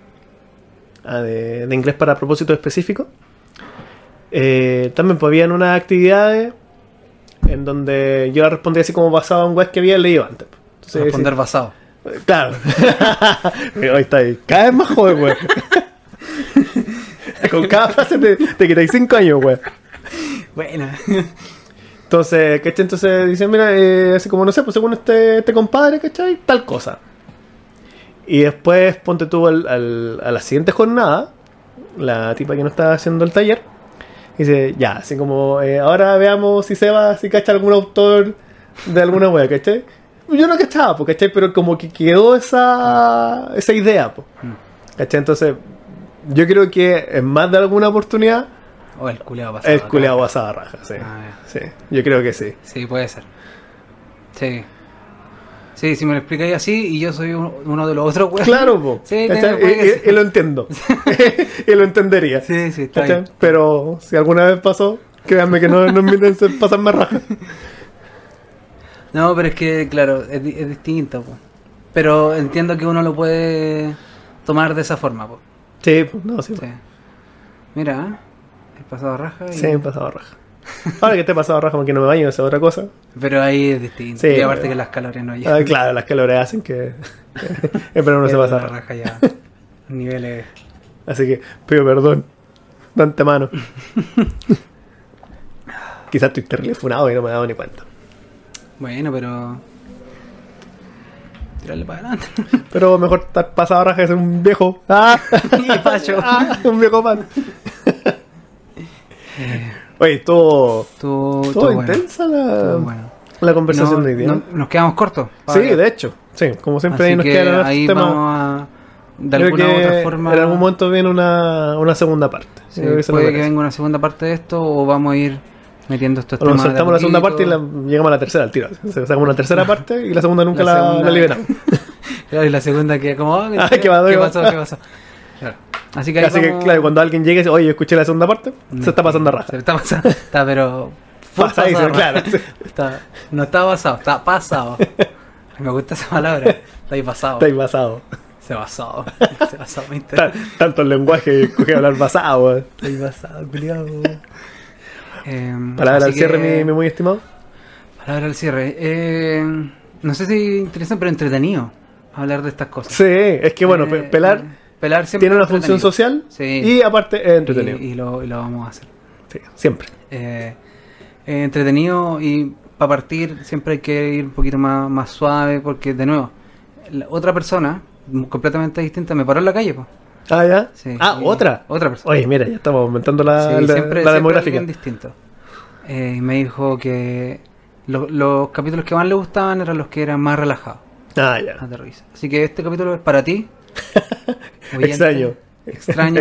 Speaker 1: Ah, de, de inglés para propósitos específicos. eh, también pues habían unas actividades en donde yo la respondía así como basado en webs que había leído antes. pues. Entonces,
Speaker 2: Responder basado.
Speaker 1: Eh, Claro. Pero ahí está, ahí. cada vez más joven, güey. Con cada frase te, te quitáis 5 años, güey.
Speaker 2: Buena.
Speaker 1: Entonces, ¿cachai? Entonces dicen, mira, eh, así como no sé, pues según este, este compadre, ¿cachai? Tal cosa. Y después ponte tú al- al- a la siguiente jornada, la tipa que no está haciendo el taller, dice, ya, así como, eh, ahora veamos si se va, si cacha algún autor de alguna wea, ¿cachai? Yo no cachaba, pues, ¿cachai? Pero como que quedó esa, esa idea, pues.
Speaker 2: Mm.
Speaker 1: ¿cachai? Entonces, yo creo que en más de alguna oportunidad,
Speaker 2: O el culeado basado.
Speaker 1: el
Speaker 2: acá.
Speaker 1: culeado pasaba raja, sí.
Speaker 2: Ah, ya.
Speaker 1: Sí, yo creo que sí.
Speaker 2: Sí, puede ser. Sí. Sí, si me lo explicáis así y yo soy un- uno de los otros weones.
Speaker 1: Claro, po.
Speaker 2: Sí,
Speaker 1: ¿Cachai?
Speaker 2: claro, puede que
Speaker 1: Y- y,
Speaker 2: sí.
Speaker 1: y lo entiendo. y lo entendería.
Speaker 2: Sí, sí, está
Speaker 1: ¿Cachai?
Speaker 2: bien.
Speaker 1: Pero si alguna vez pasó, créanme que no, no miren se pasan más raja.
Speaker 2: No, pero es que, claro, es, di- es distinto, po. Pero entiendo que uno lo puede tomar de esa forma, po.
Speaker 1: Sí, pues, no, sí.
Speaker 2: Sí. Mira, ¿eh? el pasado raja. y-
Speaker 1: Sí, me he pasado raja. Ahora que te he pasado raja porque no me baño, esa es otra cosa.
Speaker 2: Pero ahí es distinto.
Speaker 1: Sí,
Speaker 2: y aparte
Speaker 1: pero-
Speaker 2: que las calores no llegan.
Speaker 1: Ah, claro, las calores hacen que. Pero uno se
Speaker 2: Pero
Speaker 1: pasa
Speaker 2: la
Speaker 1: raja.
Speaker 2: raja ya. Niveles.
Speaker 1: Así que pido perdón de antemano. Quizás estoy terrible funado y no me he dado ni cuenta.
Speaker 2: Bueno, pero. Tirarle para adelante.
Speaker 1: Pero mejor estar pasado raja que ser un viejo. ¡Ah!
Speaker 2: Y pacho.
Speaker 1: Ah, un viejo pan. Oye, estuvo,
Speaker 2: Todo,
Speaker 1: estuvo
Speaker 2: todo bueno.
Speaker 1: intensa la,
Speaker 2: todo bueno.
Speaker 1: la conversación
Speaker 2: No-
Speaker 1: de hoy día.
Speaker 2: no- nos quedamos cortos.
Speaker 1: sí, de hecho. Sí, como siempre ahí nos quedan los
Speaker 2: ahí
Speaker 1: temas.
Speaker 2: vamos a. De
Speaker 1: Creo
Speaker 2: alguna u
Speaker 1: que
Speaker 2: otra forma.
Speaker 1: En algún momento viene una, una segunda parte.
Speaker 2: sí,
Speaker 1: Creo que se lo
Speaker 2: puede que
Speaker 1: merece.
Speaker 2: venga una segunda parte de esto o vamos a ir metiendo estos
Speaker 1: O nos
Speaker 2: temas. de a
Speaker 1: saltamos la segunda parte y
Speaker 2: poquito.
Speaker 1: la- llegamos a la tercera al tiro. O sea, sacamos una tercera parte y la segunda nunca
Speaker 2: La
Speaker 1: la, la
Speaker 2: segunda-
Speaker 1: liberamos.
Speaker 2: Claro, y la segunda que como, ah,
Speaker 1: Ah,
Speaker 2: ¿qué,
Speaker 1: qué maduro.
Speaker 2: pasó? ¿Qué pasó? Claro. Así que ahí
Speaker 1: Así que,
Speaker 2: vamos-
Speaker 1: claro, cuando alguien llegue y dice, oye, yo escuché la segunda parte,
Speaker 2: No,
Speaker 1: se está pasando raja.
Speaker 2: Se está pasando, está pero... full
Speaker 1: Pasadizo,
Speaker 2: pasado,
Speaker 1: claro.
Speaker 2: Está- no está pasado, está pasado. Me gusta esa palabra. Está ahí pasado.
Speaker 1: Está ahí basado.
Speaker 2: Se basado. Se basado. me interesa.
Speaker 1: Ta- Tanto el lenguaje, escogí hablar basado. eh. weón.
Speaker 2: Está ahí basado, culiado. Eh,
Speaker 1: Palabra
Speaker 2: así
Speaker 1: al cierre,
Speaker 2: que-
Speaker 1: mi- mi muy estimado.
Speaker 2: Palabra al cierre. Eh, no sé si interesante, pero entretenido hablar de estas cosas.
Speaker 1: Sí, es que bueno, pe-
Speaker 2: Eh,
Speaker 1: pelar
Speaker 2: pelar siempre
Speaker 1: tiene una
Speaker 2: es
Speaker 1: función
Speaker 2: entretenido.
Speaker 1: social
Speaker 2: Sí.
Speaker 1: y aparte es entretenido.
Speaker 2: Y, y lo, y lo vamos a hacer.
Speaker 1: Sí, siempre.
Speaker 2: Eh, eh, entretenido y para partir siempre hay que ir un poquito más, más suave porque de nuevo, la otra persona m- completamente distinta me paró en la calle. po.
Speaker 1: Ah, ya.
Speaker 2: Sí,
Speaker 1: ah,
Speaker 2: y-
Speaker 1: otra.
Speaker 2: Otra persona.
Speaker 1: Oye, mira, ya estamos aumentando Ah, la,
Speaker 2: Sí,
Speaker 1: la-
Speaker 2: siempre-
Speaker 1: la
Speaker 2: siempre
Speaker 1: demográfica.
Speaker 2: alguien distinto. Eh, y me dijo que lo- los capítulos que más le gustaban eran los que eran más relajados.
Speaker 1: Ah, ya.
Speaker 2: Aterriza. Así que este capítulo es para ti. oyente.
Speaker 1: Extraño.
Speaker 2: Extraño.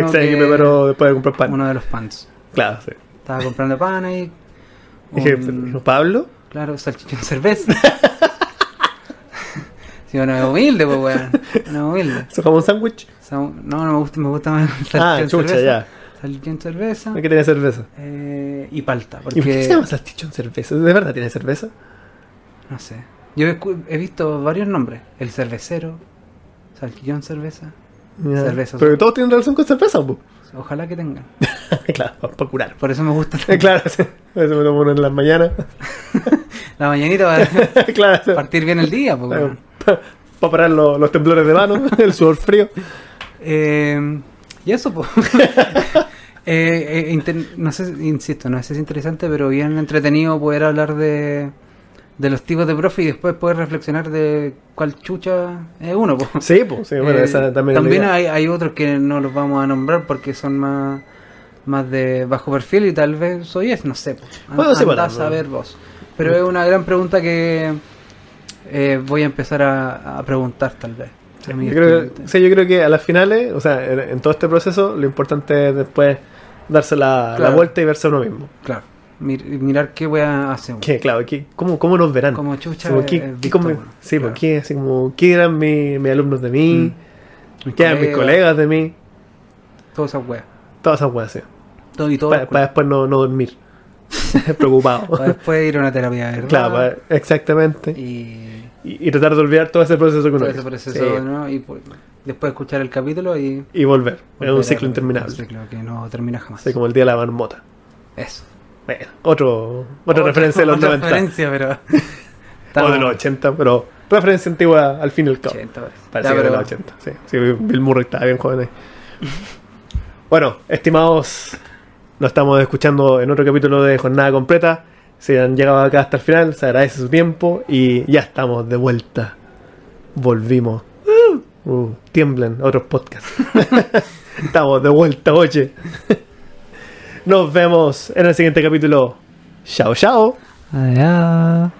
Speaker 1: Extraño
Speaker 2: que
Speaker 1: que primero después de comprar pan.
Speaker 2: Uno de los fans.
Speaker 1: Claro, sí.
Speaker 2: Estaba comprando pan ahí.
Speaker 1: Dije,
Speaker 2: un-
Speaker 1: pero, Pablo,
Speaker 2: Claro, salchichón cerveza. Si uno es humilde, pues weón. Uno es humilde.
Speaker 1: ¿sojamos un sándwich?
Speaker 2: O sea, un- no, no me gusta, me gusta más el
Speaker 1: Ah,
Speaker 2: salchichón
Speaker 1: chucha,
Speaker 2: cerveza.
Speaker 1: ya.
Speaker 2: Salchichón cerveza.
Speaker 1: Hay que tener cerveza.
Speaker 2: eh, y palta.
Speaker 1: ¿Y por qué se
Speaker 2: Porque.
Speaker 1: llama salchichón cerveza? ¿De verdad tiene cerveza?
Speaker 2: No sé. Yo he, escu- he visto varios nombres. El cervecero. Salchichón cerveza.
Speaker 1: Ya.
Speaker 2: Cerveza,
Speaker 1: Pero todos tienen relación con cerveza, ¿no?
Speaker 2: Ojalá que tengan.
Speaker 1: claro, para curar.
Speaker 2: Por eso me gusta
Speaker 1: Eh, claro, sí. Eso me tomo uno en las mañanas.
Speaker 2: La mañanita para
Speaker 1: claro, sí.
Speaker 2: partir bien el día, pues, weón.
Speaker 1: Para parar lo- los temblores de mano, el sudor frío.
Speaker 2: Eh, y eso, pues. Eh, eh, inter- no sé, insisto, no sé si es interesante, pero bien entretenido poder hablar de, de los tipos de profe y después poder reflexionar de cuál chucha es uno, pues.
Speaker 1: Sí, pues, sí, bueno,
Speaker 2: Eh,
Speaker 1: esa también, es la idea.
Speaker 2: hay, hay otros que no los vamos a nombrar porque son más, más de bajo perfil y tal vez soy es, no sé. po. An-
Speaker 1: Bueno, sí,
Speaker 2: andá
Speaker 1: bueno,
Speaker 2: a saber vos. Pero es una gran pregunta que eh, voy a empezar a, a preguntar tal vez. a mis
Speaker 1: Yo creo, que-
Speaker 2: estudiantes.
Speaker 1: sí, yo creo que a las finales, o sea, en, en todo este proceso, lo importante es después darse la, la
Speaker 2: Claro.
Speaker 1: vuelta y verse uno mismo.
Speaker 2: Claro. mir- mirar qué wea hace. weón.
Speaker 1: Que, claro, que, ¿cómo, ¿cómo nos verán?
Speaker 2: Como chucha.
Speaker 1: Como, ¿qué-
Speaker 2: eh,
Speaker 1: pues, qué
Speaker 2: visto,
Speaker 1: come-
Speaker 2: weón.
Speaker 1: sí, pues,
Speaker 2: Claro. Mm.
Speaker 1: porque así como, ¿qué eran mi- mis alumnos de mí?
Speaker 2: Mis
Speaker 1: ¿Qué eran mis colegas de mí?
Speaker 2: Todas esas weas.
Speaker 1: Todas esas weas, sí.
Speaker 2: Todo y todo.
Speaker 1: Para, para después no, no dormir. Preocupado.
Speaker 2: Para después ir a una terapia, de ¿verdad?
Speaker 1: claro, para- exactamente.
Speaker 2: Y
Speaker 1: Y, y tratar de olvidar todo ese proceso que uno
Speaker 2: todo ese
Speaker 1: hizo.
Speaker 2: proceso,
Speaker 1: Sí.
Speaker 2: ¿no? Y por- después escuchar el capítulo y...
Speaker 1: Y volver. Es
Speaker 2: volver a-
Speaker 1: un ciclo interminable.
Speaker 2: Un ciclo que no termina jamás.
Speaker 1: Así como el día de la marmota.
Speaker 2: Eso.
Speaker 1: Bueno, otro, otra referencia de los
Speaker 2: otra
Speaker 1: 90.
Speaker 2: referencia, pero...
Speaker 1: O de los 80, pero referencia antigua al fin y al cabo.
Speaker 2: 80, parece.
Speaker 1: Parece
Speaker 2: Ya,
Speaker 1: que era de
Speaker 2: pero-
Speaker 1: los 80. Sí, sí, Bill Murray estaba bien joven ahí. Bueno, estimados, nos estamos escuchando en otro capítulo de Jornada Completa. Si han llegado acá hasta el final, se agradece su tiempo y ya estamos de vuelta. Volvimos. Uh, tiemblen otros podcasts. estamos de vuelta, oye. nos vemos en el siguiente capítulo. Chao, chao.
Speaker 2: Adiós.